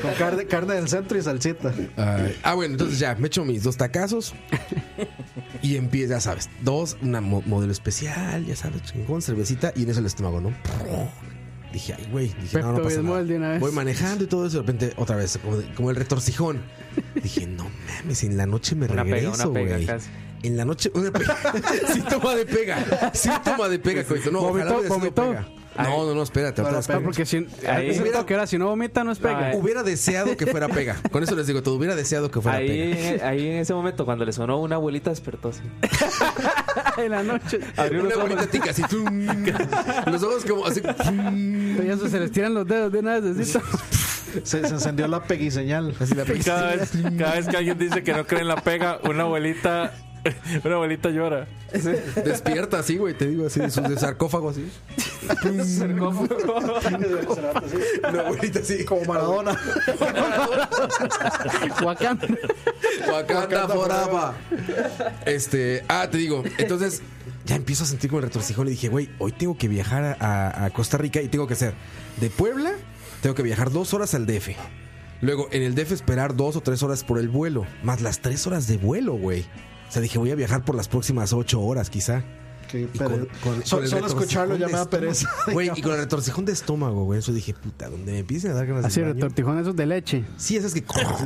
Speaker 4: Con carne, carne del centro y salsita.
Speaker 3: Ay, ah, bueno, entonces ya, me echo mis dos tacazos y empieza, ya sabes, dos, una mo- modelo especial, ya sabes, chingón, cervecita y en eso el estómago, ¿no? Dije, ay, güey, dije, no, no
Speaker 8: Pepto
Speaker 3: pasa
Speaker 8: Bismol de una
Speaker 3: nada.
Speaker 8: vez.
Speaker 3: Voy manejando y todo eso, de repente, otra vez, como, de- como el retorcijón. Dije, no mames, en la noche me
Speaker 5: Una pega,
Speaker 3: regreso,
Speaker 5: una pega
Speaker 3: güey.
Speaker 5: casi.
Speaker 3: En la noche, una pega. síntoma de pega, síntoma de pega, coito. No, ojalá
Speaker 8: Vomitó,
Speaker 3: hubiera sido
Speaker 8: vomitó.
Speaker 3: pega. No, no, no, espérate, otra vez Pues
Speaker 8: No,
Speaker 3: pega.
Speaker 8: porque si,
Speaker 5: Ahí-
Speaker 8: ese
Speaker 3: Hubiera-
Speaker 8: toque era, si no vomita, no es pega.
Speaker 5: Ay.
Speaker 3: Hubiera deseado que fuera pega. Con eso les digo todo, hubiera deseado que fuera pega.
Speaker 5: Ahí, en- ahí en ese momento, cuando le sonó, una abuelita despertó así.
Speaker 8: en la noche.
Speaker 5: Abrió los
Speaker 3: Una
Speaker 5: ojos.
Speaker 3: bonita tica, así. tum. los ojos como así. tum.
Speaker 8: Y eso se les tiran los dedos de una vez. así,
Speaker 4: Se, se encendió la peguiseñal.
Speaker 3: Así la pista.
Speaker 6: Cada vez, cada vez que alguien dice que no cree en la pega, una abuelita, una abuelita llora.
Speaker 3: Despierta así, güey, te digo así, de su de sarcófago así. Una abuelita así.
Speaker 4: Como Maradona.
Speaker 8: Guacán.
Speaker 3: Wakanda foraba. Este, ah, te digo, entonces ya empiezo a sentir como el retorcijón y dije, güey, hoy tengo que viajar a- a, a Costa Rica y tengo que hacer de Puebla, tengo que viajar dos horas al DF. Luego en el DF esperar dos o tres horas por el vuelo, más las tres horas de vuelo, güey. O sea, dije, voy a viajar por las próximas ocho horas, quizá.
Speaker 4: Qué
Speaker 3: Y
Speaker 4: pere- So-
Speaker 3: el
Speaker 4: solo escucharlo
Speaker 3: retorcijón
Speaker 4: ya
Speaker 3: de
Speaker 4: me da
Speaker 3: estómago.
Speaker 4: pereza.
Speaker 3: Güey, y con el retorcijón de estómago, güey. Eso dije, puta, donde me empiecen a dar ganas
Speaker 8: Así,
Speaker 3: de baño.
Speaker 8: retortijón esos de leche.
Speaker 3: Sí, esas que...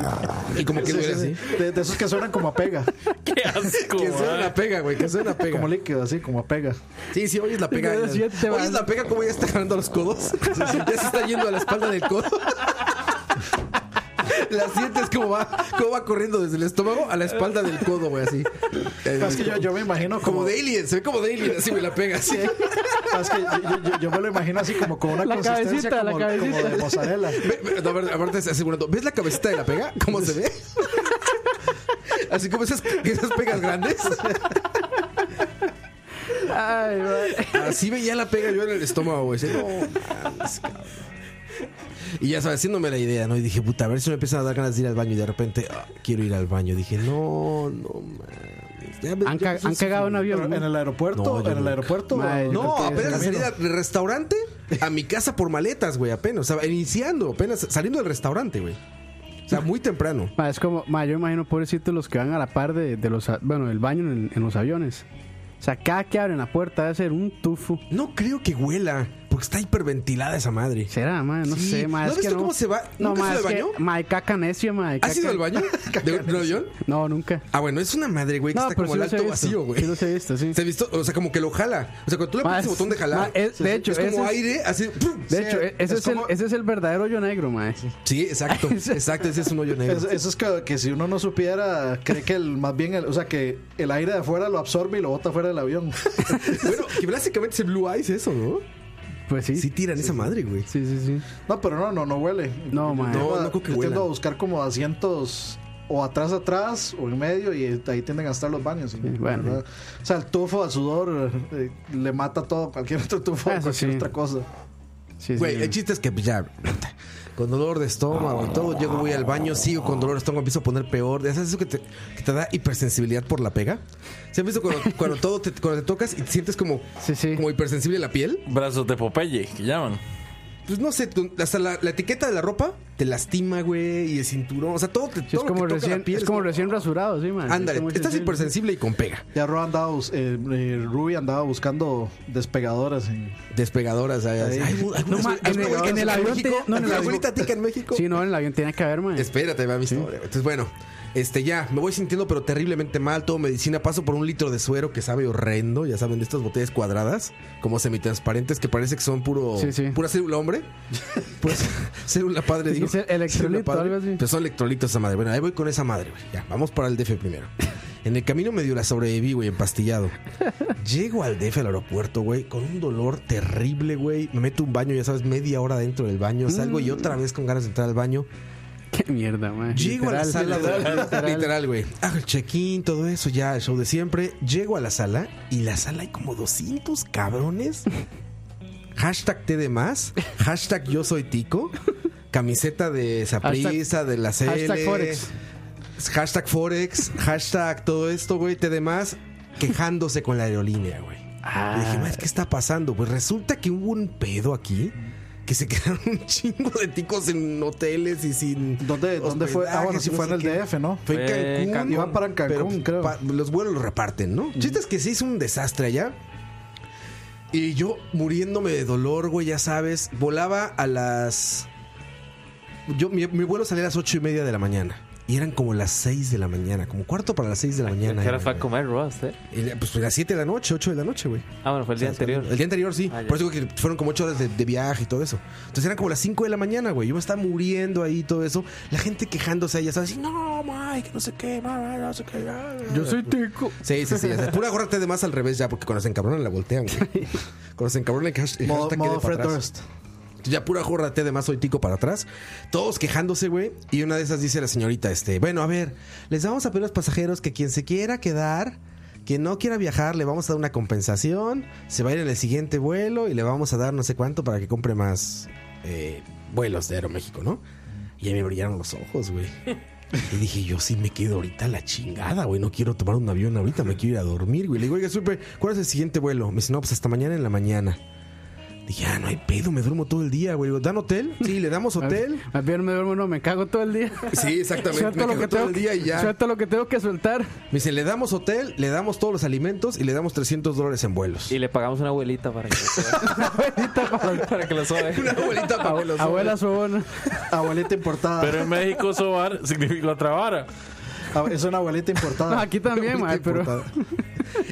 Speaker 3: y como que
Speaker 4: Sí,
Speaker 3: duele
Speaker 4: sí,
Speaker 3: así.
Speaker 4: sí. De, de esos que suenan como a pega.
Speaker 6: Qué asco,
Speaker 3: Que suena
Speaker 6: madre.
Speaker 3: la pega, güey, que suena la pega.
Speaker 4: Como líquido, así como a pega.
Speaker 3: Sí, sí, hoy es la pega.
Speaker 8: Yo decía, te
Speaker 3: Hoy
Speaker 8: vas.
Speaker 3: es la pega como ya está ganando los codos. Ya se está yendo a la espalda del codo. La sientes como va, como va corriendo desde el estómago a la espalda del codo, güey, así.
Speaker 4: Es que yo, yo me imagino
Speaker 3: Como
Speaker 4: como.
Speaker 3: de alien, se ve como de alien, así me la pega, así.
Speaker 4: es que yo, yo- yo- yo me lo imagino así como con una
Speaker 8: La
Speaker 4: consistencia
Speaker 8: cabecita, la
Speaker 4: como,
Speaker 8: cabecita.
Speaker 4: como de mozzarella.
Speaker 3: Ve- ve- no, a ver, aparte está asegurando, ¿ves la cabecita de la pega? ¿Cómo se ve? Así como esas, esas pegas grandes.
Speaker 8: Ay, mae.
Speaker 3: Así veía la pega yo en el estómago, güey. Decía, "No mames, cabrón". Y ya sabes, haciéndome la idea, ¿no? Y dije, puta, a ver si me empiezan a dar ganas de ir al baño. Y de repente, "Ah, quiero ir al baño. Dije, no, no mames. Ya me-
Speaker 8: Han,
Speaker 3: ya
Speaker 8: ca-
Speaker 3: me-
Speaker 8: han cagado un avión.
Speaker 4: Pero en el aeropuerto,
Speaker 3: No, yo
Speaker 4: en el
Speaker 3: nunca.
Speaker 4: aeropuerto.
Speaker 8: Mae, yo-
Speaker 3: No,
Speaker 8: creo que
Speaker 3: apenas la
Speaker 8: es
Speaker 3: salida del restaurante a mi casa por maletas, güey, apenas. O sea, iniciando, apenas saliendo del restaurante, güey. O sea, muy temprano.
Speaker 8: Ma, es como, ma, yo imagino, pobrecitos, los que van a la par de, de los, a- bueno, del baño en, en los aviones. O sea, cada que abren la puerta debe ser un tufo.
Speaker 3: No creo que huela, porque está hiperventilada esa madre.
Speaker 8: ¿Será, ma? No
Speaker 3: Sí.
Speaker 8: sé, ma.
Speaker 3: ¿No
Speaker 8: es
Speaker 3: has visto
Speaker 8: que no.
Speaker 3: cómo se va?
Speaker 8: No,
Speaker 3: ¿Nunca
Speaker 8: ma,
Speaker 3: has ido
Speaker 8: es
Speaker 3: al
Speaker 8: que-
Speaker 3: baño?
Speaker 8: ma, de caca necio, ma. de
Speaker 3: ¿Has
Speaker 8: caca-
Speaker 3: ido al baño? ¿De Nueva York?
Speaker 8: No, nunca.
Speaker 3: Ah, bueno, es una madre, güey, que
Speaker 8: No,
Speaker 3: está
Speaker 8: pero
Speaker 3: como
Speaker 8: sí
Speaker 3: el
Speaker 8: los he
Speaker 3: alto
Speaker 8: visto.
Speaker 3: vacío, güey.
Speaker 8: Sí los he visto, sí.
Speaker 3: Se ha visto, o sea, como que lo jala. O sea, cuando tú le
Speaker 8: Ma,
Speaker 3: pones el
Speaker 8: es-
Speaker 3: botón de jalar,
Speaker 8: ma, es- de hecho,
Speaker 3: es como
Speaker 8: ese es-
Speaker 3: aire, así. ¡pum!
Speaker 8: De hecho, e- ese,
Speaker 4: es
Speaker 8: es
Speaker 4: como-
Speaker 8: el, ese es el verdadero hoyo negro, ma.
Speaker 3: Sí, exacto, exacto, ese es un hoyo negro.
Speaker 4: Eso, eso es que, que si uno no supiera, cree que el, más bien, el, o sea, que el aire de afuera lo absorbe y lo bota fuera del avión.
Speaker 3: Bueno, que básicamente ese Blue Eyes eso, ¿no?
Speaker 8: Pues sí.
Speaker 3: Sí
Speaker 8: Sí,
Speaker 3: tiran esa madre, güey.
Speaker 8: sí, sí.
Speaker 4: No, pero no, no, no huele. Yo
Speaker 8: No, mae.
Speaker 4: tiendo a-
Speaker 3: No, no creo que
Speaker 4: yo tiendo
Speaker 3: huela.
Speaker 4: a buscar como asientos o atrás, atrás o en medio y ahí tienden a estar los baños. y-
Speaker 8: bueno.
Speaker 4: ¿verdad? O sea, el tufo a sudor eh, le mata todo, cualquier otro tufo,
Speaker 8: Eso
Speaker 4: cualquier
Speaker 8: Ah, sí.
Speaker 4: otra cosa.
Speaker 8: Sí, sí.
Speaker 3: Güey, el chiste es que pues, ya, puta, con dolor de estómago y todo, llego, voy al baño, sigo con dolor de estómago, empiezo a poner peor. ¿Sabes eso que te, que te da hipersensibilidad por la pega? ¿Se han visto cuando, cuando todo te, cuando te tocas y te sientes como,
Speaker 8: Sí, sí.
Speaker 3: como hipersensible la piel?
Speaker 6: Brazos de Popeye, que llaman.
Speaker 3: Pues no sé, tú- hasta la, la etiqueta de la ropa te lastima, güey, y el cinturón. O sea, todo
Speaker 8: Sí,
Speaker 3: te
Speaker 8: es
Speaker 3: todo lo
Speaker 8: como
Speaker 3: que toca la
Speaker 8: recién,
Speaker 3: piel
Speaker 8: es
Speaker 3: es
Speaker 8: como
Speaker 3: como-
Speaker 8: recién rasurado, sí, ma.
Speaker 3: Ándale,
Speaker 8: Es muy
Speaker 3: estás
Speaker 8: sensible.
Speaker 3: hipersensible y con pega.
Speaker 4: Ya Ro andaba, bus- eh, eh, Ruby andaba buscando despegadoras. en-
Speaker 3: Despegadoras. ¿sabes?
Speaker 4: Ahí.
Speaker 3: Ay, algunas-
Speaker 8: ma, en el-
Speaker 3: algunas-
Speaker 8: en el avión te-
Speaker 3: México,
Speaker 8: no, en el
Speaker 3: alguna
Speaker 8: avión.
Speaker 3: abuelita tica en México.
Speaker 8: Sí, no, en el avión tiene que haber, ma.
Speaker 3: Espérate, va mi historia. Entonces, bueno, este ya, me voy sintiendo pero terriblemente mal, todo medicina, paso por un litro de suero que sabe horrendo, ya saben, de estas botellas cuadradas, como semitransparentes, que parece que son puro,
Speaker 8: Sí, sí.
Speaker 3: pura célula hombre. Pues célula padre, digo.
Speaker 8: Es el electrolito,
Speaker 3: Célula padre.
Speaker 8: algo así.
Speaker 3: Pues son electrolitos esa madre. Bueno, ahí voy con esa madre, güey. Ya, vamos para el DF primero. En el camino medio la sobreviví, güey, empastillado. Llego al DF al aeropuerto, güey, con un dolor terrible, güey. Me meto un baño, ya sabes, media hora dentro del baño. Salgo y otra vez con ganas de entrar al baño.
Speaker 8: Mm. Qué mierda, ma.
Speaker 3: Llego a la
Speaker 8: Literal,
Speaker 3: sala,
Speaker 8: literal,
Speaker 3: literal,
Speaker 8: literal.
Speaker 3: literal, güey. Hago el check-in, todo eso, ya, el show de siempre. Llego a la sala y la sala hay como 200 cabrones. Hashtag T de más, hashtag yo soy tico, camiseta de Zaprisa, de la CL,
Speaker 8: hashtag Forex.
Speaker 3: hashtag Forex, hashtag todo esto, güey, T de más, quejándose con la aerolínea, güey. Y dije, "Madre, ¿qué está pasando? Pues resulta que hubo un pedo aquí. Que se quedaron un chingo de ticos en hoteles y sin.
Speaker 4: ¿Dónde, ¿Dónde fue? Ah, bueno,
Speaker 3: hospedajes y
Speaker 4: sí
Speaker 3: no
Speaker 4: fue en
Speaker 3: sé
Speaker 4: el
Speaker 3: qué.
Speaker 4: DF, ¿no?
Speaker 3: Fue en
Speaker 5: Fue
Speaker 3: Cancún.
Speaker 5: en
Speaker 4: Cancún. Iban para Cancún, creo.
Speaker 3: los vuelos los reparten, ¿no? Chistes que se hizo un desastre allá. Y yo muriéndome de dolor, güey, ya sabes. Volaba a las. Yo, mi, mi vuelo salía a las ocho y media de la mañana. Y eran como las 6 de la mañana, como cuarto para las 6 de la mañana.
Speaker 5: ¿Qué hora
Speaker 3: era,
Speaker 5: fue a
Speaker 3: güey.
Speaker 5: comer, Roa, usted?
Speaker 3: Y, Pues a las 7 de la noche, 8 de la noche, güey.
Speaker 5: Ah, bueno, fue el día anterior.
Speaker 3: El día anterior, sí.
Speaker 5: Ah, ya.
Speaker 3: Por eso digo que fueron como ocho horas de, de viaje y todo eso. Entonces eran como las 5 de la mañana, güey. Yo me estaba muriendo ahí y todo eso. La gente quejándose ahí, ya sabes, no, Mike, no sé qué, ma, ma, no sé qué. ma, ma".
Speaker 8: Yo soy tico.
Speaker 3: Sí, sí, sí. O sea, pura gorra de más al revés ya, porque cuando se encabronan la voltean, güey. Cuando se encabronan el hash- el
Speaker 4: Modo,
Speaker 3: hashtag
Speaker 4: modo
Speaker 3: quede para
Speaker 4: Fred
Speaker 3: atrás.
Speaker 4: Durst.
Speaker 3: Ya pura jorra té de más soy tico para atrás. Todos quejándose, güey. Y una de esas dice la señorita, este, bueno, a ver, les vamos a pedir a los pasajeros que quien se quiera quedar, quien no quiera viajar, le vamos a dar una compensación, se va a ir en el siguiente vuelo y le vamos a dar no sé cuánto para que compre más eh, vuelos de Aeroméxico, ¿no? Y ahí me brillaron los ojos, güey. Y dije, yo sí me quedo ahorita a la chingada, güey. No quiero tomar un avión ahorita, me quiero ir a dormir, güey. Le digo, oiga, supe, ¿cuál es el siguiente vuelo? Me dice, no, pues hasta mañana en la mañana. Dije, ah, no hay pedo, me duermo todo el día, güey. Digo, ¿Dan hotel? Sí, le damos hotel.
Speaker 8: Más bien me duermo, no, me cago todo el día.
Speaker 3: Sí, exactamente.
Speaker 8: Suelto
Speaker 3: me
Speaker 8: lo
Speaker 3: quedo
Speaker 8: que
Speaker 3: todo
Speaker 8: tengo
Speaker 3: el día y ya.
Speaker 8: Suelto lo que tengo que soltar.
Speaker 3: Me dice, le damos hotel, le damos todos los alimentos y le damos 300 dólares en vuelos.
Speaker 5: Y le pagamos una abuelita para que
Speaker 8: Abuelita para-
Speaker 5: para que lo sobe.
Speaker 3: Una abuelita para que los-
Speaker 8: Abuela sobona.
Speaker 4: Abuelita importada.
Speaker 6: Pero en México sobar significa otra vara.
Speaker 4: Ah, Es una abuelita
Speaker 8: No,
Speaker 4: importada.
Speaker 8: aquí también, ma,
Speaker 3: Abuelita
Speaker 8: pero.
Speaker 3: importada.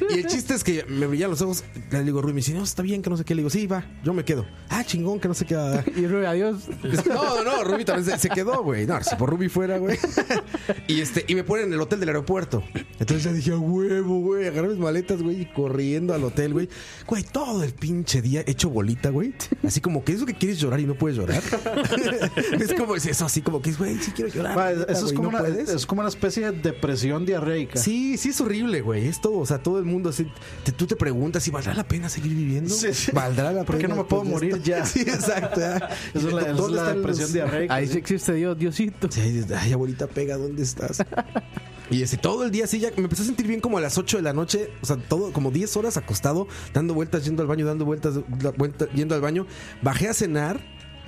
Speaker 3: Y el chiste es que me brillan los ojos. Le digo, Rui, me dice, no, está bien, que no sé qué. Le digo, sí, va, yo me quedo. Ah, chingón, que no sé qué. Ah,
Speaker 8: Y Rubio, adiós.
Speaker 3: No, no, Ruby también se, se quedó, güey. No, si por Ruby fuera, güey. Y este, y me ponen en el hotel del aeropuerto. Entonces ya dije, a huevo, güey. Agarré mis maletas, güey, y corriendo al hotel, güey. Güey, todo el pinche día hecho bolita, güey. Así como que eso que quieres llorar y no puedes llorar. es como es eso, así como que es, güey, sí quiero llorar.
Speaker 4: Ma, Eso Ah,
Speaker 3: neta,
Speaker 4: es
Speaker 3: güey,
Speaker 4: como,
Speaker 3: ¿no
Speaker 4: una,
Speaker 3: puedes?
Speaker 4: es como una especie de depresión diarreica.
Speaker 3: Sí, sí es horrible, güey. Es todo, o sea, todo el mundo así. te- tú te preguntas si valdrá la pena seguir viviendo.
Speaker 4: Sí, sí.
Speaker 3: ¿Valdrá la
Speaker 4: ¿Por
Speaker 3: pena?
Speaker 4: qué no me puedo
Speaker 3: Pues,
Speaker 4: morir
Speaker 3: está-
Speaker 4: ya?
Speaker 3: Sí, exacto. ya.
Speaker 4: Eso es la, eso es
Speaker 3: ¿Dónde
Speaker 4: la
Speaker 3: están los-
Speaker 4: depresión diarreica.
Speaker 8: Ahí
Speaker 4: sí.
Speaker 8: sí existe Dios, Diosito.
Speaker 3: Sí, ay, abuelita pega, ¿dónde estás? Y ese todo el día así, ya me empecé a sentir bien como a las 8 de la noche, o sea, todo como 10 horas acostado, dando vueltas, yendo al baño, dando vueltas, da- vuelta- yendo al baño. Bajé a cenar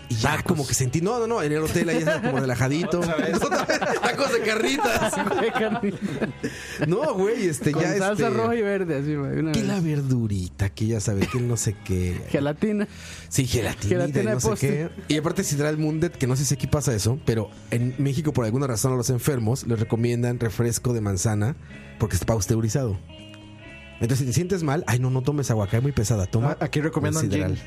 Speaker 3: y ya como que sentí, no, no, no, en el hotel ahí estaba como relajadito. Otra vez, Tacos de carritas. No, güey, este
Speaker 8: Con
Speaker 3: ya
Speaker 8: salsa
Speaker 3: este,
Speaker 8: roja y verde, así, güey. Una
Speaker 3: que la verdurita, que ya sabes, que el no sé qué.
Speaker 8: Gelatina.
Speaker 3: Sí, gelatina,
Speaker 8: Gelatina
Speaker 3: y no
Speaker 8: de
Speaker 3: sé
Speaker 8: postre.
Speaker 3: qué. Y aparte sidral Mundet, que no sé si aquí pasa eso, pero en México por alguna razón a los enfermos les recomiendan refresco de manzana porque está pasteurizado. Entonces, si te sientes mal, ay no, no tomes agua, cae muy pesada, toma.
Speaker 4: Ah, aquí recomiendan
Speaker 3: un sidral.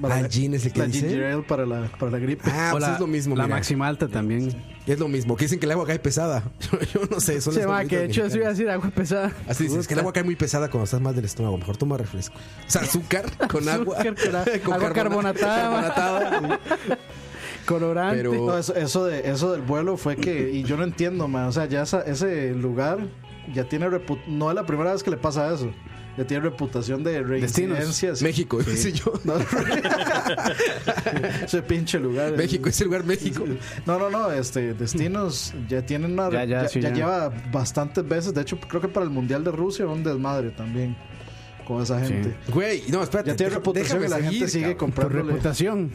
Speaker 3: Ah, gin es el que
Speaker 4: la
Speaker 3: dice.
Speaker 4: ginger ale para la, para la gripe.
Speaker 3: Ah, pues es lo mismo,
Speaker 8: La
Speaker 3: mira.
Speaker 8: maximalta también.
Speaker 3: Es lo mismo, que dicen que el agua cae pesada. Yo, yo no sé, son
Speaker 8: Se
Speaker 3: las
Speaker 8: va, que de
Speaker 3: normitas
Speaker 8: hecho eso iba a
Speaker 3: mexicanas.
Speaker 8: decir agua pesada.
Speaker 3: Así dices, que el agua cae muy pesada cuando estás mal del estómago. Mejor toma refresco. O sea, azúcar con agua.
Speaker 8: Azúcar con a- agua
Speaker 3: carbona-
Speaker 8: carbonatada.
Speaker 3: carbonatada.
Speaker 8: Colorante.
Speaker 3: Pero-
Speaker 4: No, eso, eso de, eso del vuelo fue que. Y yo no entiendo, man. O sea, ya esa- ese lugar ya tiene. repu- No es la primera vez que le pasa eso. Ya tiene reputación de reincidencias.
Speaker 3: México, dice yo.
Speaker 4: No, ese pinche lugar.
Speaker 3: México, es el lugar México.
Speaker 4: No, no, no, este, destinos ya tienen una...
Speaker 8: Ya,
Speaker 4: Ya,
Speaker 8: ya, sí,
Speaker 4: ya
Speaker 8: ya.
Speaker 4: lleva bastantes veces, de hecho creo que para el Mundial de Rusia un desmadre también con esa gente.
Speaker 3: Güey, no, espérate.
Speaker 4: Ya tiene
Speaker 3: deja-
Speaker 4: reputación
Speaker 3: déjame
Speaker 4: que la gente
Speaker 3: seguir,
Speaker 4: sigue
Speaker 3: cabrón.
Speaker 8: Por
Speaker 4: comprándole.
Speaker 8: reputación.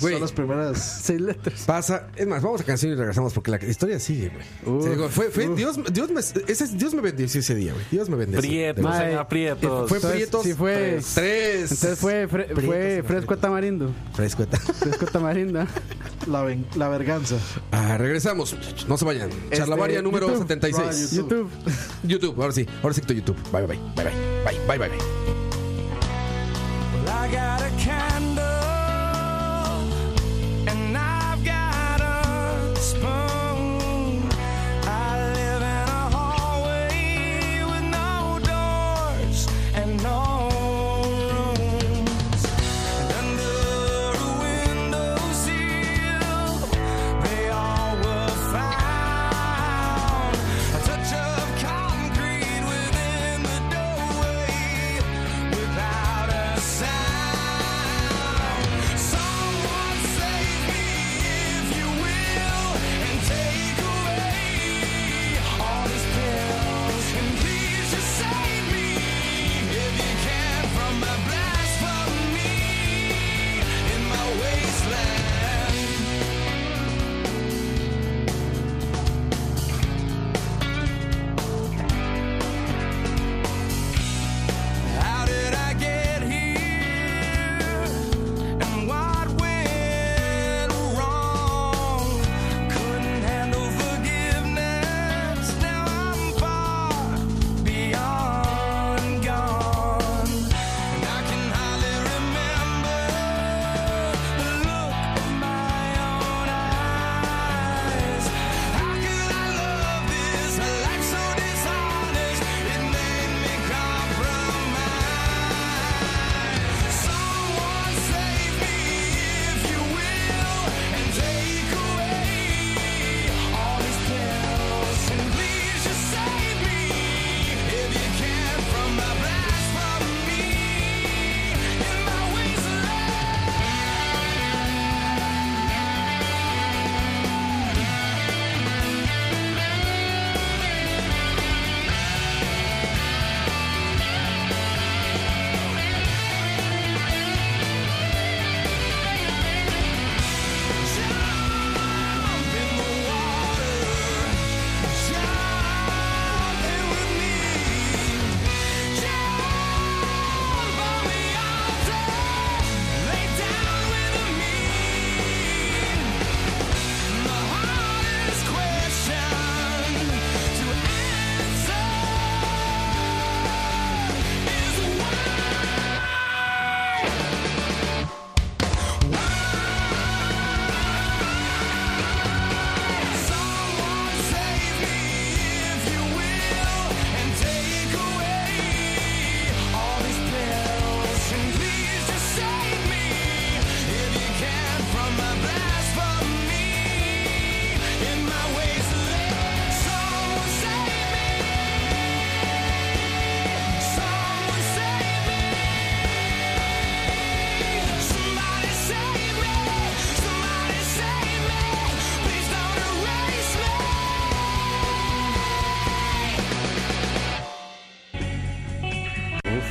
Speaker 3: Güey.
Speaker 4: Son las primeras...
Speaker 8: Seis letras.
Speaker 3: Pasa, es más, vamos a canción y regresamos porque la historia sigue, güey.
Speaker 4: Uh,
Speaker 8: Uf,
Speaker 3: Se digo, fue, fue- Dios, Dios, me, ese, es- Dios me bendició ese día, güey. Dios me bendició. De
Speaker 6: Prietos,
Speaker 3: verdad.
Speaker 8: Mae.
Speaker 6: en aprietos.
Speaker 3: Fue
Speaker 8: Este, Entonces,
Speaker 3: Prietos.
Speaker 8: sí fue-
Speaker 3: tres. Tres.
Speaker 8: Entonces fue, fre-
Speaker 3: Prietos
Speaker 8: fue
Speaker 3: en
Speaker 8: fresco
Speaker 3: aprietos.
Speaker 8: tamarindo.
Speaker 3: Fresco.
Speaker 8: Fresco tamarindo.
Speaker 4: La, ven- la verganza.
Speaker 3: Ah, regresamos, muchachos. No se vayan. Charlavaria número
Speaker 8: Este, YouTube. Ah,
Speaker 3: 76.
Speaker 8: YouTube.
Speaker 3: YouTube, ahora sí. Ahora sí que YouTube. Bye, bye, bye. Bye, bye, bye, bye. bye.
Speaker 9: Well, I got a candle and I've got a spoon. I live in a hallway with no doors and no rooms. And under a windowsill, they all were found. A touch of concrete within the doorway without a sound.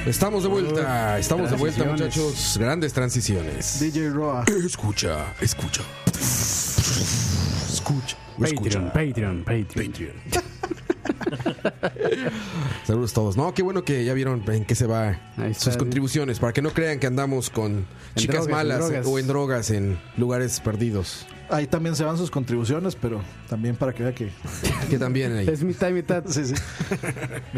Speaker 3: Estamos de vuelta, estamos de vuelta,
Speaker 8: transiciones.
Speaker 3: muchachos. Grandes transiciones.
Speaker 4: DJ Roa.
Speaker 1: Escucha, escucha. Escucha, escucha.
Speaker 8: Patreon, Patreon, Patreon.
Speaker 3: Saludos a todos. No, qué bueno que ya vieron en qué se va
Speaker 8: Ahí está,
Speaker 3: sus
Speaker 8: sí.
Speaker 3: contribuciones, para que no crean que andamos con
Speaker 8: drogas,
Speaker 3: chicas
Speaker 8: en
Speaker 3: malas eh,
Speaker 8: drogas.
Speaker 3: o en drogas en lugares perdidos.
Speaker 4: Ahí también se van sus contribuciones, pero también para que vea que.
Speaker 3: Que también hay.
Speaker 8: Es mitad y mitad.
Speaker 4: Sí, sí.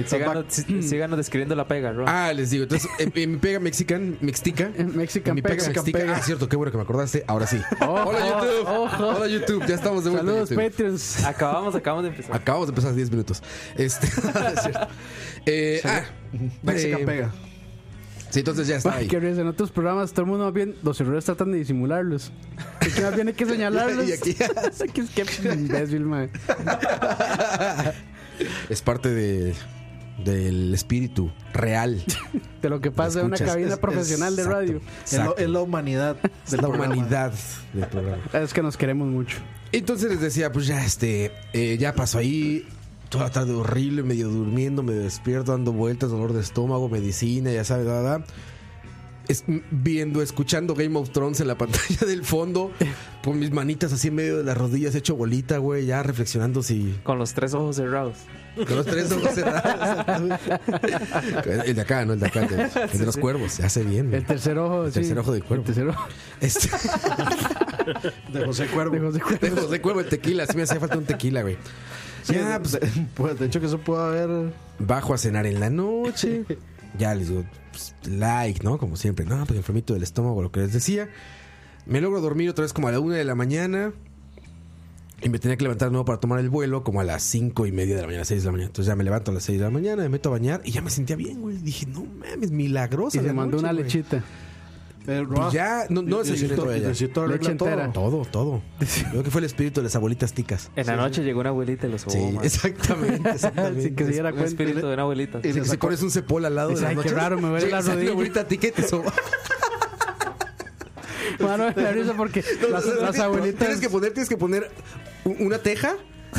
Speaker 5: Síganos, sí- síganos describiendo la pega, Ron.
Speaker 3: Ah, les digo, entonces, eh, eh, mi pega mexican, mixtica.
Speaker 8: Eh, Mexican
Speaker 3: mi pega
Speaker 8: pega.
Speaker 3: mextica. Ah, cierto, qué bueno que me acordaste. Ahora sí.
Speaker 8: Ojo,
Speaker 3: Hola, YouTube.
Speaker 8: ojo.
Speaker 3: Hola, YouTube. Ya estamos de vuelta. en
Speaker 8: Saludos,
Speaker 3: YouTube.
Speaker 8: Patreons.
Speaker 5: Acabamos, acabamos de empezar.
Speaker 3: Acabamos de empezar hace 10 minutos. Este, es cierto. Eh, ah,
Speaker 4: Mexican
Speaker 3: eh,
Speaker 4: pega.
Speaker 3: Sí, entonces ya está
Speaker 8: Ay,
Speaker 3: ahí.
Speaker 8: qué risa. En otros programas, todo el mundo más bien los errores tratan de disimularlos. Y que más bien hay que señalarlos.
Speaker 3: Y aquí-
Speaker 8: Aquí es que imbécil, man.
Speaker 3: Es parte de, del espíritu real.
Speaker 8: De lo que pasa en una
Speaker 3: Escuchas.
Speaker 8: cabina profesional de
Speaker 3: Exacto.
Speaker 8: radio.
Speaker 4: Es la,
Speaker 3: Exacto.
Speaker 4: es la humanidad
Speaker 3: Es
Speaker 4: del
Speaker 3: la
Speaker 4: programa.
Speaker 3: humanidad del programa.
Speaker 8: Es que nos queremos mucho.
Speaker 3: Entonces les decía, pues ya este, eh, ya pasó ahí. Toda la tarde horrible, medio durmiendo, medio despierto, dando vueltas, dolor de estómago, medicina, ya sabes, da, da, da. Es- viendo, escuchando Game of Thrones en la pantalla del fondo, con mis manitas así en medio de las rodillas, hecho bolita, güey, ya reflexionando si
Speaker 5: Con los tres ojos cerrados.
Speaker 3: Con los tres ojos cerrados. El de acá, no el de acá, el de, el de los cuervos. Se hace bien.
Speaker 8: El
Speaker 3: güey.
Speaker 8: tercer ojo.
Speaker 3: El tercer ojo del cuervo.
Speaker 8: El tercer ojo
Speaker 3: Este,
Speaker 4: De José Cuervo.
Speaker 8: de José Cuervo.
Speaker 3: de José Cuervo, el tequila. Sí me hacía falta un tequila, güey.
Speaker 4: Sí,
Speaker 3: Ya,
Speaker 4: de-
Speaker 3: pues,
Speaker 4: de- pues, de hecho, que eso puede haber.
Speaker 3: bajo a cenar en la noche. Ya les digo, pues, like, ¿no? Como siempre. No, pues enfermito del estómago, lo que les decía. Me logro dormir otra vez como a la una de la mañana. Y me tenía que levantar de nuevo para tomar el vuelo como a las cinco y media de la mañana, seis de la mañana. Entonces ya me levanto a las seis de la mañana, me meto a bañar y ya me sentía bien, güey. Dije, no mames, milagrosa.
Speaker 8: Y se
Speaker 3: la
Speaker 8: mandó
Speaker 3: noche,
Speaker 8: una
Speaker 3: güey.
Speaker 8: lechita.
Speaker 4: Eh, Roa,
Speaker 3: Pues ya, no- no
Speaker 4: Diosito-
Speaker 3: desayuné todavía.
Speaker 4: Diosito arregla
Speaker 8: Leche
Speaker 4: todo.
Speaker 8: entera.
Speaker 3: Todo, todo. Creo que fue el espíritu de las abuelitas ticas.
Speaker 5: En la noche llegó una abuelita y los ojos.
Speaker 3: Sí, exactamente, exactamente.
Speaker 8: Sin que se diera
Speaker 5: Un
Speaker 8: cuenta.
Speaker 5: espíritu de una abuelita.
Speaker 4: Y
Speaker 3: Sí,
Speaker 4: le
Speaker 3: que si
Speaker 4: sacó-
Speaker 3: pones un cepol al lado de
Speaker 8: Dice,
Speaker 3: la
Speaker 8: "Ay, qué
Speaker 3: noche.
Speaker 8: raro, me duele la rodilla".
Speaker 3: abuelita tica y te soba.
Speaker 8: Mano, me da risa porque las, las abuelitas.
Speaker 3: Tienes que poner, tienes que poner u- una teja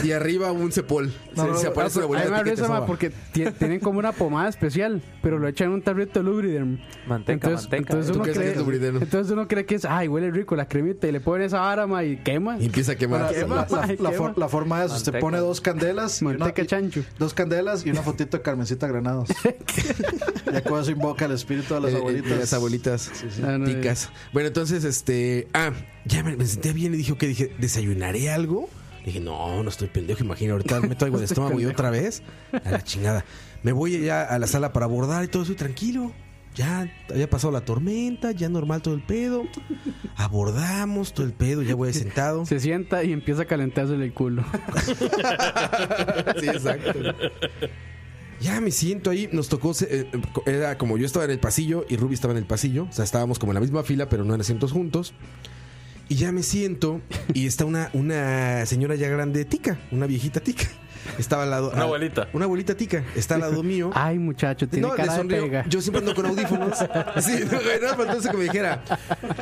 Speaker 3: y arriba un cepol.
Speaker 4: No, no,
Speaker 3: se, se
Speaker 4: no,
Speaker 3: aparece una
Speaker 8: A mí me
Speaker 3: abuelita
Speaker 8: da
Speaker 3: tica y te
Speaker 8: risa, ma,
Speaker 3: soba.
Speaker 8: porque ti- tienen como una pomada especial, pero lo echan en un tarrito de lubriderm.
Speaker 5: Manteca,
Speaker 8: entonces,
Speaker 5: manteca. ¿eh?
Speaker 8: Entonces
Speaker 3: ¿Tú
Speaker 8: uno,
Speaker 3: crees que
Speaker 8: cree,
Speaker 3: es Lubriderm?
Speaker 8: entonces uno cree que es, ay, huele rico la cremita y le ponen esa vara, ma, y quema.
Speaker 3: Y empieza a quemar.
Speaker 4: La, la- la-
Speaker 8: Ay,
Speaker 4: la
Speaker 8: qué
Speaker 4: for-
Speaker 8: mal.
Speaker 4: la forma es: usted
Speaker 5: Manteca.
Speaker 4: pone dos candelas. y una-
Speaker 8: Manteca
Speaker 4: y-
Speaker 8: chancho.
Speaker 4: Dos candelas y una fotito de Carmencita Granados. ya con eso invoca el espíritu de las
Speaker 3: Eh, eh,
Speaker 4: abuelitas.
Speaker 3: de las abuelitas
Speaker 8: Ah, no,
Speaker 3: ticas. Bueno, entonces, este. Ah, ya me, me senté bien y dije, ok, dije, ¿desayunaré algo? Dije, no, no estoy pendejo, imagina, ahorita me traigo de estómago y otra vez. A la chingada. Me voy ya a la sala para abordar y todo eso, y tranquilo. Ya había pasado la tormenta, ya normal todo el pedo. Abordamos todo el pedo, ya voy sentado.
Speaker 8: Se sienta y empieza a calentarse el culo.
Speaker 3: Sí, exacto. Ya me siento ahí, nos tocó, eh, era como yo estaba en el pasillo y Ruby estaba en el pasillo, o sea, estábamos como en la misma fila, pero no en asientos juntos. Y ya me siento y está una, una señora ya grande tica, una viejita tica. Estaba al lado...
Speaker 8: Ah,
Speaker 6: Una
Speaker 3: al-
Speaker 6: abuelita.
Speaker 3: Una abuelita tica, está al lado mío.
Speaker 8: Ay, muchacho, tiene
Speaker 3: No, le
Speaker 8: cara de
Speaker 3: sonrío.
Speaker 8: pega.
Speaker 3: Yo siempre ando con audífonos. sí, no, güey, nada más faltó eso que me dijera.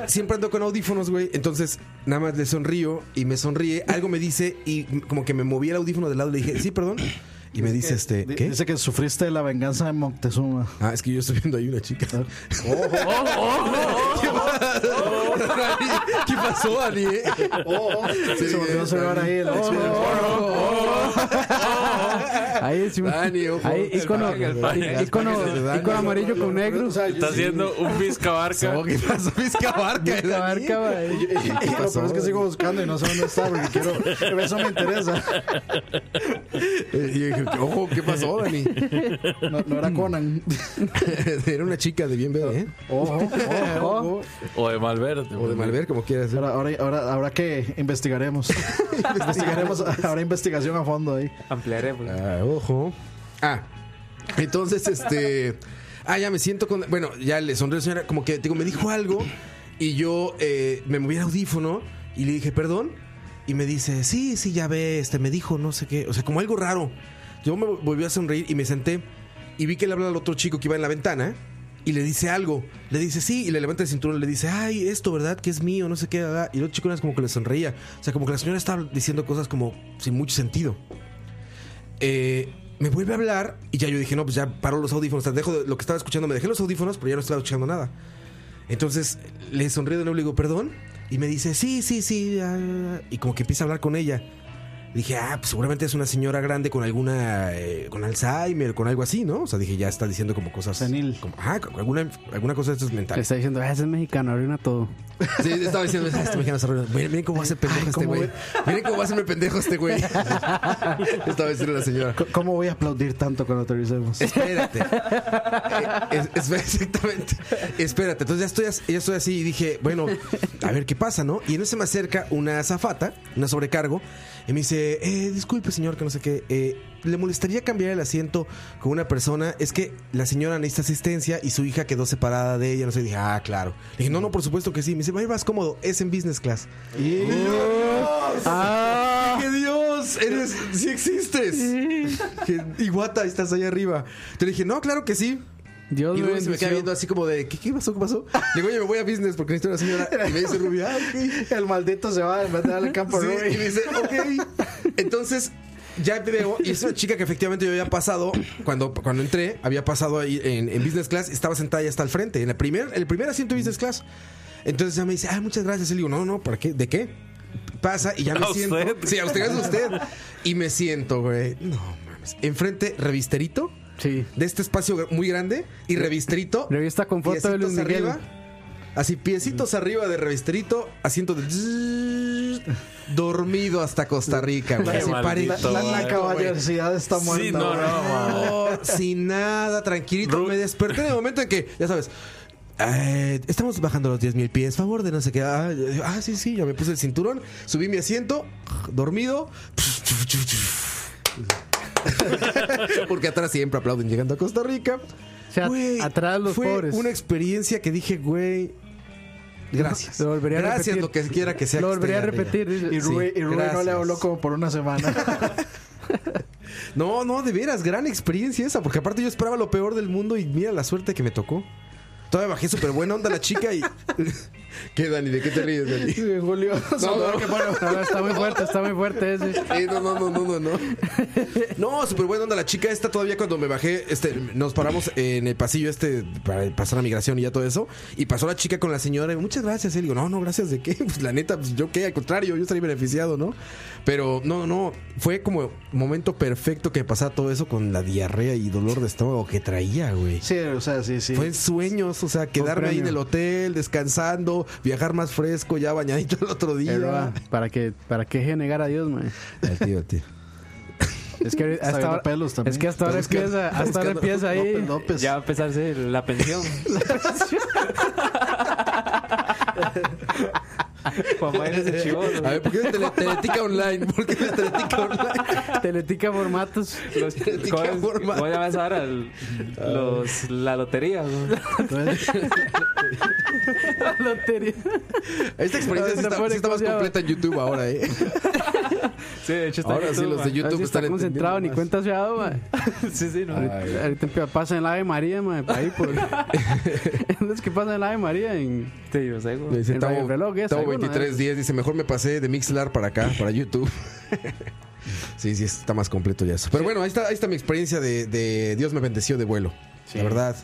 Speaker 3: Siempre ando con audífonos, güey. Entonces, nada más le sonrío y me sonríe. Algo me dice y como que me moví el audífono de lado. Le dije, sí, perdón. Y me dice, este,
Speaker 4: Di-
Speaker 3: ¿qué?
Speaker 4: Dice que sufriste de la venganza de Moctezuma. Ah.
Speaker 3: Ah, es que yo estoy viendo ahí una chica. Oh, ¿Qué pasó, Ali? ¿Qué pasó, Ali? eh? Sí,
Speaker 4: Oh,
Speaker 3: Oh,
Speaker 4: se volvió a cerrar ahí el
Speaker 8: Ahí sí,
Speaker 3: Dani, ojo.
Speaker 8: ahí,
Speaker 3: El
Speaker 8: ícono,
Speaker 3: pack, el pack, el pack es de
Speaker 8: ícono,
Speaker 3: Dani.
Speaker 8: ícono amarillo con negro.
Speaker 6: Está haciendo un pisca barca.
Speaker 3: No, ¿Qué pasó? Vizca Barca,
Speaker 8: Vizca
Speaker 3: Dani?
Speaker 8: Barca, va, eh.
Speaker 3: ¿Qué
Speaker 4: Pero
Speaker 3: pasó?
Speaker 4: es que sigo buscando y no sé dónde está porque quiero. Eso me interesa.
Speaker 3: Eh, Y yo dije, ojo, ¿qué pasó, Dani?
Speaker 4: No, no era Conan.
Speaker 3: Era una chica de bien ver, ¿eh?
Speaker 4: Ojo, ojo.
Speaker 6: O de Malverde.
Speaker 3: O de Malver, como quieras. ¿eh?
Speaker 4: Ahora, ahora, ahora, ahora que investigaremos. investigaremos. Habrá investigación a fondo ahí.
Speaker 5: Ampliaremos.
Speaker 3: Ah, ojo. Ah, entonces este. Ah, ya me siento con. Bueno, ya le sonreí a la señora, como que digo, me dijo algo y yo eh, me moví el audífono y le dije, perdón. Y me dice, sí, sí, ya ve, este, me dijo, no sé qué. O sea, como algo raro. Yo me volví a sonreír y me senté y vi que le hablaba al otro chico que iba en la ventana y le dice algo. Le dice sí y le levanta el cinturón y le dice, ay, esto, ¿verdad? Que es mío, no sé qué. da, da". Y el otro chico era como que le sonreía. O sea, como que la señora estaba diciendo cosas como sin mucho sentido. Eh, me vuelve a hablar y ya yo dije, no, pues ya paro los audífonos. O sea, dejo de- lo que estaba escuchando, me dejé los audífonos, pero ya no estaba escuchando nada. Entonces le sonrío de nuevo y le digo, perdón. Y me dice, sí, sí, sí. ah", y como que empieza a hablar con ella. Dije, ah, pues seguramente es una señora grande con alguna. eh, con Alzheimer, con algo así, ¿no? O sea, dije, ya está diciendo como cosas.
Speaker 4: Senil.
Speaker 3: como- ah, con alguna, alguna cosa de estas
Speaker 8: Le
Speaker 3: mentales.
Speaker 8: está diciendo, "Ah, ese es mexicano, arruina todo.
Speaker 3: Sí, estaba diciendo, "Ah, este mexicano se arruina". Miren, miren cómo va a ser pendejo este
Speaker 4: ¿cómo
Speaker 3: güey. Miren cómo va a hacerme pendejo este güey. estaba diciendo la señora.
Speaker 4: C- ¿Cómo voy a aplaudir tanto cuando aterricemos?
Speaker 3: Espérate. Eh, es- es- exactamente. Espérate. Entonces ya estoy, as- ya estoy así y dije, bueno, a ver qué pasa, ¿no? Y en eso se me acerca una azafata, una sobrecargo, y me dice, eh, disculpe, señor, que no sé qué. eh, ¿Le molestaría cambiar el asiento con una persona? Es que la señora necesita asistencia y su hija quedó separada de ella. No sé, dije, ah, claro. Le dije, no, no, por supuesto que sí. Me dice, va más cómodo, es en business class.
Speaker 4: Y-
Speaker 8: Ah,
Speaker 3: ¡Qué Dios! Eres, sí existes. Dije, Iguata, estás ahí arriba. Te dije, no, claro que sí.
Speaker 8: Dios
Speaker 3: Y
Speaker 8: me
Speaker 3: Rubio se me queda viendo
Speaker 8: bendició.
Speaker 3: así como de, ¿qué, qué pasó? ¿Qué pasó? Le digo, oye, me voy a business porque necesito una señora. Y me dice Rubio, ah, ok.
Speaker 4: El maldito se va a darle campo a
Speaker 3: Sí,
Speaker 4: Ruby.
Speaker 3: y me dice, ok. Entonces, ya te veo, y es una chica que efectivamente yo había pasado, cuando, cuando entré, había pasado ahí en, en business class, estaba sentada ya hasta el frente, en el primer, el primer asiento de business class. Entonces ya me dice, ah, muchas gracias. Y le digo, no, no, ¿para qué? ¿De qué? Pasa y ya me
Speaker 6: ¿A
Speaker 3: siento.
Speaker 6: usted?
Speaker 3: Sí, a usted es usted. Y me siento, güey. No mames. Enfrente, revisterito
Speaker 8: Sí.
Speaker 3: de este espacio gr- muy grande y revisterito.
Speaker 8: Revista con foto de
Speaker 3: piecitos
Speaker 8: Luis Miguel.
Speaker 3: arriba, así, piecitos arriba de revisterito, haciendo de zzzz, dormido hasta Costa Rica, güey.
Speaker 6: Qué
Speaker 3: Así
Speaker 6: maldito,
Speaker 3: parejito,
Speaker 4: La, la
Speaker 3: güey.
Speaker 4: caballerosidad está muerta.
Speaker 6: Sí, no,
Speaker 4: güey.
Speaker 6: no, ma.
Speaker 3: No, sin nada, tranquilito.
Speaker 6: Ru-
Speaker 3: Me desperté en el momento en que, ya sabes. eh, estamos bajando los 10.000 mil pies, favor de no sé qué. Ah, yo- ah, sí, sí, ya me puse el cinturón, subí mi asiento, dormido. Porque atrás siempre aplauden llegando a Costa Rica.
Speaker 8: O sea,
Speaker 3: Güey,
Speaker 8: atrás los
Speaker 3: fue
Speaker 8: pobres.
Speaker 3: una experiencia que dije, güey, gracias.
Speaker 8: Lo volvería a
Speaker 3: gracias
Speaker 8: repetir.
Speaker 3: lo que quiera que sea.
Speaker 8: Lo
Speaker 3: que
Speaker 8: volvería a
Speaker 3: esté arriba.
Speaker 8: repetir. dice.
Speaker 4: Y Rubén
Speaker 3: Sí,
Speaker 4: no le
Speaker 3: gracias.
Speaker 4: habló como por una semana.
Speaker 3: No, no, de veras, gran experiencia esa, porque aparte yo esperaba lo peor del mundo y mira la suerte que me tocó. Todavía bajé súper buena onda la chica y... ¿Qué, Dani? ¿De qué te ríes, Dani?
Speaker 4: Sí, Julio.
Speaker 3: No, no, qué bueno.
Speaker 8: No, no, está muy fuerte, está muy fuerte ese.
Speaker 3: Eh, no, no, no, no, no, no. No, súper buena onda la chica esta todavía cuando me bajé, este, nos paramos en el pasillo este para pasar la migración y ya todo eso. Y pasó la chica con la señora y muchas gracias. Y digo, no, no, gracias de qué. Pues la neta, pues yo qué, al contrario, yo estaría beneficiado, ¿no? Pero no, no, fue como momento perfecto que pasaba todo eso con la diarrea y dolor de estómago que traía, güey.
Speaker 4: Sí, o sea, sí, sí.
Speaker 3: Fue en sueños, o sea, quedarme ahí en
Speaker 8: premio.
Speaker 3: el hotel, descansando, viajar más fresco, ya bañadito el otro día.
Speaker 8: Erroa, para que para que negar a Dios, man.
Speaker 3: Al tío, al tío.
Speaker 8: Es que
Speaker 4: Está
Speaker 8: hasta
Speaker 4: viendo
Speaker 8: ahora,
Speaker 4: pelos también.
Speaker 8: es que hasta ahora
Speaker 3: Está buscando-
Speaker 8: empieza,
Speaker 3: está
Speaker 8: hasta ahora
Speaker 3: buscando
Speaker 8: empieza ahí.
Speaker 4: López López.
Speaker 5: Ya va a empezarse la pensión. Juan Mayer es el chivolo.
Speaker 3: A ver, ¿por qué es tele- Teletica Online? ¿Por qué es Teletica Online?
Speaker 8: Teletica formatos.
Speaker 5: Los,
Speaker 3: Qué
Speaker 5: ¿cómo, es-
Speaker 3: forma.
Speaker 5: cómo llamas ahora? El- Los, la lotería. güey.
Speaker 8: Ah, pues, Lotería.
Speaker 3: Esta experiencia sí
Speaker 8: Se
Speaker 3: está,
Speaker 8: pone
Speaker 3: sí está más
Speaker 8: como
Speaker 3: completa en YouTube ahora, ¿eh?
Speaker 5: Sí, de hecho está
Speaker 3: Ahora
Speaker 5: en
Speaker 3: sí,
Speaker 5: YouTube,
Speaker 3: los de
Speaker 5: ma.
Speaker 8: Ahora
Speaker 3: YouTube
Speaker 8: sí está
Speaker 3: están
Speaker 8: concentrado, ni
Speaker 3: entendiendo
Speaker 8: cuenta se ha dado, man.
Speaker 5: YouTube. Sí, sí, no.
Speaker 8: Ahorita, ahorita empieza- pasa en la Ave María, man, pa' ahí por. es que pasa en la Ave María en
Speaker 5: Sí, yo sé,
Speaker 3: más. Me
Speaker 5: güey.
Speaker 3: dice,
Speaker 8: en
Speaker 3: Tavo,
Speaker 8: Radio Reloj, ¿es
Speaker 3: Tavo
Speaker 8: alguno,
Speaker 3: 2310 dice, mejor me pasé de Mixlar para acá, para YouTube. sí, sí, está más completo ya eso. Pero bueno, ahí está, ahí está mi experiencia de, de Dios me bendeció de vuelo. La verdad.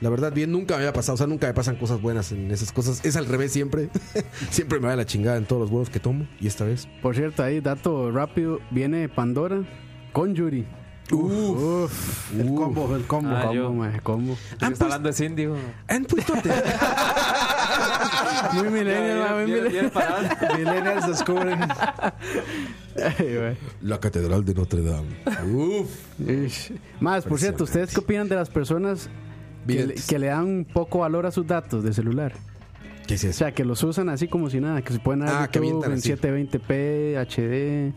Speaker 3: La verdad, bien, nunca me había pasado. O sea, nunca me pasan cosas buenas en esas cosas. Es al revés siempre. siempre me va a la chingada en todos los vuelos que tomo. Y esta vez.
Speaker 8: Por cierto, ahí, dato rápido, viene Pandora con Yuri. Uf,
Speaker 4: El combo, el combo.
Speaker 5: Ah,
Speaker 8: combo,
Speaker 5: yo.
Speaker 8: mae, combo.
Speaker 5: Está hablando de Cindy, güey.
Speaker 3: Han puesto
Speaker 8: Muy millennial, mae, muy
Speaker 5: Bien, bien, bien
Speaker 8: millennial.
Speaker 5: parado.
Speaker 4: Millennials descubren.
Speaker 8: Ay, mae.
Speaker 3: la Catedral de Notre Dame. Uf.
Speaker 8: Ish. Más, por cierto, ¿ustedes qué opinan de las personas que le,
Speaker 3: Videntes.
Speaker 8: que le dan poco valor a sus datos de celular?
Speaker 3: ¿Qué es
Speaker 8: O sea, que los usan así como si nada, que se pueden dar
Speaker 3: Ah, que
Speaker 8: YouTube
Speaker 3: avientan
Speaker 8: en
Speaker 3: así.
Speaker 8: 720p, HD.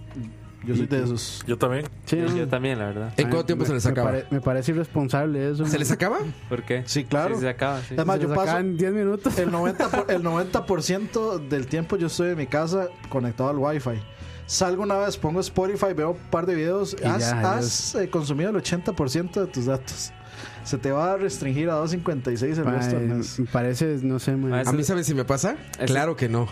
Speaker 4: Yo soy de esos.
Speaker 6: Yo también.
Speaker 8: Sí, ¿no?
Speaker 5: Yo también, la verdad.
Speaker 3: ¿En cuánto tiempo
Speaker 8: Me-
Speaker 3: se les
Speaker 8: me
Speaker 3: acaba?
Speaker 8: pare- me parece irresponsable eso.
Speaker 3: ¿Se les acaba?
Speaker 5: ¿Por qué?
Speaker 4: Sí, claro.
Speaker 5: Sí, se acaba, sí.
Speaker 4: Además, yo
Speaker 8: yo
Speaker 4: paso
Speaker 8: en 10 minutos.
Speaker 4: el 90%, por- el 90 del tiempo yo estoy en mi casa conectado al Wi-Fi. Salgo una vez, pongo Spotify, veo un par de videos.
Speaker 8: Y
Speaker 4: Has,
Speaker 8: ya,
Speaker 4: has, eh, consumido el 80% de tus datos. se te va a restringir a 2.56 el
Speaker 8: Ma,
Speaker 4: resto del
Speaker 8: eh,
Speaker 4: mes.
Speaker 8: me parece, no sé, ma.
Speaker 5: Ma,
Speaker 8: Ah,
Speaker 3: ¿A mí sabes si me pasa? Claro que no.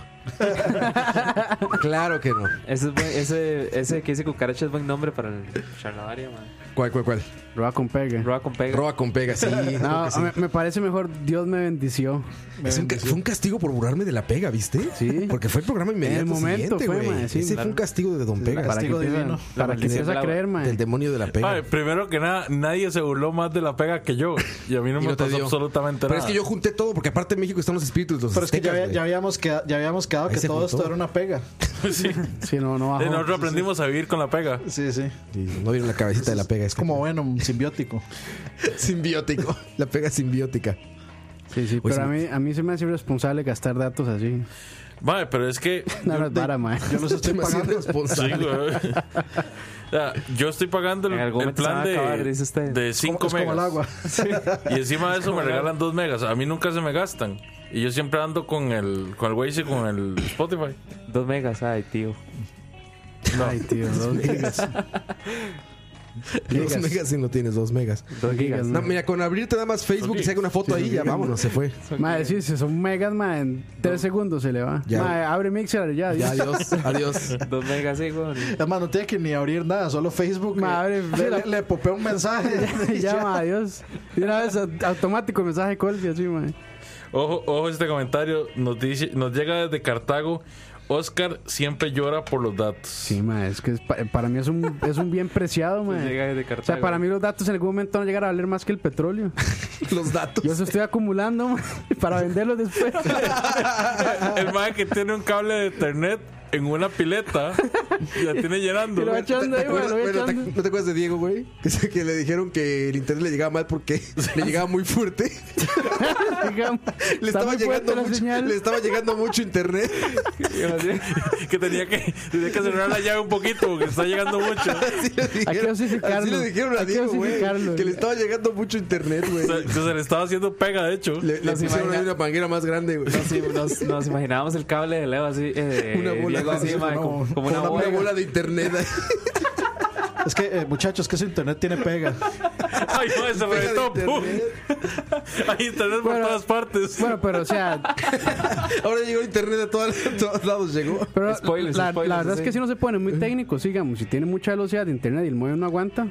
Speaker 3: claro que no.
Speaker 5: Ese, es buen- ese, ese que dice cucaracha es buen nombre para el charlavaria, man.
Speaker 3: ¿Cuál, cuál, cuál?
Speaker 8: Roa con pega.
Speaker 5: Roa con pega.
Speaker 3: Roa con pega, sí. creo
Speaker 8: No,
Speaker 3: que sí.
Speaker 8: me, me parece mejor Dios me bendició.
Speaker 3: Es un ca- fue un castigo por burlarme de la pega, ¿viste?
Speaker 8: Sí.
Speaker 3: Porque fue el programa
Speaker 8: En
Speaker 3: inmediato.
Speaker 8: el momento
Speaker 3: siguiente,
Speaker 8: fue,
Speaker 3: güey.
Speaker 8: ma, sí,
Speaker 3: Ese
Speaker 8: claro.
Speaker 3: fue un castigo de Don Pega.
Speaker 8: para que
Speaker 4: castigo
Speaker 8: empiezas-
Speaker 4: divino.
Speaker 8: para que
Speaker 5: maldición
Speaker 8: empiezas
Speaker 5: de
Speaker 8: a
Speaker 5: la-
Speaker 8: creer, ma.
Speaker 3: Del demonio de la pega.
Speaker 6: Mae, primero que nada, nadie se burló más de la pega que yo. Y a mí no
Speaker 3: Y
Speaker 6: me
Speaker 3: no te
Speaker 6: pasó
Speaker 3: dio.
Speaker 6: absolutamente
Speaker 3: Pero
Speaker 6: nada.
Speaker 3: es que yo junté todo, porque aparte en México están los espíritus, los
Speaker 4: Pero es que ya,
Speaker 3: aztecas,
Speaker 4: había-
Speaker 3: güey.
Speaker 4: ya habíamos quedado, ya habíamos quedado
Speaker 3: Ahí
Speaker 4: que
Speaker 3: se
Speaker 4: todo
Speaker 3: juntó.
Speaker 4: esto era una pega.
Speaker 6: Sí.
Speaker 8: Sí, no, no
Speaker 6: Eh,
Speaker 8: bajó.
Speaker 6: Nosotros aprendimos a vivir con la pega.
Speaker 4: Sí, sí.
Speaker 3: Sí, no vieron la cabecita de la pega.
Speaker 4: Es como Venom, simbiótico.
Speaker 3: simbiótico. La pega simbiótica.
Speaker 8: Sí, sí,
Speaker 3: Oye,
Speaker 8: pero a
Speaker 3: sí.
Speaker 8: mí, a mí se me hace irresponsable gastar datos así.
Speaker 6: Mae, pero es que.
Speaker 8: No, no es vara, ma.
Speaker 4: Yo los estoy
Speaker 3: Demasiado
Speaker 4: pagando.
Speaker 6: Sí,
Speaker 3: responsable.
Speaker 6: güey. O sea, yo estoy pagando el,
Speaker 5: En algún
Speaker 6: el
Speaker 5: momento se
Speaker 6: plan
Speaker 5: van a
Speaker 6: de,
Speaker 5: acabar, dice usted.
Speaker 6: de 5
Speaker 4: Es como el
Speaker 6: megas.
Speaker 4: agua.
Speaker 6: Y encima de eso me regalan 2 megas. A mí nunca se me gastan. Y yo siempre ando con el, con el Waze y con el Spotify.
Speaker 5: Dos megas, ay, tío.
Speaker 8: Ay, tío, dos gigas.
Speaker 3: Dos megas si no tienes dos megas.
Speaker 5: Dos gigas.
Speaker 3: No, mira, con abrirte nada más Facebook y se haga una foto ahí, ya vámonos, se fue.
Speaker 8: Ma, sí, si son megas, ma, en tres segundos se le va.
Speaker 3: Ya.
Speaker 8: Ma, abre Mixer, ya.
Speaker 3: Ya,
Speaker 8: ya.
Speaker 3: adiós, adiós.
Speaker 5: Dos megas, sí, güey.
Speaker 4: Además, no tiene que ni abrir nada, solo Facebook. eh,
Speaker 8: Madre,
Speaker 4: le, le, le popea un mensaje.
Speaker 8: ya, ma, adiós. De una vez au- automático mensaje Colby, así, ma.
Speaker 6: Ojo, ojo este comentario. Nos, dice, nos llega desde Cartago. Oscar siempre llora por los datos.
Speaker 8: Sí, ma, es que es pa- para mí es un, es un bien preciado, ma.
Speaker 5: Llega desde
Speaker 8: O sea,
Speaker 5: Cartago.
Speaker 8: para mí los datos en algún momento van a llegar a valer más que el petróleo.
Speaker 3: Los datos.
Speaker 8: Yo los estoy acumulando ma, para venderlos después.
Speaker 3: ah,
Speaker 6: El mae que tiene un cable de internet en una pileta la tiene llenando.
Speaker 8: Y lo va echando ahí, ma, lo
Speaker 3: Bueno,
Speaker 8: voy
Speaker 3: bueno, ¿te-
Speaker 8: echando.
Speaker 3: ¿No te acuerdas de Diego, güey? Que, se- que le dijeron que el internet le llegaba mal porque le llegaba muy fuerte.
Speaker 8: Digamos,
Speaker 3: Le
Speaker 8: está
Speaker 3: estaba,
Speaker 8: muy fuerte
Speaker 3: llegando
Speaker 8: la
Speaker 3: mucho,
Speaker 8: señal.
Speaker 3: le estaba llegando mucho internet.
Speaker 6: Que tenía que, tenía que cerrar la llave un poquito porque está llegando mucho.
Speaker 3: Así le dijeron,
Speaker 8: dosificarlo.
Speaker 3: así le dijeron a
Speaker 8: Hay que
Speaker 3: Diego, güey.
Speaker 8: dosificarlo.
Speaker 3: Que le estaba llegando mucho internet, güey.
Speaker 6: O sea, se le estaba haciendo pega, de hecho.
Speaker 3: Le, le
Speaker 5: Los
Speaker 3: pusieron ahí
Speaker 5: imagina-
Speaker 3: una panguera más grande, güey.
Speaker 5: Sí, nos, nos imaginábamos el cable de Leo así. Eh,
Speaker 3: Una bola,
Speaker 5: Diego así,
Speaker 3: sí,
Speaker 5: ma,
Speaker 4: no,
Speaker 5: como, como una,
Speaker 3: Una
Speaker 5: bola.
Speaker 3: bola de internet. ahí.
Speaker 4: Es que, eh, muchachos, que su internet tiene pega.
Speaker 6: Ay, no, se
Speaker 3: Pega de
Speaker 6: reventó. ¡pum!
Speaker 3: internet.
Speaker 6: Hay internet por
Speaker 8: Bueno.
Speaker 6: todas partes.
Speaker 8: Bueno, pero o sea,
Speaker 3: Ahora llegó internet a todas- a todos lados, llegó.
Speaker 8: pero
Speaker 5: Spoilers,
Speaker 8: la,
Speaker 5: spoilers,
Speaker 8: la verdad
Speaker 5: sí.
Speaker 8: es que si no se pone muy técnico, sí, digamos, si tiene mucha velocidad de internet y el móvil no aguanta,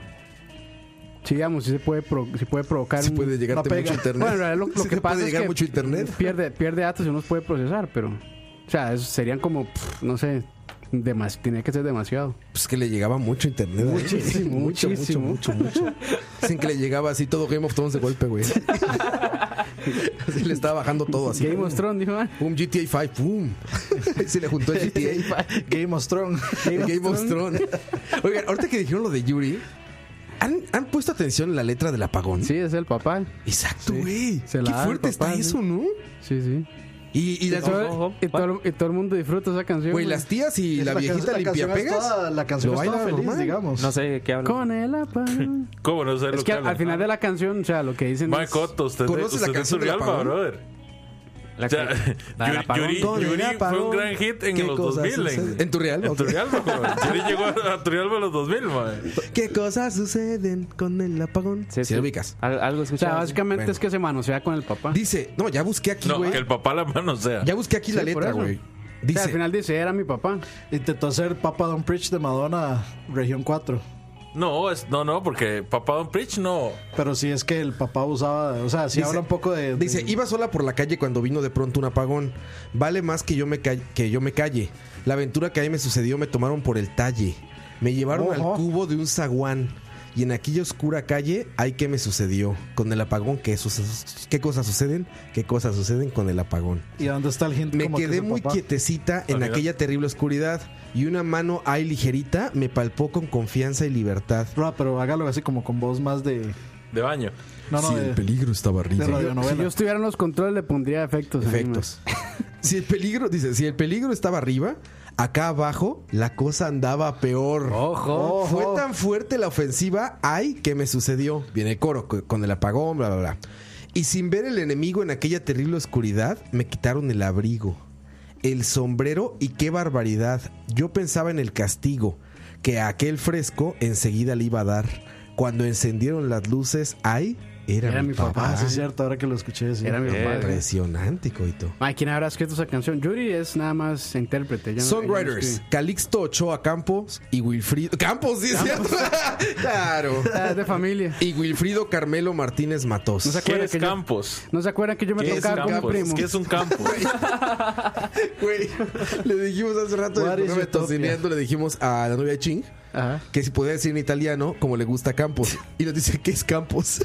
Speaker 8: sí, digamos, sí se puede, pro- sí puede provocar
Speaker 3: Si
Speaker 8: un-
Speaker 3: puede llegarte
Speaker 4: pega.
Speaker 3: mucho internet.
Speaker 8: Bueno, en realidad lo, lo
Speaker 3: Sí
Speaker 8: que
Speaker 3: te
Speaker 8: pasa
Speaker 3: puede
Speaker 8: es
Speaker 3: llegar
Speaker 8: que
Speaker 3: mucho internet.
Speaker 8: Pierde, pierde datos y uno los puede procesar, pero o sea, eso serían como pff, no sé, demas, tenía que ser demasiado.
Speaker 3: Pues que le llegaba mucho internet. ahí.
Speaker 8: Muchísimo,
Speaker 3: mucho, mucho,
Speaker 8: muchísimo.
Speaker 3: mucho, mucho. Dicen que le llegaba así todo Game of Thrones de golpe, güey. Así le estaba bajando todo así.
Speaker 8: Game of Thrones, dijo, "Ah". man.
Speaker 3: Pum, GTA 5, pum. Se le juntó el GTA.
Speaker 4: Game of Thrones.
Speaker 3: El Game of Thrones. Oigan, ahorita que dijeron lo de Yuri, ¿han, han puesto atención en la letra del apagón?
Speaker 8: Sí, es el papá.
Speaker 3: Exacto, güey.
Speaker 8: Se la
Speaker 3: Qué
Speaker 8: da al
Speaker 3: fuerte
Speaker 8: papá,
Speaker 3: está
Speaker 8: sí.
Speaker 3: eso, ¿no?
Speaker 8: ¿eh? Sí, sí.
Speaker 3: Y, y
Speaker 8: Y
Speaker 3: las,
Speaker 8: todo, y todo el- y todo el mundo disfruta esa canción.
Speaker 3: güey,
Speaker 8: man.
Speaker 3: las tías y la,
Speaker 4: can-
Speaker 3: viejita
Speaker 4: la
Speaker 3: limpia
Speaker 4: canción es toda-
Speaker 3: pegas.
Speaker 4: La canción
Speaker 8: pues,
Speaker 3: lo
Speaker 4: es toda
Speaker 3: baila
Speaker 4: feliz,
Speaker 3: normal.
Speaker 4: digamos.
Speaker 5: No sé de qué hablo.
Speaker 8: Con el apagón.
Speaker 6: ¿Cómo no sé lo
Speaker 8: es que al, al final de la canción, o sea, lo que dicen
Speaker 6: Mae
Speaker 8: es-
Speaker 6: Coto, usted,
Speaker 3: ¿Conoces la
Speaker 6: usted es
Speaker 3: canción del
Speaker 6: surreal, ma,
Speaker 3: apagón?
Speaker 6: brother.
Speaker 5: La
Speaker 6: O sea,
Speaker 5: que- la del
Speaker 6: Yuri-
Speaker 5: apagón.
Speaker 6: Yuri,
Speaker 3: con el
Speaker 6: Yuri fue un
Speaker 3: apagón.
Speaker 6: gran hit en
Speaker 3: ¿Qué
Speaker 6: los
Speaker 3: cosas
Speaker 6: 2000.
Speaker 3: suceden?
Speaker 6: En,
Speaker 3: ¿En tu real?
Speaker 6: En
Speaker 3: Ok.
Speaker 6: Turrialba, ma. Yuri llegó a, a Turrialba en los 2000, mae.
Speaker 3: ¿Qué cosas suceden con el apagón?
Speaker 5: Sí,
Speaker 3: Si
Speaker 5: sí.
Speaker 3: lo ubicas.
Speaker 5: Al- algo
Speaker 8: O sea,
Speaker 5: escuchaba. sí.
Speaker 8: básicamente
Speaker 3: Bueno.
Speaker 8: es que se manosea con el papá.
Speaker 3: Dice, no, ya busqué aquí,
Speaker 6: No,
Speaker 3: güey.
Speaker 6: que el papá la mano sea.
Speaker 3: Ya busqué aquí la
Speaker 8: Sí, por
Speaker 3: letra,
Speaker 8: eso.
Speaker 3: güey.
Speaker 8: O sea, al
Speaker 3: Dice,
Speaker 8: final dice, era mi papá.
Speaker 4: Intentó hacer Papa Don't Preach de Madonna, región 4.
Speaker 6: No, es, no, no, porque papá Don Preach no.
Speaker 4: Pero sí es que el papá usaba, o sea, sí
Speaker 3: Dice-
Speaker 4: habla un poco de. de-
Speaker 3: dice, iba sola por la calle cuando vino de pronto un apagón. Vale más que yo me calle, que yo me calle. La aventura que a mí me sucedió me tomaron por el talle. Me llevaron
Speaker 4: Ojo.
Speaker 3: al cubo de un zaguán. Y en aquella oscura calle, ay, ¿qué me sucedió? Con el apagón, ¿qué, suce- qué cosas suceden? ¿Qué cosas suceden con el apagón?
Speaker 4: ¿Y dónde está el hint?
Speaker 3: Me
Speaker 4: como que
Speaker 3: quedé
Speaker 4: es el
Speaker 3: muy
Speaker 4: papá?
Speaker 3: quietecita en
Speaker 6: Amiga.
Speaker 3: aquella terrible oscuridad y una mano ahí ligerita me palpó con confianza y libertad.
Speaker 4: Ra, pero hágalo así como con voz más de.
Speaker 6: De baño.
Speaker 4: No, no, de,
Speaker 3: peligro estaba
Speaker 4: de
Speaker 3: arriba.
Speaker 8: Si yo
Speaker 4: radionovela.
Speaker 8: estuviera en los controles le pondría efectos. ahí,
Speaker 3: Efectos. Si el peligro, dice, si el peligro estaba arriba, acá abajo la cosa andaba peor.
Speaker 5: Ojo.
Speaker 4: Ojo.
Speaker 3: Fue tan fuerte la ofensiva, ay, ¿qué me sucedió? Viene el coro co- con el apagón, bla, bla, bla. Y sin ver el enemigo en aquella terrible oscuridad, me quitaron el abrigo, el sombrero y qué barbaridad. Yo pensaba en el castigo que a aquel fresco enseguida le iba a dar. Cuando encendieron las luces, ay, Era, mi, papá.
Speaker 4: Ah, sí, es cierto, ahora que lo escuché. sí.
Speaker 8: Era mi papá.
Speaker 3: Impresionante, coito.
Speaker 8: Ay, ¿quién habrá escrito esa canción? Yuri es nada más intérprete. ella no- ella no
Speaker 3: Songwriters,
Speaker 8: escribe.
Speaker 3: Calixto Ochoa Campos y Wilfrido. Campos, sí, es cierto. claro.
Speaker 8: Ah, es de familia.
Speaker 3: Y Wilfrido Carmelo Martínez Matos.
Speaker 8: No se
Speaker 6: ¿Qué
Speaker 8: acuerda
Speaker 6: es
Speaker 8: que yo,
Speaker 6: Campos?
Speaker 8: ¿No se acuerdan que yo me
Speaker 6: ¿Qué es
Speaker 8: tocaba con
Speaker 6: Campos?
Speaker 8: un primo?
Speaker 6: ¿Qué es un campo?
Speaker 3: Güey, le dijimos hace rato en el
Speaker 4: What is
Speaker 3: programa de
Speaker 4: Utopia?
Speaker 3: Tocineando, le dijimos a la novia de Ching
Speaker 8: Ajá.
Speaker 3: que si podía decir en italiano como le gusta Campos. Y nos dice que es Campos.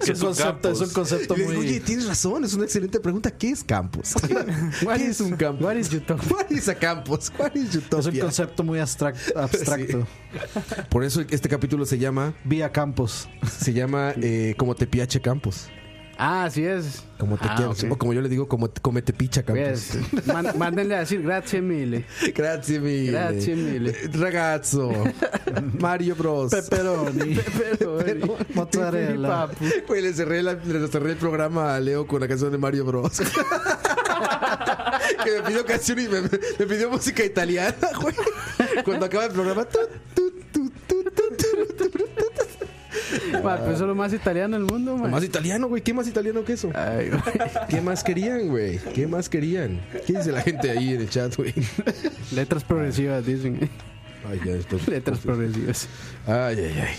Speaker 6: ¿Qué es
Speaker 4: Es
Speaker 6: un
Speaker 4: un concepto, es un
Speaker 6: Campos?
Speaker 4: concepto
Speaker 3: Y le digo, Oye,
Speaker 4: muy.
Speaker 3: tienes razón, es una excelente pregunta. ¿Qué es Campos?
Speaker 8: What
Speaker 3: ¿Qué
Speaker 8: is-
Speaker 3: es un Campos?
Speaker 8: what is Utopia?
Speaker 3: ¿Cuál es a Campos? ¿Cuál es
Speaker 4: Es un
Speaker 3: Utopia?
Speaker 4: concepto muy abstract- abstracto.
Speaker 3: Por eso este capítulo se llama,
Speaker 4: Vía Campos.
Speaker 3: se llama eh, como te piache Campos.
Speaker 8: Ah, así es.
Speaker 3: Como te
Speaker 8: Ah,
Speaker 3: quiero,
Speaker 8: ok.
Speaker 3: o como yo le digo, como te- come te picha Este, Campos.
Speaker 8: Pues, man- mándenle a decir gracias, mille.
Speaker 3: Grazie mille.
Speaker 8: Grazie mille.
Speaker 3: Ragazzo. Mario Bros.
Speaker 4: Pepperoni.
Speaker 8: Pero,
Speaker 4: Mozzarella.
Speaker 3: Güey, le cerré, la- le cerré el programa a Leo con la canción de Mario Bros. que me pidió canción y me, me pidió música italiana, güey. Cuando acaba el programa. tu, tu, tu, tu, tu, tu, tu, tu.
Speaker 8: Ma, pues eso es lo más italiano del mundo, ma.
Speaker 3: ah. Más italiano, güey. ¿Qué más italiano que eso?
Speaker 8: Ay, güey.
Speaker 3: ¿Qué más querían, güey? ¿Qué más querían? ¿Qué dice la gente ahí en el chat, güey?
Speaker 8: Letras progresivas, dicen.
Speaker 3: Ay, ya, esto-
Speaker 8: Letras progresivas.
Speaker 3: Ay, ay, ay.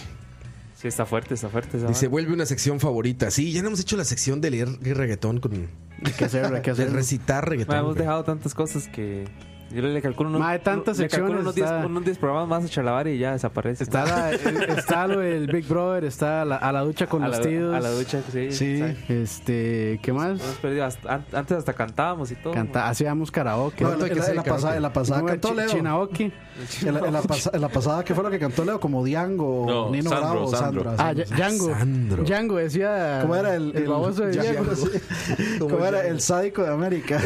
Speaker 5: Sí, está fuerte, está fuerte. Esa
Speaker 3: Y se
Speaker 5: vara.
Speaker 3: vuelve una sección favorita. Sí, ya no hemos hecho la sección de leer reggaetón con.
Speaker 8: Hay que hacerlo, hay que
Speaker 3: de
Speaker 8: hacerlo.
Speaker 3: recitar
Speaker 5: Ma,
Speaker 3: reggaetón.
Speaker 5: hemos
Speaker 3: güey.
Speaker 5: dejado tantas cosas que yo le calculo unos,
Speaker 8: Ma, hay tantas
Speaker 5: le calculo
Speaker 8: secciones,
Speaker 5: unos 10
Speaker 8: está-
Speaker 5: unos 10 programas más a Chalabar y ya desaparece.
Speaker 8: Está, la- está lo del Big Brother, está la- a la ducha con
Speaker 5: a,
Speaker 8: los
Speaker 5: la,
Speaker 8: tíos.
Speaker 5: a la ducha, sí.
Speaker 4: Sí.
Speaker 5: exacto.
Speaker 8: Este, ¿qué más?
Speaker 5: Hemos perdido hasta- an- antes hasta cantábamos y todo.
Speaker 8: Canta, hacíamos karaoke.
Speaker 4: No,
Speaker 3: Tanto hay
Speaker 4: en
Speaker 3: que
Speaker 4: la-
Speaker 3: hacer
Speaker 4: en la
Speaker 3: karaoke.
Speaker 4: pasada, en la pasada
Speaker 8: ¿Cómo era?
Speaker 4: cantó
Speaker 8: Chi-
Speaker 4: Leo.
Speaker 8: Chinaoki.
Speaker 4: En la, en la pasa- en la pasada, ¿qué fue lo que cantó Leo? Como Diango,
Speaker 6: No,
Speaker 4: Nino
Speaker 6: Sandro,
Speaker 4: Bravo,
Speaker 6: Sandro.
Speaker 4: Sandra.
Speaker 8: Ah, Ya- Django.
Speaker 3: Sandro.
Speaker 8: Django decía.
Speaker 4: ¿Cómo era el,
Speaker 8: el baboso de
Speaker 4: Django,
Speaker 8: Django?
Speaker 4: sí. ¿Cómo, era el sádico de América?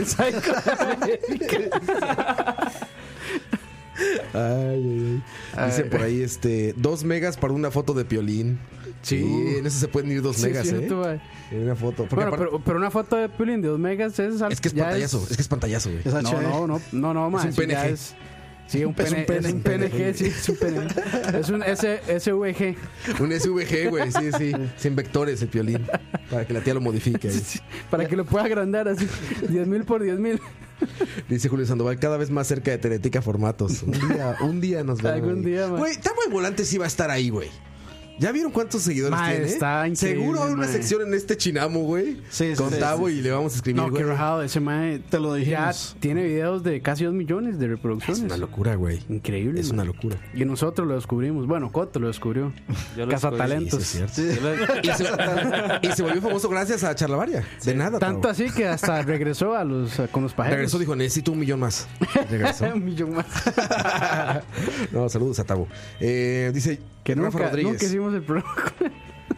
Speaker 3: Ay, ay, ay. Dice por ahí, este, dos megas para una foto de Piolín. Sí, en eso se pueden ir dos
Speaker 8: Sí,
Speaker 3: megas,
Speaker 8: es cierto,
Speaker 3: ¿eh?
Speaker 8: ma.
Speaker 3: En una foto. Porque
Speaker 8: Bueno,
Speaker 3: aparte-
Speaker 8: pero, pero una foto de Pulín de 2 megas es al-
Speaker 3: es que es
Speaker 8: ya
Speaker 3: pantallazo, es... que es pantallazo, güey.
Speaker 4: Es HD.
Speaker 8: No, no, no, no, no, ma,
Speaker 3: un
Speaker 8: eso ya
Speaker 3: PNG.
Speaker 8: es- Sí, un,
Speaker 4: Es un
Speaker 8: PNG, es un PNG, sí, es un PNG. Es un S- SVG.
Speaker 3: Un SVG, güey, sí, sí. Sin vectores el Piolín. Para que la tía lo modifique. ahí.
Speaker 8: Para que lo pueda agrandar así. 10 mil por 10 mil.
Speaker 3: Dice Julio Sandoval, cada vez más cerca de Teletica Formatos. Un día, un día nos verán
Speaker 8: Algún
Speaker 3: ahí.
Speaker 8: día, man.
Speaker 3: Güey, Tamo el Volante sí va a estar ahí, güey. ¿Ya vieron cuántos seguidores
Speaker 8: Ma,
Speaker 3: tiene?
Speaker 8: está increíble,
Speaker 3: Seguro hay una
Speaker 8: ma.
Speaker 3: sección en este chinamo, güey.
Speaker 4: Sí, sí,
Speaker 3: con
Speaker 4: sí,
Speaker 3: Tavo y le vamos a escribir,
Speaker 8: No,
Speaker 3: güey.
Speaker 8: qué rajado. Ese mae
Speaker 4: Te lo
Speaker 8: ya
Speaker 4: dijimos.
Speaker 8: tiene videos de casi 2 millones de
Speaker 3: es una
Speaker 8: reproducciones.
Speaker 3: locura, güey.
Speaker 8: Increíble.
Speaker 3: Es
Speaker 8: ma.
Speaker 3: una locura.
Speaker 8: Y nosotros lo descubrimos. Bueno, Coto lo descubrió.
Speaker 5: Yo lo
Speaker 3: Sí, eso
Speaker 8: Cazatalentos.
Speaker 3: es cierto.
Speaker 4: Sí.
Speaker 3: Y se, y se volvió famoso gracias a Charlavaria. De nada.
Speaker 8: Tanto
Speaker 3: Tavo.
Speaker 8: así que hasta regresó a los a- con los pajeros.
Speaker 3: Regresó, dijo, necesito un millón más. Y Regresó.
Speaker 8: un millón más.
Speaker 3: no, saludos a Tavo. Eh, dice
Speaker 8: Que
Speaker 3: Rafa
Speaker 8: nunca,
Speaker 3: Rodríguez.
Speaker 8: nunca hicimos el programa.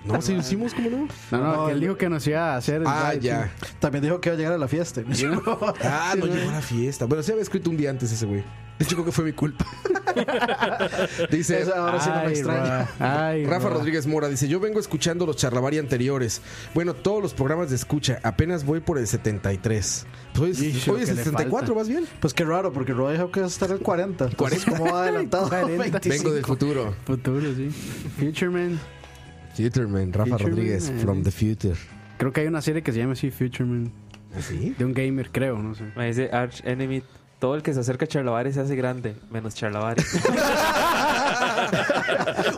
Speaker 3: No, sí lo hicimos, ¿cómo no?
Speaker 8: No, no,
Speaker 4: No,
Speaker 8: que él
Speaker 4: el-
Speaker 8: dijo que nos iba a hacer el
Speaker 3: Ah,
Speaker 8: live,
Speaker 3: ya.
Speaker 8: sí.
Speaker 4: También dijo que iba a llegar a la fiesta.
Speaker 3: Ah, no llegó a la fiesta. Bueno, sí había escrito un día antes ese güey. De hecho, creo que fue mi culpa. dice
Speaker 4: Entonces, ahora sí no me
Speaker 8: Ay,
Speaker 4: extraña.
Speaker 8: ra- ay,
Speaker 3: Rafa
Speaker 8: ra-
Speaker 3: Rodríguez Mora. Dice, yo vengo escuchando los charlavari anteriores. Bueno, todos los programas de escucha. Apenas voy por el 73. Pues hoy es,
Speaker 8: Yish,
Speaker 3: hoy es
Speaker 8: lo
Speaker 3: el
Speaker 8: que le
Speaker 3: 74,
Speaker 8: falta.
Speaker 3: ¿vas bien?
Speaker 4: Pues qué raro, porque Roa dijo que iba a estar en 40.
Speaker 8: Pues,
Speaker 4: Entonces, ¿Cómo va adelantado?
Speaker 8: 40.
Speaker 4: 25.
Speaker 3: Vengo del futuro.
Speaker 8: Futuro, sí. Future Man.
Speaker 3: Future Man, Rafa
Speaker 8: Future
Speaker 3: Rodríguez,
Speaker 8: Man.
Speaker 3: from the future. ¿Ah,
Speaker 8: Creo que hay una serie que se llama así Future Man.
Speaker 3: ¿Sí?
Speaker 8: De un gamer, creo, no sé.
Speaker 5: Me dice Arch Enemy. Todo el que se acerca a Charlavari se hace grande, menos Charlavari.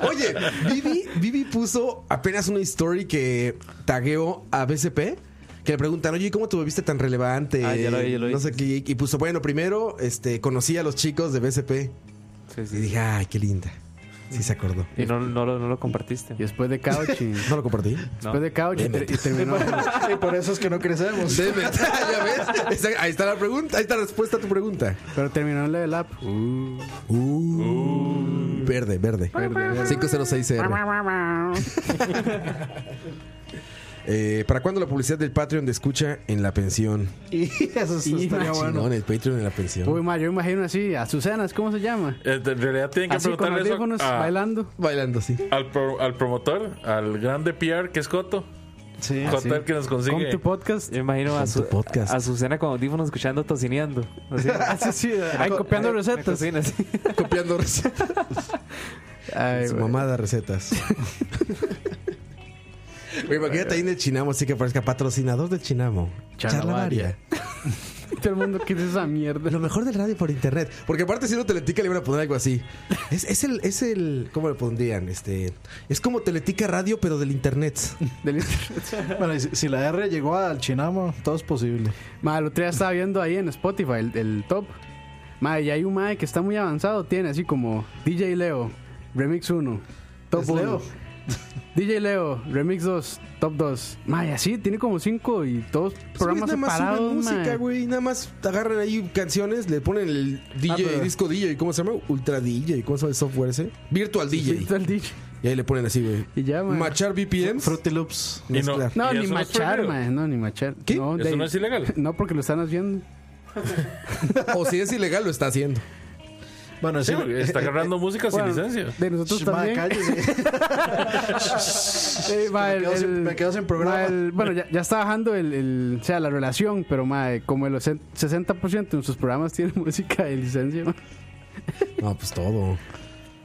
Speaker 3: Oye, Vivi, Vivi puso apenas una story que tagueó a BCP. Que le preguntan, oye, ¿y ¿cómo te volviste tan relevante?
Speaker 5: Ah, ya lo vi, ya lo vi.
Speaker 3: No sé qué. Y puso, bueno, primero este, conocí a los chicos de BCP.
Speaker 5: Sí,
Speaker 3: Y
Speaker 5: sí.
Speaker 3: dije, ay, qué linda. Sí se acordó.
Speaker 5: Y no, no, lo, no lo compartiste.
Speaker 8: Y después de Couch. y-
Speaker 3: No lo compartí.
Speaker 5: No.
Speaker 8: Después de Couch y, ter- y terminó.
Speaker 4: Y por eso es que no crecemos.
Speaker 3: Deme, ya ves. Esa- Ahí está la pregunta, ahí está la respuesta a tu pregunta.
Speaker 8: pero terminó en Level Up.
Speaker 3: Uh, Verde, verde. 506R. Eh, ¿Para cuándo la publicidad del Patreon de escucha en la pensión?
Speaker 4: Y eso es- estaría bueno.
Speaker 3: Chingón, el Patreon en la pensión.
Speaker 8: Uy, ma, yo me imagino así. A Susanas, ¿cómo se llama?
Speaker 6: Eh, En realidad tienen que
Speaker 8: Así con
Speaker 6: preguntarle
Speaker 8: audífonos
Speaker 6: eso a-
Speaker 8: bailando.
Speaker 3: Bailando, sí.
Speaker 6: al, pro- al promotor, al grande PR que es Coto.
Speaker 4: Sí.
Speaker 6: Coto el que nos
Speaker 8: Con
Speaker 6: consigue.
Speaker 8: tu podcast.
Speaker 5: Yo me imagino a,
Speaker 3: Con tu
Speaker 5: su,
Speaker 3: podcast.
Speaker 5: a Susana con audífonos escuchando tocineando. Así,
Speaker 8: Ah, Sí, sí, eh, ahí copiando recetas.
Speaker 5: en la cocina, así.
Speaker 3: Copiando recetas.
Speaker 8: Ay,
Speaker 3: Su
Speaker 8: güey.
Speaker 3: mamá da recetas. Oye, imagínate ahí en el Chinamo, así que aparezca patrocinador del Chinamo.
Speaker 8: Charla
Speaker 3: Charla varia.
Speaker 8: Todo el mundo quiere esa mierda.
Speaker 3: Lo mejor del radio por internet. Porque aparte, si no Teletica le van a poner algo así. Es, es el, es el. ¿Cómo le pondrían? Este. Es como Teletica Radio, pero del internet.
Speaker 8: Del-
Speaker 4: Bueno, y si, si la R llegó al Chinamo, todo es posible.
Speaker 8: Ma, el otro día estaba viendo ahí en Spotify el, el top. Ma, y hay un mae que está muy avanzado, tiene así como DJ Leo, Remix 1, Top
Speaker 4: ¿Es
Speaker 8: 1.
Speaker 4: Leo?
Speaker 8: DJ Leo, Remix 2, Top 2. Ma, y así, tiene como 5 y todos
Speaker 3: Pues, güey,
Speaker 8: programas
Speaker 3: nada más
Speaker 8: separados,
Speaker 3: suben música,
Speaker 8: mae.
Speaker 3: güey. Nada más agarran ahí canciones, le ponen el DJ,
Speaker 8: Ah, pero-
Speaker 3: disco DJ, ¿cómo se llama? Ultra DJ, ¿cómo se llama el software ese? Virtual DJ.
Speaker 8: Está el DJ.
Speaker 3: Y ahí le ponen así, güey.
Speaker 8: Y ya, mae.
Speaker 3: Machar BPMs.
Speaker 4: Fruity Loops.
Speaker 6: Y no-
Speaker 3: mezclar.
Speaker 8: No,
Speaker 6: ¿Y
Speaker 8: ni
Speaker 6: eso no es
Speaker 8: machar,
Speaker 6: prohibido?
Speaker 8: mae, no, ni machar.
Speaker 3: ¿Qué?
Speaker 8: No,
Speaker 6: ¿Eso
Speaker 8: de-
Speaker 6: no es ilegal?
Speaker 8: no, porque lo están haciendo.
Speaker 3: O si es ilegal, lo está haciendo.
Speaker 4: Bueno,
Speaker 6: Sí,
Speaker 4: sí, eh,
Speaker 6: porque está agarrando música sin licencia.
Speaker 8: De nosotros
Speaker 4: Sh, ma,
Speaker 8: también.
Speaker 4: cállese.
Speaker 8: Eh, ma,
Speaker 4: Me
Speaker 8: el-
Speaker 4: quedo sin-
Speaker 8: el-
Speaker 4: me quedo sin programa.
Speaker 8: ma, el- bueno, ya, ya está bajando el, el- o sea, la relación, pero ma, eh, como el 60% de sus programas tiene música de licencia. ma.
Speaker 3: No, pues todo. Yo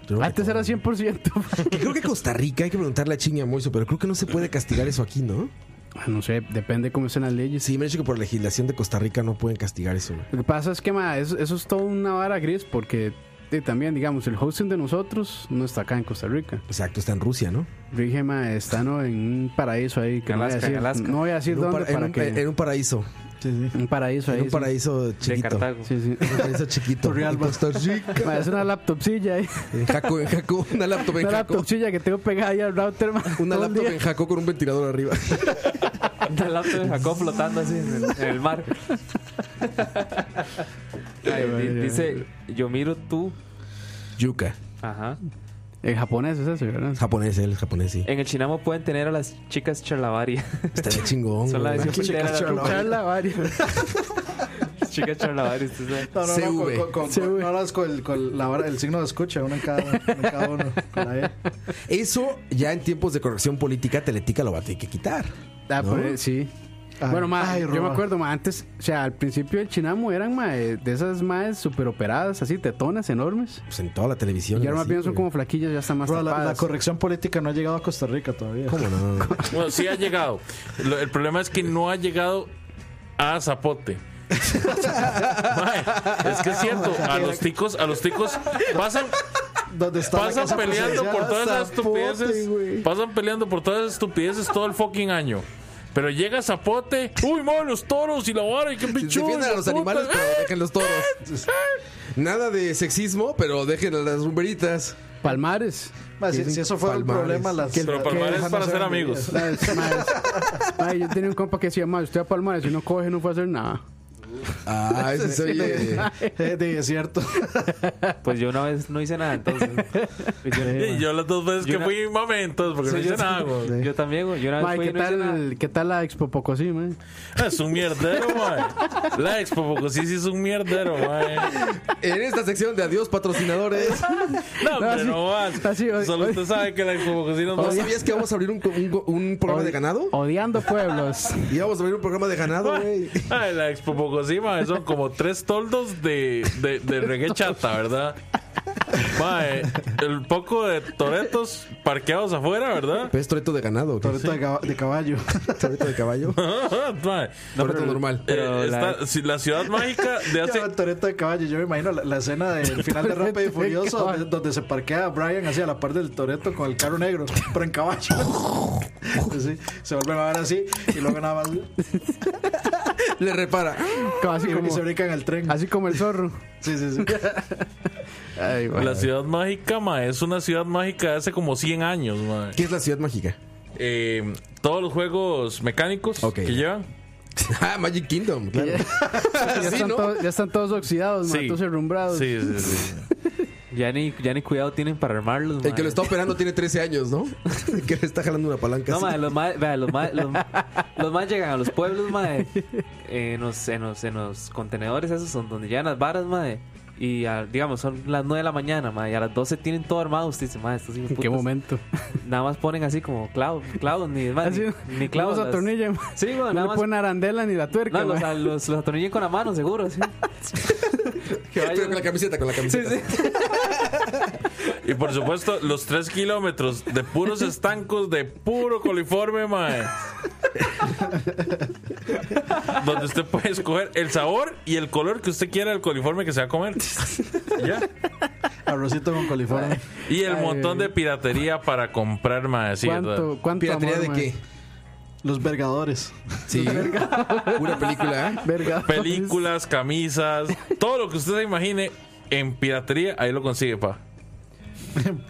Speaker 3: creo que
Speaker 8: Antes
Speaker 3: todo.
Speaker 8: era 100%. ma.
Speaker 3: Que creo que Costa Rica, hay que preguntarle a Chinga Moiso, pero creo que no se puede castigar eso aquí, ¿no?
Speaker 8: Ah, no sé, depende cómo estén las leyes.
Speaker 3: Sí, me han dicho que por legislación de Costa Rica no pueden castigar eso. güey.
Speaker 8: Lo que pasa es que ma, eso, eso es toda una vara gris porque eh, también, digamos, el hosting de nosotros no está acá en Costa Rica.
Speaker 3: Exacto, está en Rusia, ¿no?
Speaker 8: Rige, ma, está ¿no? en un paraíso ahí que no voy a
Speaker 5: Alaska,
Speaker 8: decir,
Speaker 5: Alaska.
Speaker 8: no voy a decir
Speaker 3: en, un
Speaker 8: dónde
Speaker 3: par- en
Speaker 8: para
Speaker 3: un,
Speaker 8: que...
Speaker 3: en un paraíso.
Speaker 4: Sí, sí.
Speaker 8: un paraíso ahí.
Speaker 3: En un
Speaker 8: sí.
Speaker 3: paraíso
Speaker 5: de
Speaker 3: chiquito.
Speaker 5: Cartago.
Speaker 8: Sí, sí.
Speaker 3: Un paraíso chiquito. En
Speaker 4: Turrialba.
Speaker 3: Costa Rica.
Speaker 8: Ma, es una laptopcilla ahí.
Speaker 3: En Jaco, en Jaco. Una laptop en
Speaker 8: Una
Speaker 3: Jaco.
Speaker 8: laptopcilla que tengo pegada ahí al router. ma,
Speaker 3: Una
Speaker 8: todo el
Speaker 3: laptop
Speaker 8: día.
Speaker 3: en Jaco con un ventilador arriba.
Speaker 5: Está el auto de Jacob flotando así en el, en el mar. Ay, di- dice, yo miro tú.
Speaker 3: Yuka.
Speaker 5: Ajá.
Speaker 8: En japonés es eso, ¿verdad?
Speaker 3: Japonés, él, japonés, sí.
Speaker 5: En el Chinamo pueden tener a las chicas charlavaria.
Speaker 3: Estaría chingón.
Speaker 5: Son la
Speaker 3: güey.
Speaker 5: edición primera de la-
Speaker 8: Charla varias.
Speaker 5: chicas charlavaria. usted sabe.
Speaker 4: No, no, no,
Speaker 3: CV.
Speaker 4: con, con, con,
Speaker 8: CV.
Speaker 4: no, no, es con el, con la vara- el signo de escucha, uno en cada, uno, en cada uno. con la E.
Speaker 3: Eso ya en tiempos de corrección política, Teletica lo va a tener que quitar.
Speaker 8: Ah,
Speaker 3: ¿No?
Speaker 8: pues, sí.
Speaker 4: Ay,
Speaker 8: bueno, ma,
Speaker 4: ay,
Speaker 8: yo
Speaker 4: Roa.
Speaker 8: me acuerdo, ma, antes, o sea, al principio del Chinamo eran ma, de de esas maes super operadas, así, tetonas enormes.
Speaker 3: Pues en toda la
Speaker 8: Y
Speaker 3: televisión.
Speaker 8: ahora más
Speaker 3: así,
Speaker 8: bien son
Speaker 3: güey.
Speaker 8: como flaquillas, ya están más
Speaker 4: Bro, la, la
Speaker 8: tapadas.
Speaker 4: corrección política no ha llegado a Costa Rica todavía.
Speaker 3: ¿Cómo no?
Speaker 6: Bueno, sí ha llegado. Lo- el problema es que no ha llegado a Zapote. Mae, es que es cierto, a los ticos, a los ticos pasan,
Speaker 4: ¿Dónde está la
Speaker 6: pasan
Speaker 4: casa
Speaker 6: peleando
Speaker 4: presidencial?
Speaker 6: por todas esas
Speaker 4: Zapote,
Speaker 6: estupideces,
Speaker 4: güey.
Speaker 6: pasan peleando por todas esas estupideces todo el fucking año. Pero llega Zapote, uy, madre, los toros y la vara y qué pichón.
Speaker 3: Defiendan a los animales, pero dejen los toros. Nada de sexismo, pero dejen a las rumberitas.
Speaker 8: Palmares.
Speaker 4: Ma, Ah, si, si eso fuera el
Speaker 3: Palmares.
Speaker 4: problema, las.
Speaker 8: Que el-
Speaker 6: Pero
Speaker 4: que
Speaker 6: Palmares
Speaker 4: dejan
Speaker 6: para
Speaker 4: hacer
Speaker 6: ser
Speaker 4: amigos.
Speaker 6: amigos.
Speaker 8: Las maes. Ma, yo tenía un compa que decía, ma, usted a Palmares, si no coge, no puede hacer nada.
Speaker 3: Ah, ese se oye.
Speaker 4: Eh, de- es cierto.
Speaker 5: Pues yo una vez no hice nada, entonces. Pues yo-
Speaker 6: Y yo las dos veces
Speaker 5: Yo
Speaker 6: que
Speaker 5: una-
Speaker 6: fui mamé, entonces, porque no
Speaker 5: Sí, yo-
Speaker 6: hice nada, güey.
Speaker 5: Yo también, güey. Yo una vez
Speaker 8: Ma,
Speaker 5: fui
Speaker 8: ¿qué
Speaker 5: y no hice nada.
Speaker 8: tal, ¿qué tal la Expo Pocosí, ma?
Speaker 6: Es un mierdero, mae. La expo porque sí, sí es un mierdero, eh. mae.
Speaker 3: En esta sección de adiós, patrocinadores.
Speaker 6: No,
Speaker 8: No,
Speaker 6: pero
Speaker 8: así-
Speaker 6: no más.
Speaker 8: así, hoy-
Speaker 6: Solo
Speaker 8: hoy-
Speaker 6: usted sabe que la expo porque sí nos
Speaker 3: ¿No
Speaker 6: da-
Speaker 3: sabías que vamos a abrir un, un- un programa de ganado?
Speaker 8: Odiando pueblos.
Speaker 3: Y vamos a abrir un programa de ganado, güey.
Speaker 6: Ay, la expo Pocosí, mae, son como tres toldos de, de, de reggae chata, ¿verdad? Mae, el poco de toretos parqueados afuera, ¿verdad?
Speaker 3: Pero es toreto de ganado, ¿o qué?
Speaker 4: Torito de, caba- de caballo.
Speaker 3: toreto de caballo.
Speaker 6: Mae,
Speaker 3: Toreto normal.
Speaker 5: Pero
Speaker 6: eh,
Speaker 5: la-
Speaker 6: está- si la ciudad mágica de hace...
Speaker 4: Ya, Torito de caballo. Yo me imagino la, la escena del final de Rápido y
Speaker 8: Torito de
Speaker 4: Furioso,
Speaker 8: caballo.
Speaker 4: donde, donde se parquea Brian así a la par del Toreto con el carro negro, pero en caballo. Sí, se vuelven a ver así y luego nada más.
Speaker 3: Le repara.
Speaker 8: Así
Speaker 4: Y,
Speaker 8: como,
Speaker 4: y se brinca en el tren.
Speaker 8: así como el zorro.
Speaker 4: Sí, sí, sí.
Speaker 8: Ay, ma.
Speaker 6: La ciudad mágica, mae, es una ciudad mágica de hace como 100 años, mae.
Speaker 3: ¿Qué es la ciudad mágica?
Speaker 6: Eh, todos los juegos mecánicos
Speaker 3: Ok.
Speaker 6: que llevan.
Speaker 3: Ah, Magic Kingdom, claro.
Speaker 8: ya,
Speaker 3: Sí,
Speaker 8: están
Speaker 3: ¿no?
Speaker 8: todos, ya están todos oxidados, ma,
Speaker 6: Sí.
Speaker 8: todos herrumbrados.
Speaker 6: Sí, sí, sí.
Speaker 5: Ya ni, ya ni cuidado tienen para armarlos,
Speaker 3: El
Speaker 5: mae.
Speaker 3: que lo está operando tiene 13 años, ¿no? El que le está jalando una palanca.
Speaker 5: No,
Speaker 3: así.
Speaker 5: mae, los más los mae- los, los mae llegan a los pueblos, mae, en los, en los, en los contenedores esos son donde llegan las varas, mae. Y a- digamos, son las 9 de la mañana, mae, y a las 12 tienen todo armado. Usted dice, mae, estos hijos
Speaker 8: ¿En qué momento?
Speaker 5: Nada más ponen así como clavos, clavos, ni, mae,
Speaker 8: Así,
Speaker 5: ni, ni clavos.
Speaker 8: No los
Speaker 5: las-
Speaker 8: atornillan.
Speaker 5: Sí, mae,
Speaker 8: No
Speaker 5: nada
Speaker 8: le
Speaker 5: más.
Speaker 8: ponen arandela ni la tuerca.
Speaker 5: No, los,
Speaker 8: ma.
Speaker 5: a- los, los atornillan con la mano, seguro, sí. Que
Speaker 3: Pero con la
Speaker 5: vayan-
Speaker 3: camiseta, con la
Speaker 5: Sí,
Speaker 3: camiseta.
Speaker 5: sí.
Speaker 6: Y por supuesto, los tres kilómetros de puros estancos de puro coliforme, mae. Donde usted puede escoger el sabor y el color que usted quiera del coliforme que se va a comer. Ya.
Speaker 4: Arrocito con coliforme.
Speaker 6: Y el
Speaker 8: Ay,
Speaker 6: montón de piratería para comprar, mae. Sí, ¿verdad?
Speaker 8: ¿Cuánto, cuánto
Speaker 3: ¿Piratería
Speaker 8: amor,
Speaker 3: de
Speaker 8: mae?
Speaker 3: qué?
Speaker 4: Los vergadores.
Speaker 3: Sí. Pura película, ¿eh?
Speaker 8: Verga.
Speaker 6: Películas, camisas, todo lo que usted se imagine en piratería, ahí lo consigue, pa.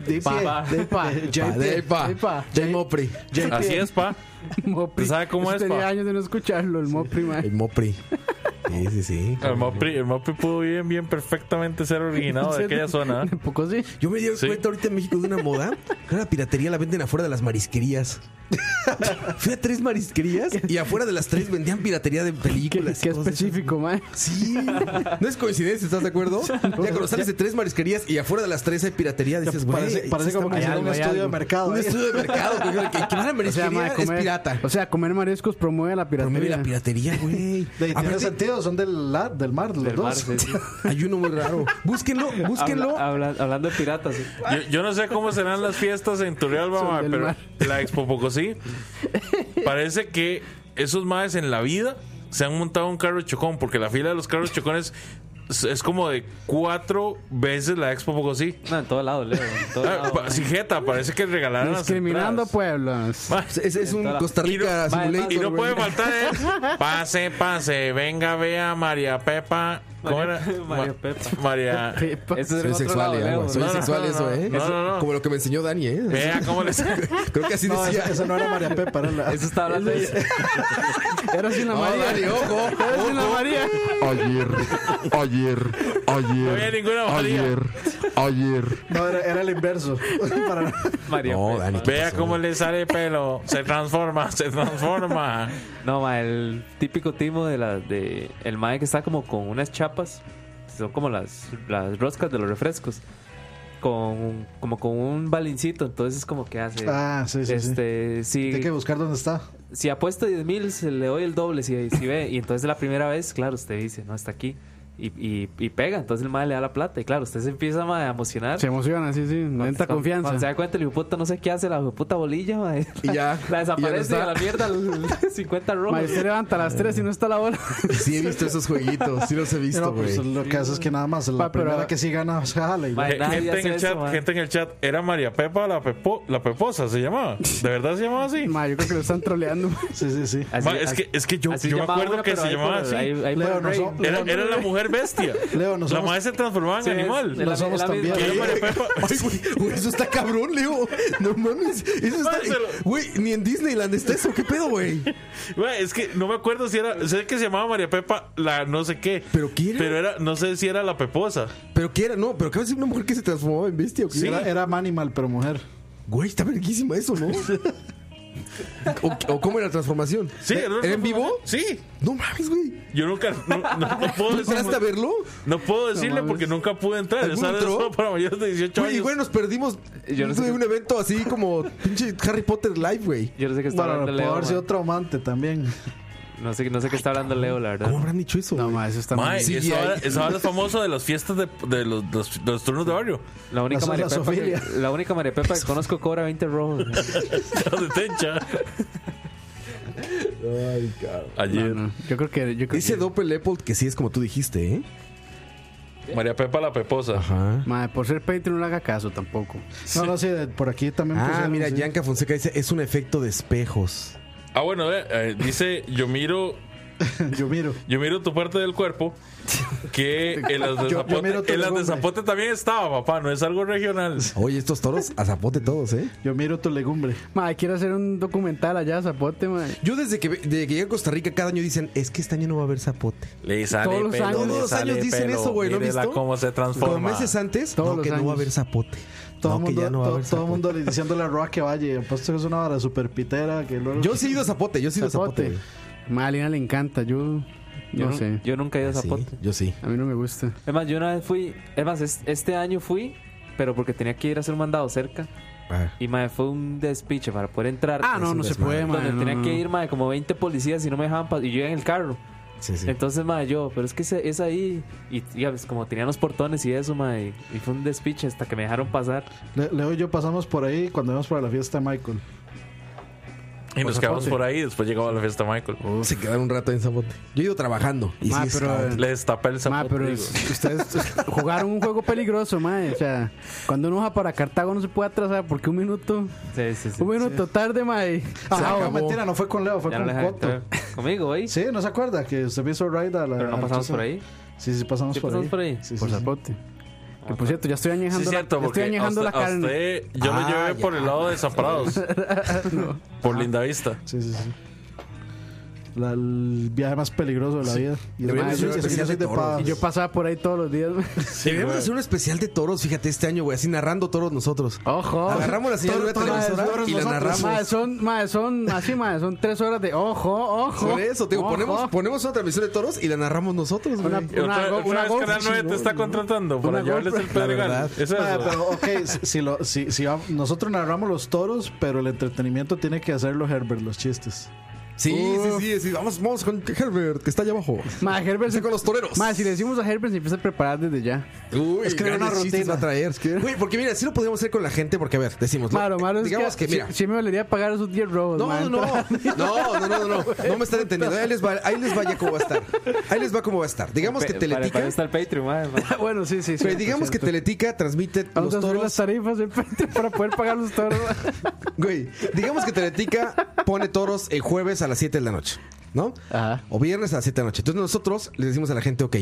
Speaker 4: De
Speaker 5: pa.
Speaker 4: de
Speaker 8: Pa.
Speaker 4: JP.
Speaker 3: De pa.
Speaker 8: Ey, pa.
Speaker 3: Del Mopri.
Speaker 4: JP.
Speaker 6: Así es, pa.
Speaker 8: Mopri.
Speaker 6: ¿Sabe cómo
Speaker 8: Eso
Speaker 6: es,
Speaker 8: Tenía
Speaker 6: pa?
Speaker 8: años de no escucharlo, el Mopri, mae.
Speaker 3: El Mopri. Sí, sí, sí.
Speaker 6: El Mopri, el Mopri pudo bien, bien perfectamente ser originado de aquella zona. ¿eh?
Speaker 8: Tampoco sí.
Speaker 3: Yo me di
Speaker 6: Sí.
Speaker 3: cuenta ahorita en México de una moda. que La piratería la venden afuera de las marisquerías. Fui a tres marisquerías y afuera de las tres vendían piratería de
Speaker 8: Qué,
Speaker 3: películas. y
Speaker 8: qué
Speaker 3: cosas de esas.
Speaker 8: específico, mae.
Speaker 3: Sí. No es coincidencia, ¿estás de acuerdo? Ya cuando sales de tres marisquerías y afuera de las tres hay piratería,
Speaker 8: pues,
Speaker 3: dices, güey.
Speaker 4: Parece, parece
Speaker 3: sí
Speaker 4: como que
Speaker 3: está
Speaker 4: hicieron
Speaker 8: algo,
Speaker 4: un
Speaker 8: hay
Speaker 4: estudio de
Speaker 8: algo.
Speaker 4: mercado. ¿eh?
Speaker 3: un
Speaker 4: ahí.
Speaker 3: estudio de mercado. güey, Que que va a la
Speaker 8: O sea,
Speaker 3: marisquería
Speaker 8: mae,
Speaker 3: es pirata.
Speaker 8: O sea, comer mariscos promueve la piratería.
Speaker 3: Promueve la piratería, güey.
Speaker 4: De- Tiene
Speaker 3: Aparte,
Speaker 4: sentido, son del, la- del mar, los
Speaker 5: Del
Speaker 4: dos.
Speaker 5: mar, sí, sí.
Speaker 3: Hay uno muy raro. Búsquenlo, búsquenlo.
Speaker 5: Habla- habla- hablando de piratas. sí.
Speaker 6: Yo, yo no sé cómo serán las fiestas en Turrialba,
Speaker 8: Son
Speaker 6: mae,
Speaker 8: del
Speaker 6: pero
Speaker 8: mar.
Speaker 6: la Expo Pocosí. Parece que esos madres en la vida se han montado un carro de chocón, porque la fila de los carros de chocones es, es como de cuatro veces la Expo Pocosí.
Speaker 5: No, en todo lado, Leo. En todo
Speaker 6: Ah,
Speaker 5: lado, eh.
Speaker 6: pa- sin jeta, parece que regalaron las
Speaker 8: Discriminando
Speaker 6: entradas.
Speaker 8: pueblos.
Speaker 6: Mae,
Speaker 3: Ese es un
Speaker 5: Toda la-
Speaker 3: Costa Rica
Speaker 5: Y no-
Speaker 3: simulator,
Speaker 6: Y no
Speaker 3: güey.
Speaker 6: puede faltar el pase, pase, venga, vea María Pepa. ¿Cómo era?
Speaker 5: María- María Pepa.
Speaker 6: María.
Speaker 8: Pepa.
Speaker 5: Eso es
Speaker 3: Soy
Speaker 5: en otro
Speaker 3: sexual,
Speaker 5: lado,
Speaker 3: eh,
Speaker 5: Leo.
Speaker 3: agua. Soy
Speaker 6: No, no,
Speaker 3: sexual
Speaker 6: no, no.
Speaker 3: eso, ¿eh?
Speaker 6: No,
Speaker 3: Eso-
Speaker 6: no, no.
Speaker 3: Como lo que me enseñó Dani, ¿eh?
Speaker 6: Vea cómo les.
Speaker 3: Creo que así
Speaker 4: No,
Speaker 3: decía.
Speaker 4: esa, esa no era María Pepa, era la.
Speaker 5: Eso está hablando de...
Speaker 8: Era así una
Speaker 3: No, Dani,
Speaker 8: María.
Speaker 3: ojo.
Speaker 8: Era así una María.
Speaker 10: Ayer, ayer,
Speaker 6: No había
Speaker 10: ayer,
Speaker 6: ninguna María.
Speaker 10: ayer, ayer.
Speaker 4: No, era, era el inverso. Para-
Speaker 5: María
Speaker 3: No,
Speaker 5: Pepa.
Speaker 3: Dani.
Speaker 6: Vea cómo le sale pelo. Se transforma, se transforma.
Speaker 5: No, ma, el típico timo de la de el mae que está como con unas chapas, son como las las roscas de los refrescos. Con como con un balincito, entonces como que hace
Speaker 4: Ah, sí, sí, sí.
Speaker 5: este si
Speaker 4: Tiene que buscar dónde está.
Speaker 5: si apuesta 10 mil, se le doy el doble si, si ve. Y entonces la primera vez, claro, usted dice, no, está aquí. Y, y, y pega, entonces el mae le da la plata. Y claro, usted se empieza ma, a emocionar.
Speaker 8: Se emociona, sí, sí. Lenta
Speaker 5: Cuando-
Speaker 8: confianza.
Speaker 5: Cuando se da cuenta, el hijo puta no sé qué hace, la hijo puta bolilla, ma.
Speaker 3: Y ya.
Speaker 5: La desaparece
Speaker 3: Y ya
Speaker 5: y a
Speaker 3: no
Speaker 5: la
Speaker 3: está.
Speaker 5: mierda, el 50
Speaker 8: Mae,
Speaker 5: rojos.
Speaker 8: usted levanta a las 3 y no está la hora.
Speaker 3: Sí, he visto esos jueguitos. Sí, los he visto,
Speaker 4: No, pues
Speaker 3: güey.
Speaker 4: lo que hace es que nada más la
Speaker 8: Pa, pero-
Speaker 4: primera que sí gana pues, jala y
Speaker 5: Ma, Ay, nadie
Speaker 6: gente en
Speaker 5: hace
Speaker 6: el
Speaker 5: eso,
Speaker 6: chat,
Speaker 5: man.
Speaker 6: gente en el chat. Era María Pepa la, pepo- la peposa, se llamaba. ¿De verdad se llamaba así?
Speaker 8: Mae, yo creo que lo están troleando.
Speaker 4: Sí, sí, sí.
Speaker 5: Así-
Speaker 6: Ma, es, que, es que yo,
Speaker 5: así
Speaker 6: yo me
Speaker 5: llamaba
Speaker 6: acuerdo
Speaker 5: una,
Speaker 6: que
Speaker 5: pero
Speaker 6: se
Speaker 5: ahí
Speaker 6: llamaba
Speaker 5: por-
Speaker 6: así.
Speaker 5: ahí- ahí
Speaker 4: Leo,
Speaker 5: por
Speaker 4: no
Speaker 5: el
Speaker 4: son-
Speaker 5: rey.
Speaker 6: Era, era la mujer bestia.
Speaker 4: Leo, no
Speaker 6: la
Speaker 4: somos-
Speaker 6: madre se transformaba en
Speaker 5: Sí, es-
Speaker 6: animal.
Speaker 5: es la-
Speaker 4: No somos
Speaker 5: es la
Speaker 4: tan
Speaker 5: misma-
Speaker 6: Que era
Speaker 4: viejos.
Speaker 6: María Pepa.
Speaker 3: Ay, güey, güey, eso está cabrón, Leo. No mames. Eso está.
Speaker 6: Párselo.
Speaker 3: Güey, ni en Disneyland está eso. ¿Qué pedo, güey?
Speaker 6: Güey, es que no me acuerdo si era. Sé que se llamaba María Pepa la no sé qué.
Speaker 3: ¿Pero qué era?
Speaker 6: Pero era, no sé si era la peposa.
Speaker 3: Pero qué era, no. Pero acaba de ser una mujer que se transformaba en bestia. ¿o qué?
Speaker 4: Era, era Manimal, pero mujer.
Speaker 3: Güey, está verguísima eso, ¿no? ¿O, o cómo era la transformación?
Speaker 6: Sí,
Speaker 3: ¿Era,
Speaker 6: una
Speaker 3: en vivo?
Speaker 6: peposa. Sí.
Speaker 3: No mames, güey.
Speaker 6: Yo nunca. No, no- no puedo
Speaker 3: ¿Tú entraste a
Speaker 6: decirlo.
Speaker 3: verlo?
Speaker 6: No puedo decirlo
Speaker 8: mames.
Speaker 6: porque nunca pude entrar.
Speaker 3: ¿Alguno
Speaker 6: Esa era
Speaker 3: entró?
Speaker 6: solo para mayores de 18
Speaker 3: Güey,
Speaker 6: años.
Speaker 3: güey, nos perdimos
Speaker 5: Yo no sé
Speaker 3: de
Speaker 5: qué-
Speaker 3: un evento así como pinche Harry Potter Live, güey.
Speaker 5: Yo no sé qué está
Speaker 4: Bueno,
Speaker 5: hablando
Speaker 4: puede
Speaker 5: Leo.
Speaker 4: haber sido
Speaker 5: ma.
Speaker 4: traumante también.
Speaker 5: No sé, no sé qué está hablando Leo, la verdad.
Speaker 3: ¿Cómo habrán dicho eso?
Speaker 8: No,
Speaker 3: güey?
Speaker 8: mae, eso está
Speaker 6: Mae,
Speaker 8: mal.
Speaker 3: Sí,
Speaker 6: eso,
Speaker 3: ahí.
Speaker 6: ahora, eso ahora es famoso de las fiestas de, de los, de los- de los turnos de barrio.
Speaker 5: La única,
Speaker 4: La
Speaker 5: María
Speaker 4: sola
Speaker 5: Pepa que,
Speaker 4: Sofía.
Speaker 5: la única María Pepa que conozco cobra 20 rojos. ma.
Speaker 6: de Tencha.
Speaker 3: Ay, cabrón.
Speaker 6: Ayer.
Speaker 8: No, no. Yo creo que. Yo creo
Speaker 3: Dice
Speaker 8: que-
Speaker 3: Doppel Leopold que sí es como tú dijiste, ¿eh?
Speaker 6: María Pepa la peposa.
Speaker 3: Ajá.
Speaker 8: Mae, por ser Patreon no le haga caso tampoco.
Speaker 4: No, no, sí, de- por aquí también.
Speaker 3: Ah,
Speaker 4: pusieron,
Speaker 3: mira,
Speaker 4: sí.
Speaker 3: Yanka Fonseca dice, es un efecto de espejos.
Speaker 6: Ah, bueno, eh, eh, dice yo miro,
Speaker 4: Yo miro.
Speaker 6: yo miro tu parte del cuerpo. Que en las de
Speaker 4: Yo- yo miro tu
Speaker 6: Zapote, en las de
Speaker 4: legumbre.
Speaker 6: Zapote también estaba, papá. No es algo regional.
Speaker 3: Oye, estos toros a zapote todos, ¿eh?
Speaker 4: Yo miro tu legumbre.
Speaker 8: Mae, quiero hacer un documental allá, Zapote, mae.
Speaker 3: Yo desde que, desde que llegué a Costa Rica cada año dicen, es que este año no va a haber zapote.
Speaker 6: Le sale
Speaker 8: Todos los
Speaker 6: pelo,
Speaker 8: años-
Speaker 6: le
Speaker 3: todos los
Speaker 6: sale
Speaker 3: años dicen
Speaker 6: pelo.
Speaker 3: eso, güey, ¿no has
Speaker 6: Mírela
Speaker 3: visto?
Speaker 6: cómo se
Speaker 3: Como
Speaker 6: transforma.
Speaker 3: meses antes,
Speaker 8: Todos
Speaker 3: no,
Speaker 8: los
Speaker 3: que no va a
Speaker 8: años.
Speaker 3: haber zapote.
Speaker 4: Todo
Speaker 3: no,
Speaker 4: el
Speaker 3: que ya
Speaker 4: mundo,
Speaker 3: no va a
Speaker 4: todo,
Speaker 3: haber
Speaker 4: todo
Speaker 3: zapote.
Speaker 4: mundo le diciéndole a Roa que vaya. Apuesto que es una vara super pitera. Que luego...
Speaker 3: Yo sí he ido a zapote, yo sí he ido a zapote.
Speaker 8: Zapote.
Speaker 3: güey.
Speaker 8: Mae, a Lina le encanta. Yo.
Speaker 5: Yo,
Speaker 8: no
Speaker 5: nu-
Speaker 8: sé.
Speaker 5: yo nunca he ido a
Speaker 3: Ah, Sí,
Speaker 5: Zapote.
Speaker 3: yo sí.
Speaker 8: A mí no me gusta.
Speaker 5: Es más, yo una vez fui. Es más, es- este año fui, pero porque tenía que ir a hacer un mandado cerca.
Speaker 3: Ah.
Speaker 5: Y mae, fue un despiche para poder entrar.
Speaker 8: Ah, no,
Speaker 3: un
Speaker 8: no se
Speaker 3: desmadre.
Speaker 8: puede, mae.
Speaker 5: Donde
Speaker 8: no,
Speaker 5: tenía
Speaker 8: no,
Speaker 5: que
Speaker 8: no.
Speaker 5: ir, mae, como 20 policías y no me dejaban pasar. Y yo iba en el carro.
Speaker 3: Sí, sí.
Speaker 5: Entonces, madre, yo, pero es que se- es ahí. Y digamos, como tenían los portones y eso, madre, y, y fue un despiche hasta que me dejaron pasar.
Speaker 4: Le- Leo y yo pasamos por ahí cuando íbamos para la fiesta de Michael.
Speaker 6: Y
Speaker 5: Pues,
Speaker 6: nos
Speaker 4: Por
Speaker 6: quedamos
Speaker 4: Zapote.
Speaker 6: por ahí. Después llegaba la fiesta Michael.
Speaker 3: Se quedaron un rato en Zapote. Yo he ido trabajando. Y
Speaker 8: Ma,
Speaker 3: sí, es-
Speaker 8: pero,
Speaker 3: ah,
Speaker 6: Les destapé el
Speaker 8: Ma,
Speaker 6: zapote.
Speaker 8: pero
Speaker 6: digo.
Speaker 8: es- ustedes jugaron un juego peligroso, mae. O sea, cuando uno va para Cartago no se puede atrasar porque un minuto,
Speaker 5: Sí, sí, sí.
Speaker 8: un minuto tarde, mae.
Speaker 4: Ah,
Speaker 3: acabó.
Speaker 4: no, mentira, no fue con Leo, fue
Speaker 5: Ya no
Speaker 4: con
Speaker 5: le dejaron
Speaker 4: Coto.
Speaker 5: entrar. Conmigo, ahí.
Speaker 4: Sí, ¿no se acuerda? Que usted me hizo ride a la...
Speaker 5: Pero
Speaker 4: a
Speaker 5: no
Speaker 4: la
Speaker 5: pasamos
Speaker 4: chicha.
Speaker 5: por ahí.
Speaker 4: Sí, sí, pasamos,
Speaker 5: Sí,
Speaker 4: por,
Speaker 5: pasamos
Speaker 4: ahí.
Speaker 5: por ahí.
Speaker 4: Sí,
Speaker 8: Por
Speaker 4: sí, sí.
Speaker 8: zapote. Que por cierto, ya estoy añejando
Speaker 6: Sí, es
Speaker 8: la,
Speaker 6: cierto,
Speaker 8: ya estoy
Speaker 6: porque a
Speaker 8: añejando
Speaker 6: usted,
Speaker 8: la
Speaker 6: a
Speaker 8: carne.
Speaker 6: usted- yo lo
Speaker 3: Ah,
Speaker 6: llevé por
Speaker 3: ya.
Speaker 6: el lado de Zaprados.
Speaker 8: Ah.
Speaker 6: Por Lindavista.
Speaker 4: Sí, sí, sí. La- el viaje más peligroso de la vida. Y
Speaker 3: Deberían
Speaker 4: además,
Speaker 3: hacer un
Speaker 4: yo- yo
Speaker 3: especial
Speaker 4: soy
Speaker 3: de toros.
Speaker 4: pavas.
Speaker 8: Y yo pasaba por ahí todos los días. mae.
Speaker 3: Deberíamos hacer un especial de toros, fíjate, este año, güey, así narrando toros nosotros.
Speaker 8: Ojo. Ah,
Speaker 3: Agarramos la señal de la
Speaker 4: Toros, toros,
Speaker 3: televisora
Speaker 4: toros
Speaker 3: y la
Speaker 4: nosotros,
Speaker 3: narramos.
Speaker 8: Mae, Oh, son, mae, son, así, mae, son tres horas de ojo, ojo.
Speaker 3: Por eso, te digo,
Speaker 8: ojo.
Speaker 3: ponemos, ponemos una transmisión de toros y la narramos nosotros, güey.
Speaker 8: Una-
Speaker 6: Y otra,
Speaker 8: go-
Speaker 6: otra
Speaker 8: una
Speaker 6: vez
Speaker 8: go-
Speaker 6: Canal 9 te está contratando para
Speaker 8: go-
Speaker 6: llevarles el pedregal.
Speaker 3: verdad.
Speaker 6: Eso es
Speaker 4: Ah,
Speaker 6: eso.
Speaker 4: pero, ok, si, si lo- si- si va- nosotros narramos los toros, pero el entretenimiento tiene que hacerlo Herbert, los chistes.
Speaker 3: Sí, sí, sí, sí, Vamos, vamos con Herbert, que está allá abajo.
Speaker 8: Mae, Herbert se-
Speaker 3: Con los toreros.
Speaker 8: Mae, si le decimos a Herbert se empieza a preparar desde ya.
Speaker 3: Uy,
Speaker 4: Escribe
Speaker 3: grandes
Speaker 4: una
Speaker 3: chistes
Speaker 4: rutina.
Speaker 3: va a traer. Güey, porque mira, sí lo podríamos hacer con la gente, porque a ver, decimos. ¿no?
Speaker 8: Mae, lo malo es
Speaker 3: Digamos que,
Speaker 8: que,
Speaker 3: mira.
Speaker 8: sí, sí me valería pagar esos 10 robos.
Speaker 3: No,
Speaker 8: mae.
Speaker 3: no, no, no, no, no, no, no me están entendiendo. Ahí les va, ahí les va ya cómo va a estar. Ahí les va cómo va a estar. Digamos que
Speaker 5: Pe- para- Para,
Speaker 3: Teletica,
Speaker 5: está el Patreon, madre. madre.
Speaker 8: bueno, sí, sí, sí.
Speaker 3: güey, digamos que Teletica transmite
Speaker 8: Vamos
Speaker 3: los
Speaker 8: a subir las
Speaker 3: toros,
Speaker 8: tarifas del Patreon para poder pagar los toros.
Speaker 3: güey, digamos que Teletica pone toros el jueves a las 7 de la noche, ¿no?
Speaker 8: Ajá.
Speaker 3: O viernes a las 7 de la noche. Entonces nosotros le decimos a la gente, ok,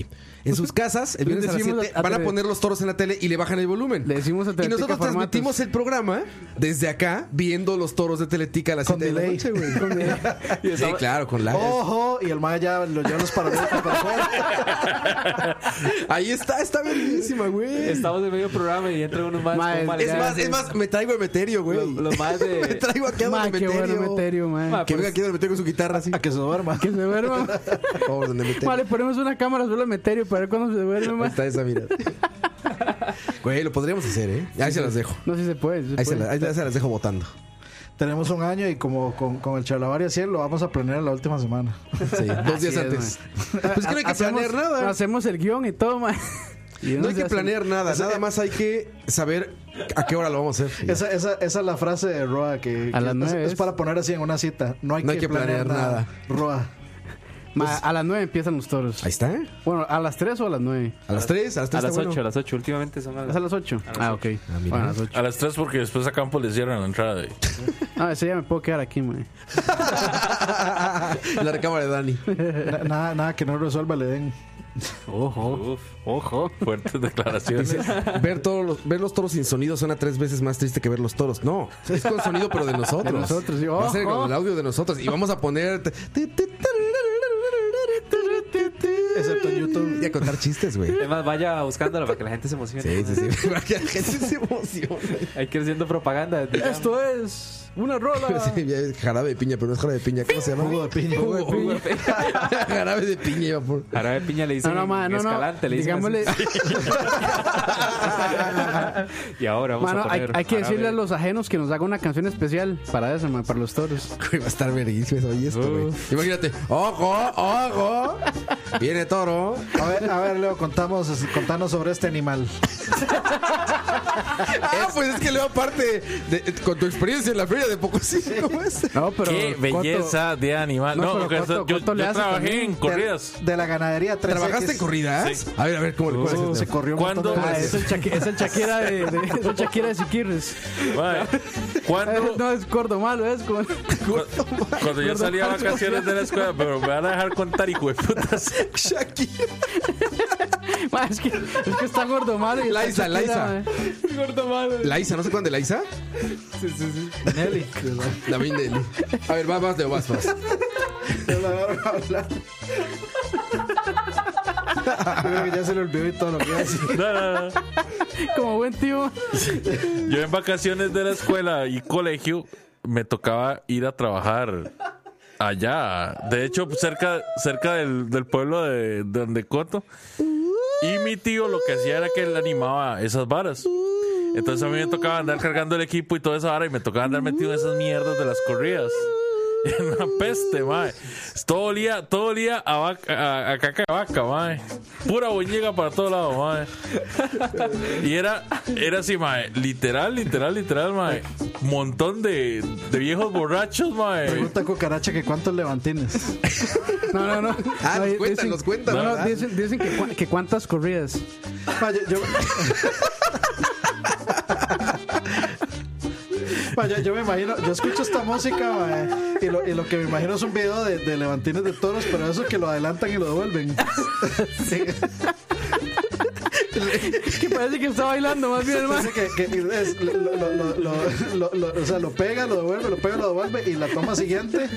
Speaker 3: en sus casas, el
Speaker 8: Le
Speaker 3: viernes a las
Speaker 8: decimos
Speaker 3: 7
Speaker 8: a- a
Speaker 3: van a
Speaker 8: tele-
Speaker 3: poner los toros en la tele y le bajan el volumen.
Speaker 8: Le decimos a
Speaker 3: Y
Speaker 8: Teletica
Speaker 3: nosotros
Speaker 8: formatos.
Speaker 3: transmitimos el programa desde acá, viendo los toros de Teletica a las
Speaker 4: Con
Speaker 3: 7 de la
Speaker 4: delay.
Speaker 3: noche, güey. Sí, claro, con la...
Speaker 4: Ojo, y el mae ya lo lleva a los paramédicos para afuera.
Speaker 3: Ahí está, está bellísima, güey.
Speaker 5: Estamos en medio programa y entran unos más.
Speaker 8: Madre,
Speaker 3: Es más, es más, me traigo a Emeterio, güey.
Speaker 5: Los, los más
Speaker 3: Me
Speaker 5: de. Ah, pues.
Speaker 3: traigo aquí a
Speaker 8: Mae,
Speaker 3: Don
Speaker 8: qué bueno
Speaker 3: Emeterio.
Speaker 8: Meterio, mae.
Speaker 5: Mae,
Speaker 3: Que venga aquí a Don Emeterio con su guitarra así.
Speaker 4: A que se duerma.
Speaker 8: Que se duerma.
Speaker 3: Vamos, Don Emeterio.
Speaker 8: Vale, ponemos una cámara solo a Meterio para ver cuándo se duerme,
Speaker 3: Ahí
Speaker 8: mae.
Speaker 3: está esa mirada. Güey, lo podríamos hacer, ¿eh? Ahí se las dejo.
Speaker 8: No, si se puede. si se
Speaker 3: Ahí se,
Speaker 8: puede.
Speaker 3: la- ahí se las dejo votando.
Speaker 4: Tenemos un año y como con, con el charlavari así lo vamos a planear la última semana.
Speaker 3: Sí, dos días
Speaker 8: es,
Speaker 3: antes. Pues que no hay que
Speaker 8: Hacemos-
Speaker 3: planear nada.
Speaker 8: Hacemos el guión y todo, mae. Y
Speaker 3: No hay
Speaker 8: se
Speaker 3: que
Speaker 8: hace-
Speaker 3: planear nada. Nada más hay que saber a qué hora lo vamos a hacer.
Speaker 4: Esa, esa, esa es la frase de Roa que,
Speaker 8: A
Speaker 4: que
Speaker 8: las
Speaker 4: es,
Speaker 8: nueve
Speaker 4: es
Speaker 8: es.
Speaker 4: para poner así en una cita. No hay,
Speaker 3: No hay que planear nada. Pues
Speaker 4: Roa.
Speaker 8: Mae, a las 9 empiezan los toros.
Speaker 3: Ahí está.
Speaker 8: Bueno, ¿a las 3 o a las 9?
Speaker 3: A las 3, a las 3
Speaker 5: A las 8, a las 8. Últimamente son a
Speaker 8: ¿Es a
Speaker 5: las.
Speaker 8: las 8? Ah, ok.
Speaker 3: mira.
Speaker 8: bueno, a las 8.
Speaker 6: A las 3 porque después a Campos le hicieron la entrada. güey.
Speaker 8: Ah, ese ya me puedo quedar aquí, mae.
Speaker 3: La recámara de Dani.
Speaker 4: Na- nada, nada que no resuelva le den.
Speaker 3: Oh,
Speaker 8: Ojo.
Speaker 6: Uf,
Speaker 8: Ojo.
Speaker 6: fuertes declaraciones.
Speaker 3: Ver, todos los, ver los toros sin sonido suena tres veces más triste que ver los toros. No, es con sonido, pero de nosotros.
Speaker 8: De nosotros, sí.
Speaker 3: Va a ser
Speaker 8: Ojo.
Speaker 3: con el audio de nosotros. Y vamos a poner. Excepto
Speaker 4: en YouTube.
Speaker 3: Y a contar chistes, güey.
Speaker 5: Es más, vaya buscándola para que la gente se emocione.
Speaker 3: Sí, sí,
Speaker 5: madre.
Speaker 3: sí. Para que la gente se emocione.
Speaker 5: Hay que ir haciendo propaganda. desde ya.
Speaker 8: Esto es una rola.
Speaker 3: Sí, ya es jarabe de piña, pero no es jarabe de piña. ¿Cómo se llama?
Speaker 4: Jugo de piña.
Speaker 3: Jugo de piña. jarabe de piña. iba por-
Speaker 5: Jarabe de piña le dicen
Speaker 8: No, no,
Speaker 5: en-
Speaker 8: ma,
Speaker 5: en
Speaker 8: no, no.
Speaker 5: escalante, le dicen
Speaker 8: Digámosle,
Speaker 5: así. Y ahora vamos
Speaker 8: mano,
Speaker 5: a
Speaker 8: hay,
Speaker 5: poner
Speaker 8: hay que
Speaker 5: jarabe.
Speaker 8: decirle a los ajenos que nos haga una canción especial para eso, ma, para los toros.
Speaker 3: Güey, va a estar verguísima eso y esto, güey. Imagínate. ¡Ojo!
Speaker 6: ¿Oh?
Speaker 3: ¡Ojo! Viene toro.
Speaker 4: A ver, a ver, Leo, contamos, contanos sobre este animal.
Speaker 3: Ah, pues es que luego aparte, de- con tu experiencia en la feria de Pocosí, ¿cómo es?
Speaker 8: No, pero.
Speaker 6: Qué
Speaker 8: Coto,
Speaker 6: belleza de animal.
Speaker 8: No,
Speaker 6: No,
Speaker 8: pero
Speaker 6: porque
Speaker 8: Coto-
Speaker 6: eso- yo,
Speaker 8: Coto le
Speaker 6: yo
Speaker 8: hace
Speaker 6: trabajé
Speaker 8: también.
Speaker 6: en corridas.
Speaker 4: De la ganadería 3
Speaker 3: ¿Trabajaste en corridas?
Speaker 6: Sí.
Speaker 3: A ver, a ver, ¿cómo
Speaker 8: Uh,
Speaker 3: le
Speaker 4: Se,
Speaker 3: puedes
Speaker 4: se
Speaker 3: hacer?
Speaker 4: corrió un montón
Speaker 6: ¿Cuándo?
Speaker 4: de
Speaker 8: Ah, es
Speaker 4: veces.
Speaker 8: el, Shaki- es el Shakira de, de- es el Shakira de Siquirres.
Speaker 6: Mae,
Speaker 8: Eh,
Speaker 6: ¿Cuándo,
Speaker 8: No, es gordo malo, es como.
Speaker 6: Cuando yo
Speaker 8: Gordo
Speaker 6: salía a
Speaker 8: Pancho.
Speaker 6: vacaciones de la escuela, pero me van a dejar contar, hijo de putas.
Speaker 3: Shakira.
Speaker 8: Ma, es, que, es que está gordo malo. Y está
Speaker 3: Liza,
Speaker 8: Shakira,
Speaker 3: Liza.
Speaker 8: ma.
Speaker 3: Laisa, ¿no se acuerdan de Laisa?
Speaker 4: Nelly.
Speaker 3: La Nelly. A ver, vas, vas, Leo, vas, vas.
Speaker 4: Creo que ya se le olvidó y todo lo que iba a decir.
Speaker 6: No, no, no.
Speaker 8: Como buen tío.
Speaker 6: Yo en vacaciones de la escuela y colegio me tocaba ir a trabajar allá. De hecho, cerca, cerca del, del pueblo de, de donde Coto. Y mi tío lo que hacía era que él animaba esas varas. Entonces a mí me tocaba andar cargando el equipo y toda esa vara y me tocaba andar metido en esas mierdas de las corridas. Era una peste, mae. Todo olía, todo olía a, vaca- a- a caca de vaca, mae. Pura boñiga para todos lados, mae. Y era, era así, mae. Literal, literal, literal, mae. Montón de, de viejos borrachos, mae.
Speaker 4: Pregunta cucaracha que cuántos levantines.
Speaker 8: No, no, no.
Speaker 3: Ah,
Speaker 8: No,
Speaker 3: nos
Speaker 8: di-
Speaker 3: cuentan,
Speaker 8: dicen-
Speaker 3: nos cuentan,
Speaker 8: No, no,
Speaker 3: ¿verdad?
Speaker 8: dicen, dicen que, cua- que cuántas corridas.
Speaker 4: Ma, yo, yo... Ma, yo- yo me imagino, yo escucho esta música ma, eh, y, lo, y lo que me imagino es un video de, de levantines de toros, pero eso que lo adelantan y lo devuelven.
Speaker 8: Que parece que está bailando más bien,
Speaker 4: Entonces, que, que es- lo, lo- lo- lo- lo- lo- o sea, lo pega, lo devuelve, lo pega, lo devuelve y la toma siguiente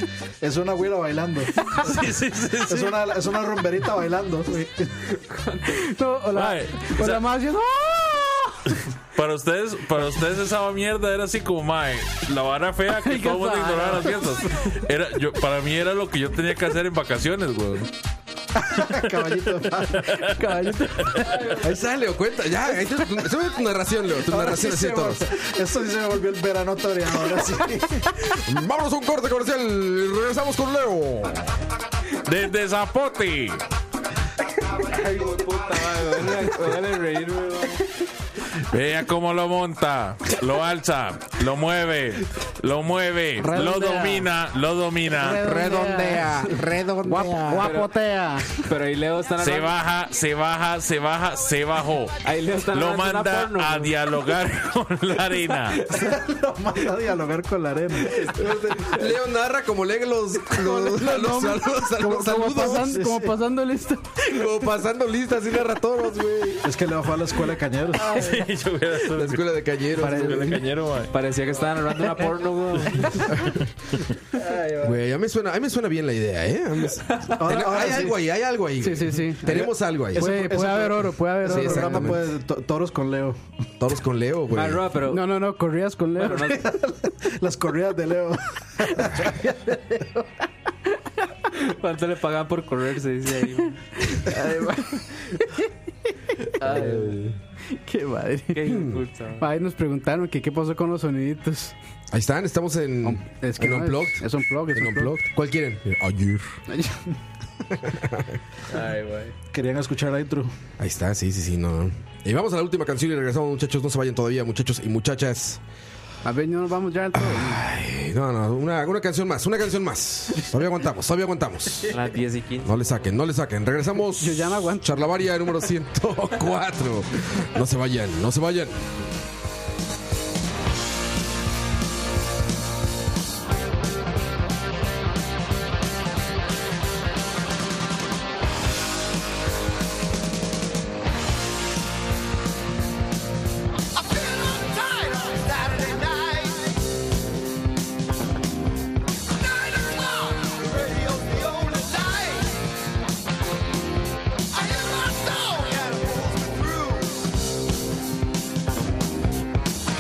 Speaker 4: es una güera bailando.
Speaker 6: Sí, sí, sí. sí.
Speaker 4: Es una, es una rumberita bailando.
Speaker 8: No, o la,
Speaker 6: Mae,
Speaker 8: o
Speaker 6: o sea-
Speaker 8: la más bien, ¡ah!
Speaker 6: Para ustedes, para ustedes esa mierda era así como mae, la vara fea que
Speaker 8: Ay, qué
Speaker 6: todo el mundo ignoraba
Speaker 8: raro.
Speaker 6: las fiestas. Era, yo, para mí era lo que yo tenía que hacer en vacaciones, güey.
Speaker 4: Caballito. de mar.
Speaker 8: Caballito.
Speaker 3: Ahí sale, o cuenta. Ya, ahí está tu, sube tu narración, Leo. Tu
Speaker 4: Ahora sí
Speaker 3: narración así
Speaker 4: se
Speaker 3: de toros.
Speaker 4: vol- Esto sí se me volvió el verano toreado. Ahora sí.
Speaker 3: Vámonos a un corte comercial. y Regresamos con Leo.
Speaker 6: Desde Zapote. Vea cómo lo monta, lo alza, lo mueve, lo mueve, lo
Speaker 5: Redondea.
Speaker 6: domina, lo domina.
Speaker 8: Redondea,
Speaker 3: redondea.
Speaker 8: Guapotea.
Speaker 5: Pero ahí Leo está
Speaker 6: Se
Speaker 5: narrando-
Speaker 6: baja, se baja, se baja, se bajó.
Speaker 5: Ahí Leo está
Speaker 6: Lo
Speaker 5: narrando una
Speaker 6: manda
Speaker 5: porno,
Speaker 6: a
Speaker 5: güey.
Speaker 6: dialogar con la arena.
Speaker 4: Lo manda a dialogar con la arena.
Speaker 3: Leo narra como leen los, los, los, los saludos,
Speaker 8: Como, como,
Speaker 3: los saludos.
Speaker 8: pasan- como pasando listo.
Speaker 3: Como pasando listas y narra toros, güey.
Speaker 4: Es que le bajó a la escuela de cañeros.
Speaker 3: Ah,
Speaker 6: Sí, yo hubiera estado
Speaker 3: La escuela de cañeros. güey.
Speaker 6: de cañero, mae.
Speaker 5: Parecía que estaba narrando una porno, güey.
Speaker 3: Güey, a mí, suena, a mí me suena bien la idea, ¿eh? A mí es-
Speaker 4: Ahora-
Speaker 3: Ten-
Speaker 4: ahora
Speaker 3: hay
Speaker 4: sí.
Speaker 3: algo ahí, hay algo ahí.
Speaker 8: Sí,
Speaker 3: güey.
Speaker 8: sí, sí.
Speaker 3: Tenemos algo ahí.
Speaker 8: Puede,
Speaker 4: ese
Speaker 8: puede haber oro, puede haber
Speaker 3: Sí,
Speaker 8: oro.
Speaker 4: El programa
Speaker 3: exactamente.
Speaker 4: puede Ah, pues, to- toros con Leo.
Speaker 3: Toros con Leo, güey.
Speaker 5: Ah, Roa, pero.
Speaker 8: Pues, No, no, no, corrías con Leo.
Speaker 5: pero no-
Speaker 4: Las corridas de Leo.
Speaker 5: ¿Cuánto le pagan por correr? Se dice ahí. güey.
Speaker 8: Qué madre.
Speaker 5: Qué hijo de puta, güey.
Speaker 8: Ahí nos preguntaron que qué pasó con los soniditos.
Speaker 3: Ahí están, estamos en,
Speaker 8: Es que
Speaker 3: en
Speaker 8: Ah, no, es-
Speaker 3: Unplugged.
Speaker 8: Es, un plug, es
Speaker 3: en
Speaker 8: un plug.
Speaker 3: Unplugged. ¿Cuál quieren? Ayer.
Speaker 4: Querían escuchar la intro.
Speaker 3: Ahí está, sí, sí, sí, no. no. Y vamos a la última canción y regresamos, muchachos. No se vayan todavía, muchachos y muchachas.
Speaker 8: A ver, no nos vamos ya al todo.
Speaker 3: Eh, No, no, una, una canción más, una canción más. Todavía aguantamos, todavía aguantamos.
Speaker 5: A las 10 y 15.
Speaker 3: No le saquen, no le saquen. Regresamos.
Speaker 8: Yo ya no aguanto.
Speaker 3: Charlavaria número 104. No se vayan, no se vayan.
Speaker 9: I feel I'm tired on Saturday night. Nine o'clock, the radio's the only light. I hear my song that pulls me through.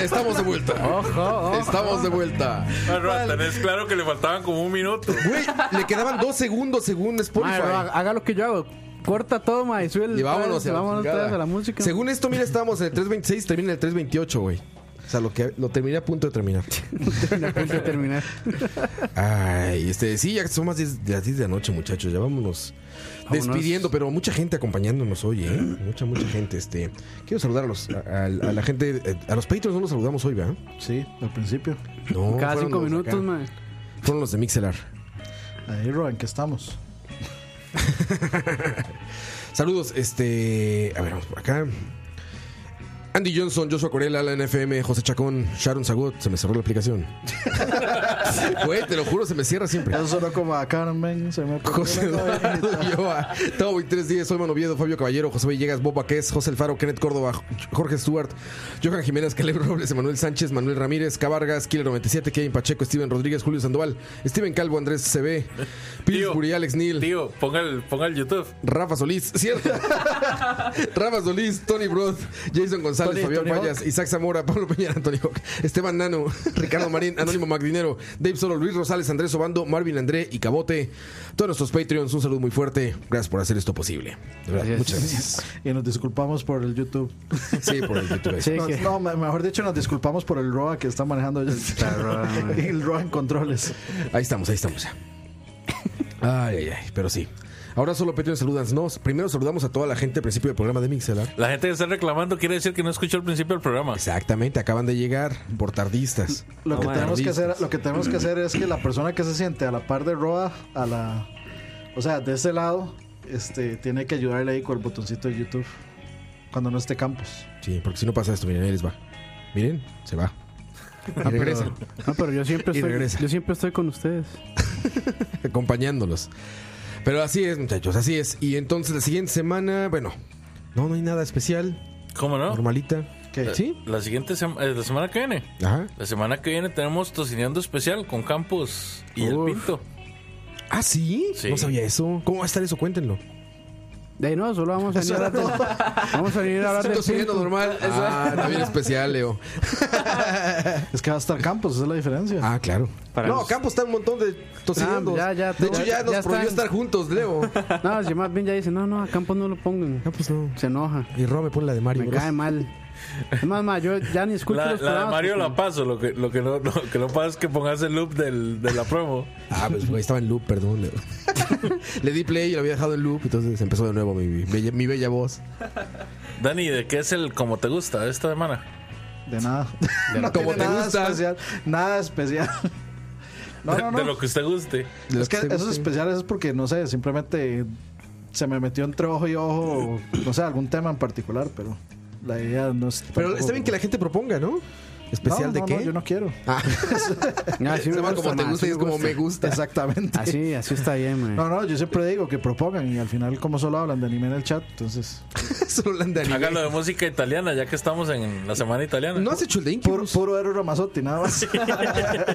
Speaker 3: Estamos de vuelta.
Speaker 8: Ojo, ojo.
Speaker 3: Estamos de vuelta.
Speaker 6: Bueno, tenés claro que le faltaban como un minuto.
Speaker 3: Güey, le quedaban dos segundos según
Speaker 8: Mae,
Speaker 3: Spotify.
Speaker 8: haga, haga lo que yo hago. Corta todo, mae. Sube el.
Speaker 3: Y vámonos, a la
Speaker 8: vámonos
Speaker 3: chingada.
Speaker 8: otra vez a la música.
Speaker 3: Según esto, mira, estábamos en el 326, termina en el 328, güey. O sea, lo que lo terminé a punto de terminar.
Speaker 8: La cuenta de terminar.
Speaker 3: Ay, este, sí, ya son más de las 10 de la noche, muchachos. Ya vámonos despidiendo, pero mucha gente acompañándonos hoy, ¿eh?
Speaker 8: Mm.
Speaker 3: Mucha, mucha gente. Este, quiero saludar a, los- a- a la gente, eh, a los Patreons no los saludamos hoy, ¿verdad?
Speaker 4: Sí, al principio.
Speaker 3: No,
Speaker 8: Cada
Speaker 3: fueron
Speaker 8: cinco
Speaker 3: los de acá.
Speaker 8: minutos, mae.
Speaker 3: Fueron los de Mixelar.
Speaker 4: Ahí, Roan, que estamos.
Speaker 3: Saludos, este. A ver, vamos por acá. Andy Johnson, Joshua Corel, Alan FM, José Chacón, Sharon Zagot, se me cerró la aplicación. Güey, te lo juro, se me cierra siempre.
Speaker 4: Eso sonó como a Carmen, se me
Speaker 3: José
Speaker 4: la
Speaker 3: Eduardo
Speaker 4: cabeza.
Speaker 3: Ulloa, ah, Tavo 23 días, soy Manoviedo, Fabio Caballero, José Villegas, Bob Baquez, José Alfaro, Kenneth Córdoba, Jorge Stewart, Johan Jiménez, Caleb Robles, Emanuel Sánchez, Manuel Ramírez, Cabargas, Killer 97, Kevin Pacheco, Steven Rodríguez, Julio Sandoval, Steven Calvo, Andrés CB, Pillsbury, Alex Neal.
Speaker 6: Tío, ponga el, ponga el YouTube.
Speaker 3: Rafa Solís, ¿cierto? Rafa Solís, Tony Broad, Jason González,
Speaker 4: Tony-
Speaker 3: Fabián
Speaker 4: Tony Hawk.
Speaker 3: Payas, Isaac Zamora, Pablo Peña, Antonio Hawk, Esteban Nano, Ricardo Marín, Anónimo Magdinero, Dave Solo, Luis Rosales, Andrés Obando, Marvin André y Cabote. Todos nuestros Patreons, un saludo muy fuerte. Gracias por hacer esto posible. De verdad,
Speaker 8: Gracias.
Speaker 3: muchas gracias.
Speaker 4: Y nos disculpamos por el YouTube.
Speaker 3: Sí, por el YouTube.
Speaker 8: Sí,
Speaker 4: No,
Speaker 8: que-
Speaker 4: no, me- mejor dicho, nos disculpamos por el Roa que está manejando el, el Roa en controles.
Speaker 3: Ahí estamos, ahí estamos. ya. Ay, ay, ay, pero sí. Ahora solo Patreon saludas. No, primero saludamos a toda la gente al principio del programa de Mixelar.
Speaker 6: La gente que está reclamando quiere decir que no escuchó al principio del programa.
Speaker 3: Exactamente, acaban de llegar por tardistas.
Speaker 4: Lo que,
Speaker 5: No,
Speaker 4: tenemos que
Speaker 3: madre.
Speaker 4: hacer, lo que tenemos que hacer es que la persona que se siente a la par de Roa, a la, o sea, de ese lado, este, tiene que ayudarle ahí con el botoncito de YouTube cuando no esté Campos.
Speaker 3: Sí, porque si no pasa esto, miren, ahí les va. Miren, se va. Y regresa,
Speaker 8: Ah, No, pero yo siempre
Speaker 3: Y
Speaker 8: estoy.
Speaker 3: regresa.
Speaker 8: Yo siempre estoy con ustedes.
Speaker 3: acompañándolos. Pero así es, muchachos, así es. Y entonces la siguiente semana, bueno, no, no hay nada especial,
Speaker 6: ¿Cómo no?
Speaker 3: normalita.
Speaker 4: ¿Qué?
Speaker 3: ¿Sí?
Speaker 6: La siguiente semana, la semana que viene.
Speaker 3: Ajá.
Speaker 6: La semana que viene tenemos tocineando especial con Campos y
Speaker 3: Uf.
Speaker 6: el Pinto.
Speaker 3: ¿Ah, sí?
Speaker 6: Sí.
Speaker 3: No sabía eso. ¿Cómo va a estar eso? Cuéntenlo.
Speaker 8: De ahí no, solo vamos a venir a hablar del- Vamos a venir a hablar del
Speaker 3: Esto siendo
Speaker 8: pinto.
Speaker 3: normal. Ah, está bien especial, Leo.
Speaker 4: Es que va a estar Campos, esa es la diferencia.
Speaker 3: Ah, claro.
Speaker 5: Para
Speaker 3: no,
Speaker 5: los-
Speaker 3: Campos está un montón de tocineando.
Speaker 8: Ah, ya, ya,
Speaker 3: de hecho,
Speaker 8: todo-
Speaker 3: ya nos
Speaker 8: ya
Speaker 3: prohibió
Speaker 8: están.
Speaker 3: estar juntos, Leo.
Speaker 8: No, si más bien ya dice, no, no, a Campos no lo pongan.
Speaker 3: Campos no.
Speaker 8: Se enoja.
Speaker 3: Y Rob me pone la de Mario.
Speaker 8: Me
Speaker 3: Bros.
Speaker 8: cae mal. Es más, ma, yo ya ni escucho
Speaker 6: La,
Speaker 8: los
Speaker 6: la de
Speaker 8: programas
Speaker 6: Mario
Speaker 8: porque-
Speaker 6: la paso, lo que, lo que no, lo que no pasa es que pongas el loop del, de la promo.
Speaker 3: Ah, pues güey, estaba en loop, perdón. Leo. Le di play y lo había dejado en loop, entonces empezó de nuevo mi bella, mi bella voz.
Speaker 6: Dani, ¿de qué es el como te gusta de esta semana?
Speaker 4: De nada. no
Speaker 3: Como
Speaker 4: tiene
Speaker 3: te
Speaker 4: nada
Speaker 3: gusta.
Speaker 4: especial. Nada especial. No,
Speaker 6: De,
Speaker 4: no,
Speaker 6: de
Speaker 4: no.
Speaker 6: lo que usted guste.
Speaker 3: De lo
Speaker 4: Es que
Speaker 3: te
Speaker 4: esos
Speaker 3: guste.
Speaker 4: especiales es porque, no sé, simplemente se me metió entre ojo y ojo, o, no sé, algún tema en particular, pero la idea no es.
Speaker 3: Pero está bien que la gente proponga, ¿no? ¿Especial
Speaker 4: No,
Speaker 3: de
Speaker 4: no,
Speaker 3: qué?
Speaker 4: no, yo no quiero.
Speaker 3: Ah,
Speaker 8: No, así
Speaker 3: se
Speaker 8: me
Speaker 3: llama
Speaker 8: gusta,
Speaker 3: como te
Speaker 8: ma,
Speaker 3: gusta y
Speaker 8: así
Speaker 3: es como me gusta.
Speaker 4: Exactamente.
Speaker 8: Así, así está bien, man.
Speaker 4: No, no, yo siempre digo que propongan y al final, como solo hablan de anime en el chat, entonces.
Speaker 3: Solo hablan de anime.
Speaker 6: Hágalo de música italiana, ya que estamos en la semana italiana.
Speaker 3: ¿No has hecho el de
Speaker 4: Puro,
Speaker 3: Incubus?
Speaker 4: puro Ero Ramazzotti, nada más.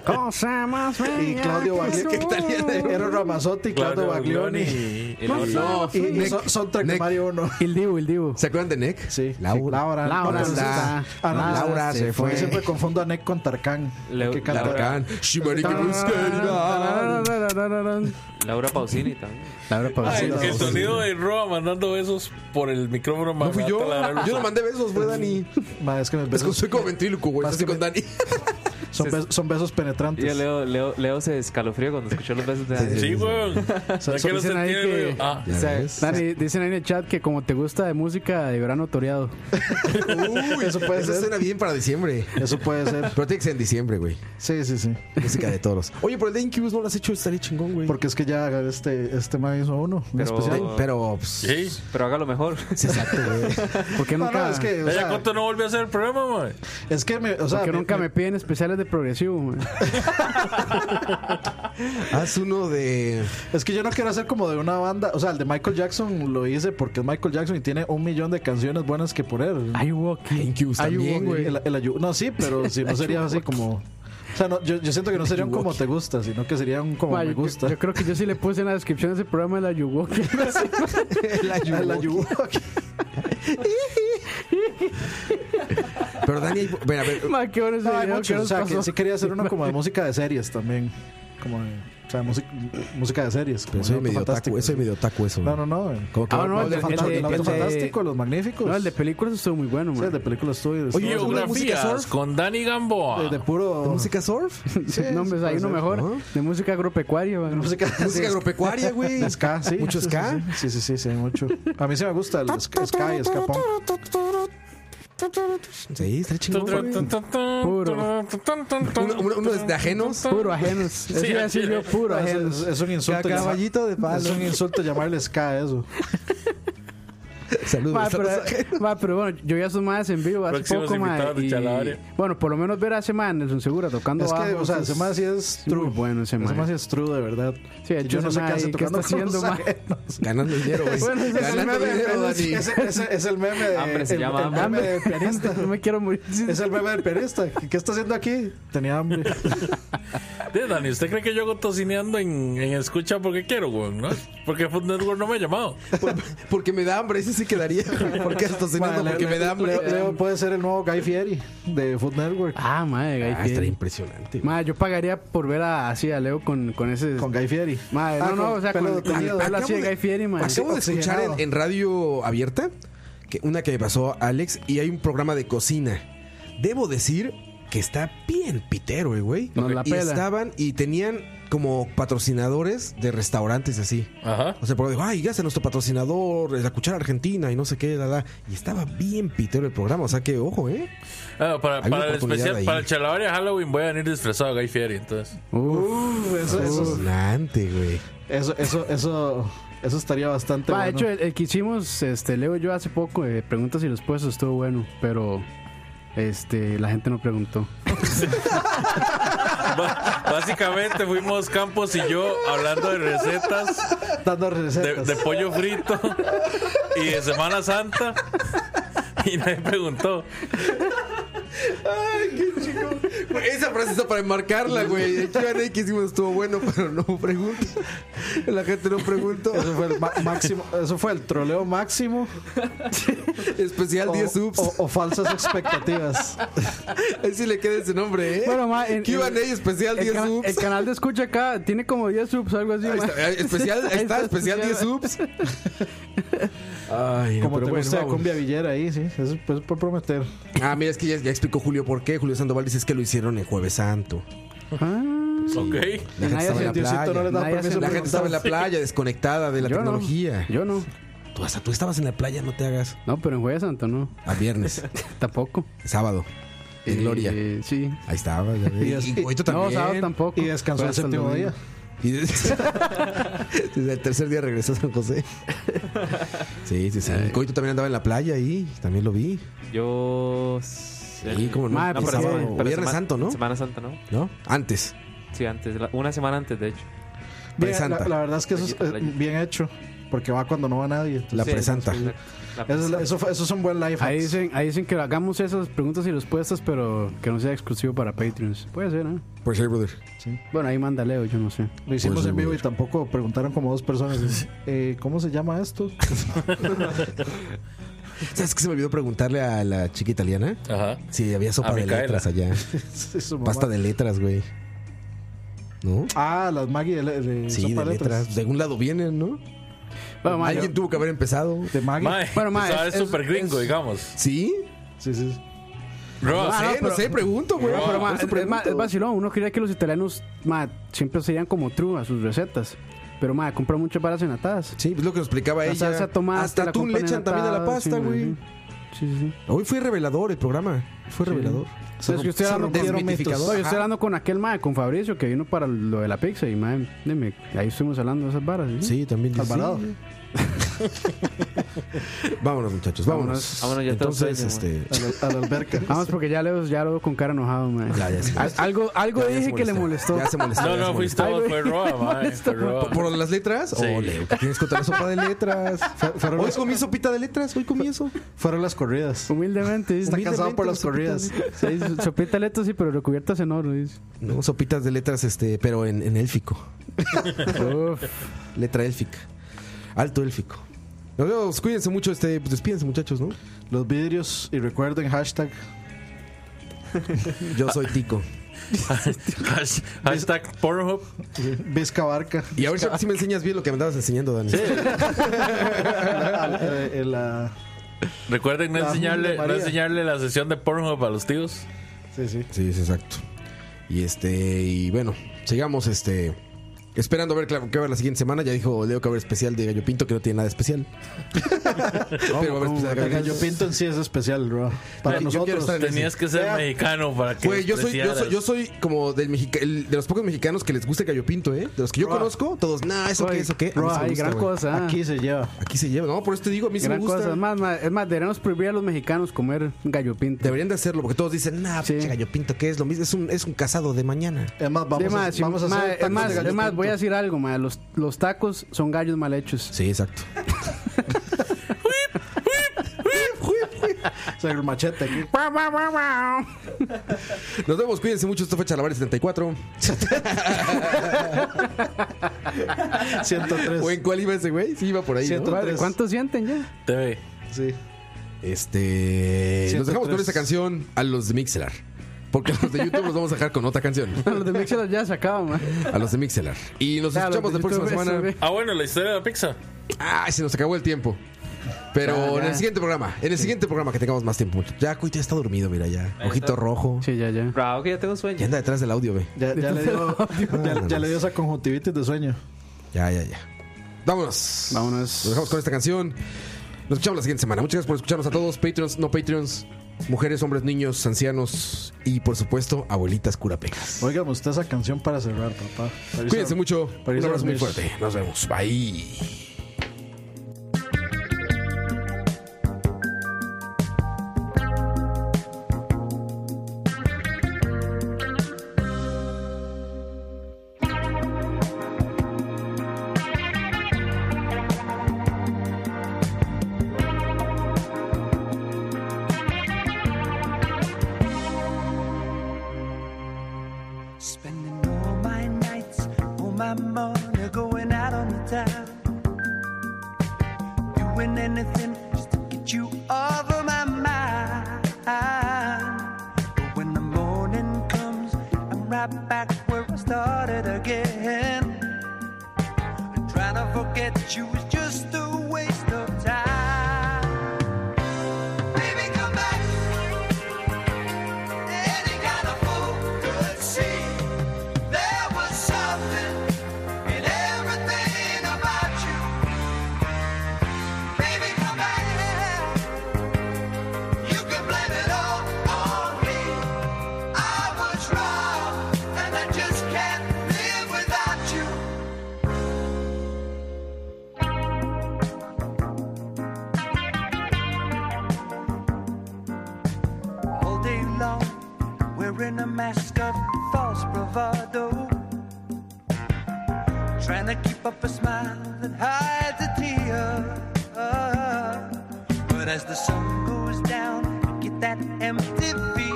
Speaker 8: Cosa más
Speaker 4: y
Speaker 8: bella
Speaker 4: Claudio
Speaker 8: que
Speaker 4: Baglioni.
Speaker 8: soy.
Speaker 4: Ero Ramazzotti, Claudio
Speaker 6: Claudio
Speaker 4: Baglioni.
Speaker 6: Baglioni. El
Speaker 8: Cosa
Speaker 6: otro.
Speaker 8: más
Speaker 4: Y,
Speaker 8: bella.
Speaker 4: y son- soundtrack de
Speaker 3: Nick.
Speaker 4: Mario 1.
Speaker 8: El Divo, el Divo.
Speaker 3: ¿Se acuerdan de Nick?
Speaker 4: Sí, sí,
Speaker 3: Laura.
Speaker 4: Laura.
Speaker 8: Laura
Speaker 4: No, pero
Speaker 8: está.
Speaker 4: sí Ah, no,
Speaker 8: Laura se
Speaker 4: yo
Speaker 8: fue.
Speaker 4: siempre confundo a Nick con Tarkan.
Speaker 5: Leo-
Speaker 4: que canta-
Speaker 3: Largan. Shimariki Buscarán.
Speaker 8: Laura
Speaker 5: Laura Pausini también.
Speaker 6: Ay,
Speaker 8: Pausini.
Speaker 6: el sonido de Roa mandando besos por el micrófono.
Speaker 3: No fui yo. Yo no mandé besos, fue Dani.
Speaker 4: Ma, es que mis
Speaker 3: Es que
Speaker 4: besos
Speaker 3: soy como ventríloco, güey. Estoy con Dani.
Speaker 4: son, besos, son besos penetrantes.
Speaker 5: Yo Leo, Leo, Leo se escalofrió cuando escuchó los besos de Dani.
Speaker 6: Sí, weón. Ya que los
Speaker 8: dicen ahí
Speaker 6: entiende,
Speaker 8: que-
Speaker 6: weón. Ah,
Speaker 3: Ya ves.
Speaker 8: Dani, dicen ahí en el chat que como te gusta de música de verano toreado.
Speaker 3: Uy,
Speaker 4: Eso puede
Speaker 3: eso
Speaker 4: ser.
Speaker 3: suena bien para diciembre.
Speaker 4: Eso puede ser.
Speaker 3: Pero tiene que ser en diciembre, güey.
Speaker 4: Sí, sí, sí.
Speaker 3: Música de toros. Oye, pero el de Incubus no lo has hecho, estaría chingón, güey.
Speaker 4: Porque es que ya este, este man hizo uno. un
Speaker 5: Pero-
Speaker 4: especial.
Speaker 3: Ay, Pero, pues, sí,
Speaker 6: sí.
Speaker 5: Pero hágalo mejor.
Speaker 3: exacto, güey.
Speaker 8: ¿Por qué
Speaker 4: No,
Speaker 8: nunca,
Speaker 4: no, es que, o
Speaker 6: Ya,
Speaker 4: sea,
Speaker 6: ¿Cuánto no volvió a hacer el programa, man?
Speaker 4: es que me, o sea,
Speaker 8: porque
Speaker 4: me-
Speaker 8: nunca me piden especiales de progresivo? man?
Speaker 3: Haz uno de.
Speaker 4: es que yo no quiero hacer como de una banda, o sea, el de Michael Jackson lo hice porque es Michael Jackson y tiene un millón de canciones buenas que poner.
Speaker 8: Ay, walking.
Speaker 3: Incubus también, güey.
Speaker 4: El- el ayu- no, sí, pero si no sería así como o sea, no, yo, yo siento que no sería un como te gusta, sino que sería un como
Speaker 8: Ma,
Speaker 4: me
Speaker 8: yo,
Speaker 4: gusta.
Speaker 8: yo creo que yo sí le puse en la descripción de ese programa la Yuwoki.
Speaker 4: El ayu-
Speaker 3: Pero Dani, hay- bueno, a ver,
Speaker 8: Ma, qué bueno ese
Speaker 4: No, hay
Speaker 8: video, ¿qué
Speaker 4: muchos. O
Speaker 8: nos
Speaker 4: sea, que
Speaker 8: pasó?
Speaker 4: sí quería hacer uno como de música de series también. Como de, o sea, música, música de series. Como
Speaker 3: pero soy
Speaker 4: de Auto
Speaker 3: medio
Speaker 4: Fantástico.
Speaker 3: taco, eso es medio taco eso.
Speaker 4: No, no, no. eh.
Speaker 3: Como que-
Speaker 8: Ah, no,
Speaker 4: el,
Speaker 8: el de-
Speaker 4: de, Fanta-
Speaker 8: el de-
Speaker 4: el Auto
Speaker 8: el de-
Speaker 4: Fantástico, los magníficos.
Speaker 8: No, el de películas estuvo muy bueno,
Speaker 4: Sí,
Speaker 8: man.
Speaker 4: el de películas estuvo.
Speaker 8: Pues
Speaker 3: Oye,
Speaker 4: estuvo-
Speaker 3: una música
Speaker 6: Biografías
Speaker 3: surf.
Speaker 6: con Dani Gamboa.
Speaker 4: de, de puro.
Speaker 3: ¿De música surf?
Speaker 4: sí,
Speaker 8: no,
Speaker 4: sí
Speaker 8: hombre,
Speaker 4: puede
Speaker 8: hay uno
Speaker 4: ser.
Speaker 8: mejor.
Speaker 3: Ajá.
Speaker 8: De música agropecuaria, man.
Speaker 4: Música, sí,
Speaker 3: Música agropecuaria, güey.
Speaker 4: Ska, sí.
Speaker 3: Mucho
Speaker 4: sí, sí,
Speaker 3: ska.
Speaker 4: Sí, sí, sí, sí, mucho. A mí sí me gusta el ska, ska y ska punk.
Speaker 3: Sí, está chingón. güey.
Speaker 8: Puro.
Speaker 3: Uno, uno- uno es de ajenos.
Speaker 8: Puro ajenos. Eso iba a decir yo, puro
Speaker 4: Ah, Es,
Speaker 8: ajenos.
Speaker 4: es- es un insulto. llamar-
Speaker 11: Caballito de palo.
Speaker 4: Es un insulto llamarle ska eso.
Speaker 3: Saludos.
Speaker 8: Ma, pero,
Speaker 3: a los ajenos.
Speaker 8: ma, pero bueno, yo vi a sus madres en vivo hace
Speaker 6: Próximos
Speaker 8: poco, ma,
Speaker 6: invitados de
Speaker 8: y-
Speaker 6: Chalabaria.
Speaker 8: Bueno, por lo menos ver a ese man, Nelson Segura, tocando
Speaker 4: Es que,
Speaker 8: bajo,
Speaker 4: o sea,
Speaker 8: eso
Speaker 4: ese más sí es
Speaker 8: muy
Speaker 4: true.
Speaker 8: bueno ese
Speaker 4: Ese
Speaker 8: man.
Speaker 4: más sí es true, de verdad.
Speaker 8: Sí, de
Speaker 4: Que
Speaker 8: hecho,
Speaker 4: yo no
Speaker 8: ese
Speaker 4: sé qué
Speaker 8: man
Speaker 4: hace
Speaker 8: ahí, ¿qué
Speaker 4: tocando
Speaker 8: está haciendo,
Speaker 4: con los
Speaker 8: ma?
Speaker 4: ajenos.
Speaker 3: Ganando dinero, güey.
Speaker 8: Bueno, ese es el
Speaker 3: Ganando
Speaker 8: meme,
Speaker 3: dinero, Dani.
Speaker 4: Es, es- es el meme de.
Speaker 5: Hambre se
Speaker 4: el,
Speaker 5: llama,
Speaker 4: el meme
Speaker 8: hambre.
Speaker 4: del pianista.
Speaker 8: No me quiero morir.
Speaker 4: Es el meme del pianista. ¿Qué está haciendo aquí? Tenía hambre.
Speaker 6: De Dani, ¿usted cree que yo hago tocineando en, en escucha porque quiero, güey? ¿no? Porque Food Network no me ha llamado.
Speaker 3: Porque me da hambre, ese sí quedaría. Porque hasta cenando,
Speaker 4: Vale,
Speaker 3: porque
Speaker 4: Leo-
Speaker 3: me da hambre.
Speaker 4: Leo, Leo puede ser el nuevo Guy Fieri de Food Network.
Speaker 8: Ah, madre, Guy
Speaker 3: Ah,
Speaker 8: Fieri.
Speaker 3: estaría impresionante.
Speaker 8: Ma, yo pagaría por ver a, así a Leo con, con ese...
Speaker 4: Con Guy Fieri.
Speaker 8: Ma,
Speaker 4: Ah,
Speaker 8: no, no,
Speaker 4: con
Speaker 8: o sea,
Speaker 4: pelo
Speaker 8: con, con el
Speaker 4: detenido.
Speaker 8: pelo así de
Speaker 3: Acabo de-
Speaker 8: Guy Fieri, ma.
Speaker 3: Acabo de escuchar en, en radio abierta que una que me pasó Alex y hay un programa de cocina. Debo decir que está bien pitero el güey.
Speaker 8: Nos la
Speaker 3: Y
Speaker 8: pela.
Speaker 3: estaban y tenían como patrocinadores de restaurantes así.
Speaker 6: Ajá.
Speaker 3: O sea, pero dijo, ay, gracias a nuestro patrocinador, la cuchara argentina y no sé qué, la, la. Y estaba bien pitero el programa, o sea que ojo, ¿eh?
Speaker 6: Ah, para,
Speaker 3: Hay una
Speaker 6: para el
Speaker 3: oportunidad
Speaker 6: especial,
Speaker 3: ahí.
Speaker 6: para el Chalabaria Halloween voy a venir disfrazado de Guy Fieri, entonces.
Speaker 4: Uf, eso, eso,
Speaker 3: Impresionante, güey.
Speaker 4: eso, eso, eso, eso estaría bastante
Speaker 8: Ma, de
Speaker 4: bueno.
Speaker 8: hecho, el, el que hicimos, este, Leo y yo hace poco, eh, preguntas y respuestas, estuvo bueno, pero... Este, la gente no preguntó.
Speaker 6: Ba- Básicamente fuimos Campos y yo hablando de recetas
Speaker 4: Dando
Speaker 6: de,
Speaker 4: recetas.
Speaker 6: de pollo frito y de Semana Santa. Y nadie preguntó.
Speaker 3: Güey, Esa frase está para enmarcarla, güey. El Q&A que hicimos estuvo bueno, pero no pregunto. La gente no preguntó.
Speaker 4: Eso fue el ma- máximo, eso fue el troleo máximo
Speaker 3: Especial
Speaker 4: o,
Speaker 3: 10 subs.
Speaker 4: o- o falsas expectativas.
Speaker 3: Ahí sí le queda ese nombre, ¿eh?
Speaker 8: Bueno, ma, en-
Speaker 3: Q&A
Speaker 8: en-
Speaker 3: especial
Speaker 8: El,
Speaker 3: 10
Speaker 8: cana-
Speaker 3: subs.
Speaker 8: el canal de escucha acá tiene como 10 subs, algo así,
Speaker 3: Ahí
Speaker 8: ma.
Speaker 3: está, ahí- especial, ahí está, especial 10 subs. Ay, no,
Speaker 4: Como
Speaker 3: pero
Speaker 4: te
Speaker 3: bueno,
Speaker 4: gusta
Speaker 3: vamos.
Speaker 4: Cumbia Villera ahí, sí. Eso pues, por prometer.
Speaker 3: Ah, mira, es que ya, ya explicó Julio por qué. Julio Sandoval dice es que lo hicieron en Jueves Santo.
Speaker 8: Ah,
Speaker 3: Sí.
Speaker 6: Ok.
Speaker 3: La gente
Speaker 8: Nadie
Speaker 3: estaba en la
Speaker 8: hace-
Speaker 4: Diosito no le
Speaker 3: playa.
Speaker 4: da
Speaker 8: Nadie
Speaker 4: permiso.
Speaker 8: hace-
Speaker 3: La
Speaker 4: para
Speaker 3: gente estaba en la playa desconectada de la
Speaker 8: yo no.
Speaker 3: tecnología.
Speaker 8: Yo no.
Speaker 3: Tú hasta tú estabas en la playa, no te hagas.
Speaker 8: No, pero en Jueves Santo no.
Speaker 3: A viernes,
Speaker 8: Tampoco.
Speaker 3: sábado, en Gloria.
Speaker 8: Eh, sí.
Speaker 3: Ahí estaba. ya ves.
Speaker 4: Y-
Speaker 3: Y Goito
Speaker 8: No, sábado
Speaker 3: también.
Speaker 8: tampoco.
Speaker 4: Y descansó
Speaker 8: Fue
Speaker 4: el
Speaker 8: hasta
Speaker 4: séptimo
Speaker 8: domingo.
Speaker 4: día.
Speaker 3: Y desde, desde el tercer día regresó a San José. Sí, sí, sí. Coito también andaba en la playa ahí, también lo vi.
Speaker 5: Yo.
Speaker 3: Sí, como no.
Speaker 8: Madre,
Speaker 3: No,
Speaker 8: pues,
Speaker 3: pero
Speaker 8: sí,
Speaker 3: sábado,
Speaker 5: pero
Speaker 3: Viernes
Speaker 5: sema-
Speaker 3: Santo, ¿no?
Speaker 5: Semana Santa, ¿no?
Speaker 3: ¿No? Antes.
Speaker 5: Sí, antes, la- una semana antes, de hecho.
Speaker 4: Bien,
Speaker 3: Presanta.
Speaker 4: La, la verdad es que eso es eh, bien hecho. Porque va cuando no va nadie.
Speaker 3: La
Speaker 5: Sí,
Speaker 3: presanta.
Speaker 5: la- la-
Speaker 4: Eso es, eso fue- eso es un buen life.
Speaker 8: Ahí
Speaker 4: hack.
Speaker 8: dicen, ahí dicen que hagamos esas preguntas y respuestas, pero que no sea exclusivo para Patreons. Puede ser, ¿eh?
Speaker 3: Pues sí, brother.
Speaker 8: Bueno, ahí manda Leo, yo no sé.
Speaker 4: Lo hicimos
Speaker 3: Pues,
Speaker 4: en vivo y
Speaker 3: güey.
Speaker 4: tampoco preguntaron como dos personas. eh, ¿Cómo se llama esto?
Speaker 3: ¿Sabes qué se me olvidó preguntarle a la chica italiana?
Speaker 6: Ajá.
Speaker 3: Si había sopa
Speaker 6: A
Speaker 3: de
Speaker 6: Micaela.
Speaker 3: letras allá.
Speaker 4: Sí, su mamá.
Speaker 3: Pasta de letras, güey. ¿No?
Speaker 4: Ah, las Maggie de, le- de
Speaker 3: Sí,
Speaker 4: sopa
Speaker 3: de letras. De algún lado vienen, ¿no?
Speaker 8: Bueno, ma, yo-
Speaker 3: Alguien tuvo que haber empezado.
Speaker 4: De Maggie.
Speaker 6: Mae,
Speaker 8: Bueno, mae,
Speaker 6: o sea,
Speaker 8: es-
Speaker 6: es
Speaker 8: es-
Speaker 6: súper gringo,
Speaker 8: es-
Speaker 6: digamos.
Speaker 3: ¿Sí?
Speaker 4: Sí, sí.
Speaker 6: Bro,
Speaker 8: Ah,
Speaker 3: no, sé, no sé, pregunto, güey.
Speaker 8: Bueno, pero, ma,
Speaker 3: Por eso
Speaker 8: es, ma,
Speaker 3: pregunto.
Speaker 8: es vacilón. Uno creía que los italianos ma, siempre serían como true a sus recetas. Pero, ma, compran muchas varas enlatadas.
Speaker 3: Sí, es lo que nos explicaba
Speaker 8: La
Speaker 3: ella.
Speaker 8: salsa tomate,
Speaker 3: Hasta
Speaker 8: la
Speaker 3: tú le
Speaker 8: compran
Speaker 3: echan también a la
Speaker 8: enlatada,
Speaker 3: pasta,
Speaker 8: sí, ma,
Speaker 3: güey.
Speaker 8: Sí, sí, sí.
Speaker 3: Hoy fue revelador el programa. Fue revelador.
Speaker 8: Se Es que usted
Speaker 3: se
Speaker 8: habló con-
Speaker 3: rompieron
Speaker 8: No,
Speaker 3: mitos.
Speaker 8: yo estoy hablando con aquel mae, con Fabricio, que vino para lo de la pizza. Y mae, dime, ahí estuvimos hablando de esas varas. ¿sí?
Speaker 3: Sí, también. dice-
Speaker 4: Alvarado.
Speaker 3: Vámonos, muchachos, vámonos.
Speaker 5: Vámonos.
Speaker 6: Ah,
Speaker 5: Vámonos, ya tengo
Speaker 3: Entonces,
Speaker 5: sueño, güey.
Speaker 3: este.
Speaker 4: A la, a la alberca.
Speaker 8: Vamos, Ah, porque ya leo, ya leo con cara enojado, mae.
Speaker 3: Ya, ya se
Speaker 8: Al-
Speaker 3: molestó.
Speaker 8: algo algo
Speaker 3: ya se
Speaker 8: dije que le molestó.
Speaker 3: Ya se molestó.
Speaker 6: no,
Speaker 3: ya se
Speaker 6: no, fuiste
Speaker 3: molestó.
Speaker 8: Ay,
Speaker 6: vos,
Speaker 8: güey.
Speaker 6: fue Roa, mae, fue Roa.
Speaker 3: ¿Por, por las letras?
Speaker 6: Sí.
Speaker 3: Ole, ¿qué tienes contra la sopa de letras?
Speaker 4: fueron
Speaker 3: Hoy
Speaker 4: las-
Speaker 3: comí sopita de letras, hoy comí eso.
Speaker 4: Fueron las corridas.
Speaker 8: Humildemente. dice.
Speaker 4: Está casado por las corridas.
Speaker 8: Sí, su- sopita leto sí, pero recubiertas en oro. dice.
Speaker 3: No, sopitas de letras, este, pero en, en élfico.
Speaker 8: Uf.
Speaker 3: Letra élfica. Alto élfico. Nos vemos, cuídense mucho, este, pues, despídense, muchachos, ¿no?
Speaker 4: Los vidrios y recuerden hashtag
Speaker 3: Yo soy Tico.
Speaker 6: Hash- Hashtag Pornhub.
Speaker 4: Vizca Barca.
Speaker 3: Y a ver si ahora sí me enseñas bien lo que me andabas enseñando, Dani.
Speaker 4: La- eh, la-
Speaker 6: Recuerden no
Speaker 4: La
Speaker 6: enseñarle,
Speaker 4: Virgen
Speaker 6: no
Speaker 4: María.
Speaker 6: enseñarle la sesión de Pornhub a los tíos.
Speaker 4: sí, sí.
Speaker 3: Sí, es exacto. Y este, y bueno, sigamos este. Esperando a ver claro, qué va a haber la siguiente semana. Ya dijo Leo que va a haber especial de Gallo Pinto, que no tiene nada especial. Pero va a haber especial de
Speaker 4: El
Speaker 3: Gallo
Speaker 4: gallo
Speaker 3: Pinto.
Speaker 4: pinto en sí es especial, bro. Para
Speaker 3: Yo quiero
Speaker 4: nosotros.
Speaker 3: estar en ese.
Speaker 6: Tenías que ser
Speaker 3: Vea,
Speaker 6: mexicano para que
Speaker 3: Güey, yo soy, yo soy, yo
Speaker 6: despreciaras.
Speaker 3: soy como del mexica- el- de los pocos mexicanos que les gusta el gallo pinto, ¿eh? De los que yo
Speaker 4: Roa.
Speaker 3: conozco, todos, nah, eso qué, eso qué. A mí sí me
Speaker 8: Ay,
Speaker 3: gusta,
Speaker 8: gran
Speaker 3: güey.
Speaker 8: cosa.
Speaker 4: Aquí se lleva.
Speaker 3: Aquí se lleva, no, por eso te digo, a mí sí me
Speaker 8: gran
Speaker 3: gusta.
Speaker 8: cosa. Es más, ma- es más, deberíamos prohibir a los mexicanos comer gallo pinto.
Speaker 3: Deberían de hacerlo, porque todos dicen, nah,
Speaker 8: Sí.
Speaker 3: pinche gallo pinto, ¿qué es lo mismo? Es un, es un casado de mañana.
Speaker 4: Es más,
Speaker 8: Sí,
Speaker 4: vamos,
Speaker 8: ma,
Speaker 4: a,
Speaker 8: sí,
Speaker 4: vamos a
Speaker 8: ma,
Speaker 4: hacer.
Speaker 8: es
Speaker 4: tacos
Speaker 8: más,
Speaker 4: de gallo
Speaker 8: es más,
Speaker 4: pinto.
Speaker 8: voy a decir algo, ma, Los, los tacos son gallos mal hechos.
Speaker 3: Sí, exacto.
Speaker 4: O sea, el machete aquí.
Speaker 3: Nos vemos, cuídense mucho, esto fue Chalabar 74.
Speaker 4: 103.
Speaker 3: ¿O en cuál iba ese güey? Sí, iba por ahí. ¿no?
Speaker 4: Ciento-
Speaker 8: Madre,
Speaker 4: tres.
Speaker 8: ¿Cuántos sienten ya?
Speaker 6: TV.
Speaker 4: Sí.
Speaker 3: Este. Nos dejamos con
Speaker 4: 103.
Speaker 3: esta canción a los de Mixelar. Porque a los de YouTube los vamos a dejar con otra canción.
Speaker 8: Los de Mixer ya se acaban, ma.
Speaker 3: A los de Mixelar. Y nos
Speaker 8: Ya, los
Speaker 3: escuchamos
Speaker 8: de
Speaker 3: la próxima
Speaker 8: YouTube,
Speaker 3: semana.
Speaker 8: eso,
Speaker 6: Ah, bueno, la historia de la pizza.
Speaker 3: Ay, se nos acabó el tiempo. Pero en el siguiente programa, en el siguiente programa que tengamos más tiempo. Ya, Cuito ya está dormido, mira ya. Ojito rojo.
Speaker 8: Sí, ya, ya.
Speaker 5: Bravo, que Ah, ya tengo sueño.
Speaker 3: Ya anda detrás del audio, ve.
Speaker 4: Ya, ya le dio, ya, ya le dio esa conjuntivitis de sueño.
Speaker 3: Ya, ya, ya. Vámonos.
Speaker 8: Vámonos.
Speaker 3: Nos dejamos con esta canción. Nos escuchamos la siguiente semana. Muchas gracias por escucharnos a todos, Patreons, no Patreons, mujeres, hombres, niños, ancianos y por supuesto, abuelitas curapegas.
Speaker 4: Oigan usted esa canción para cerrar, papá. Para irse
Speaker 3: Cuídense
Speaker 4: a-
Speaker 3: mucho.
Speaker 4: para
Speaker 3: Un
Speaker 4: irse a
Speaker 3: abrazo muy
Speaker 4: dormir.
Speaker 3: fuerte. Nos vemos. Bye.
Speaker 9: Spending all my nights, all my money, going out on the town. Doing anything just to get you off of my mind. But when the morning comes, I'm right back where I started again. And trying to forget you is just a waste of time. Baby, come back. Any kind of fool could see there was something in everything about you. Baby, come back. You can blame it all on me. I was wrong, and I just can't live without you. all day long, wearing a mask of false bravado. Trying to keep up a smile that hides a tear. But as the sun goes down, I get that empty feeling.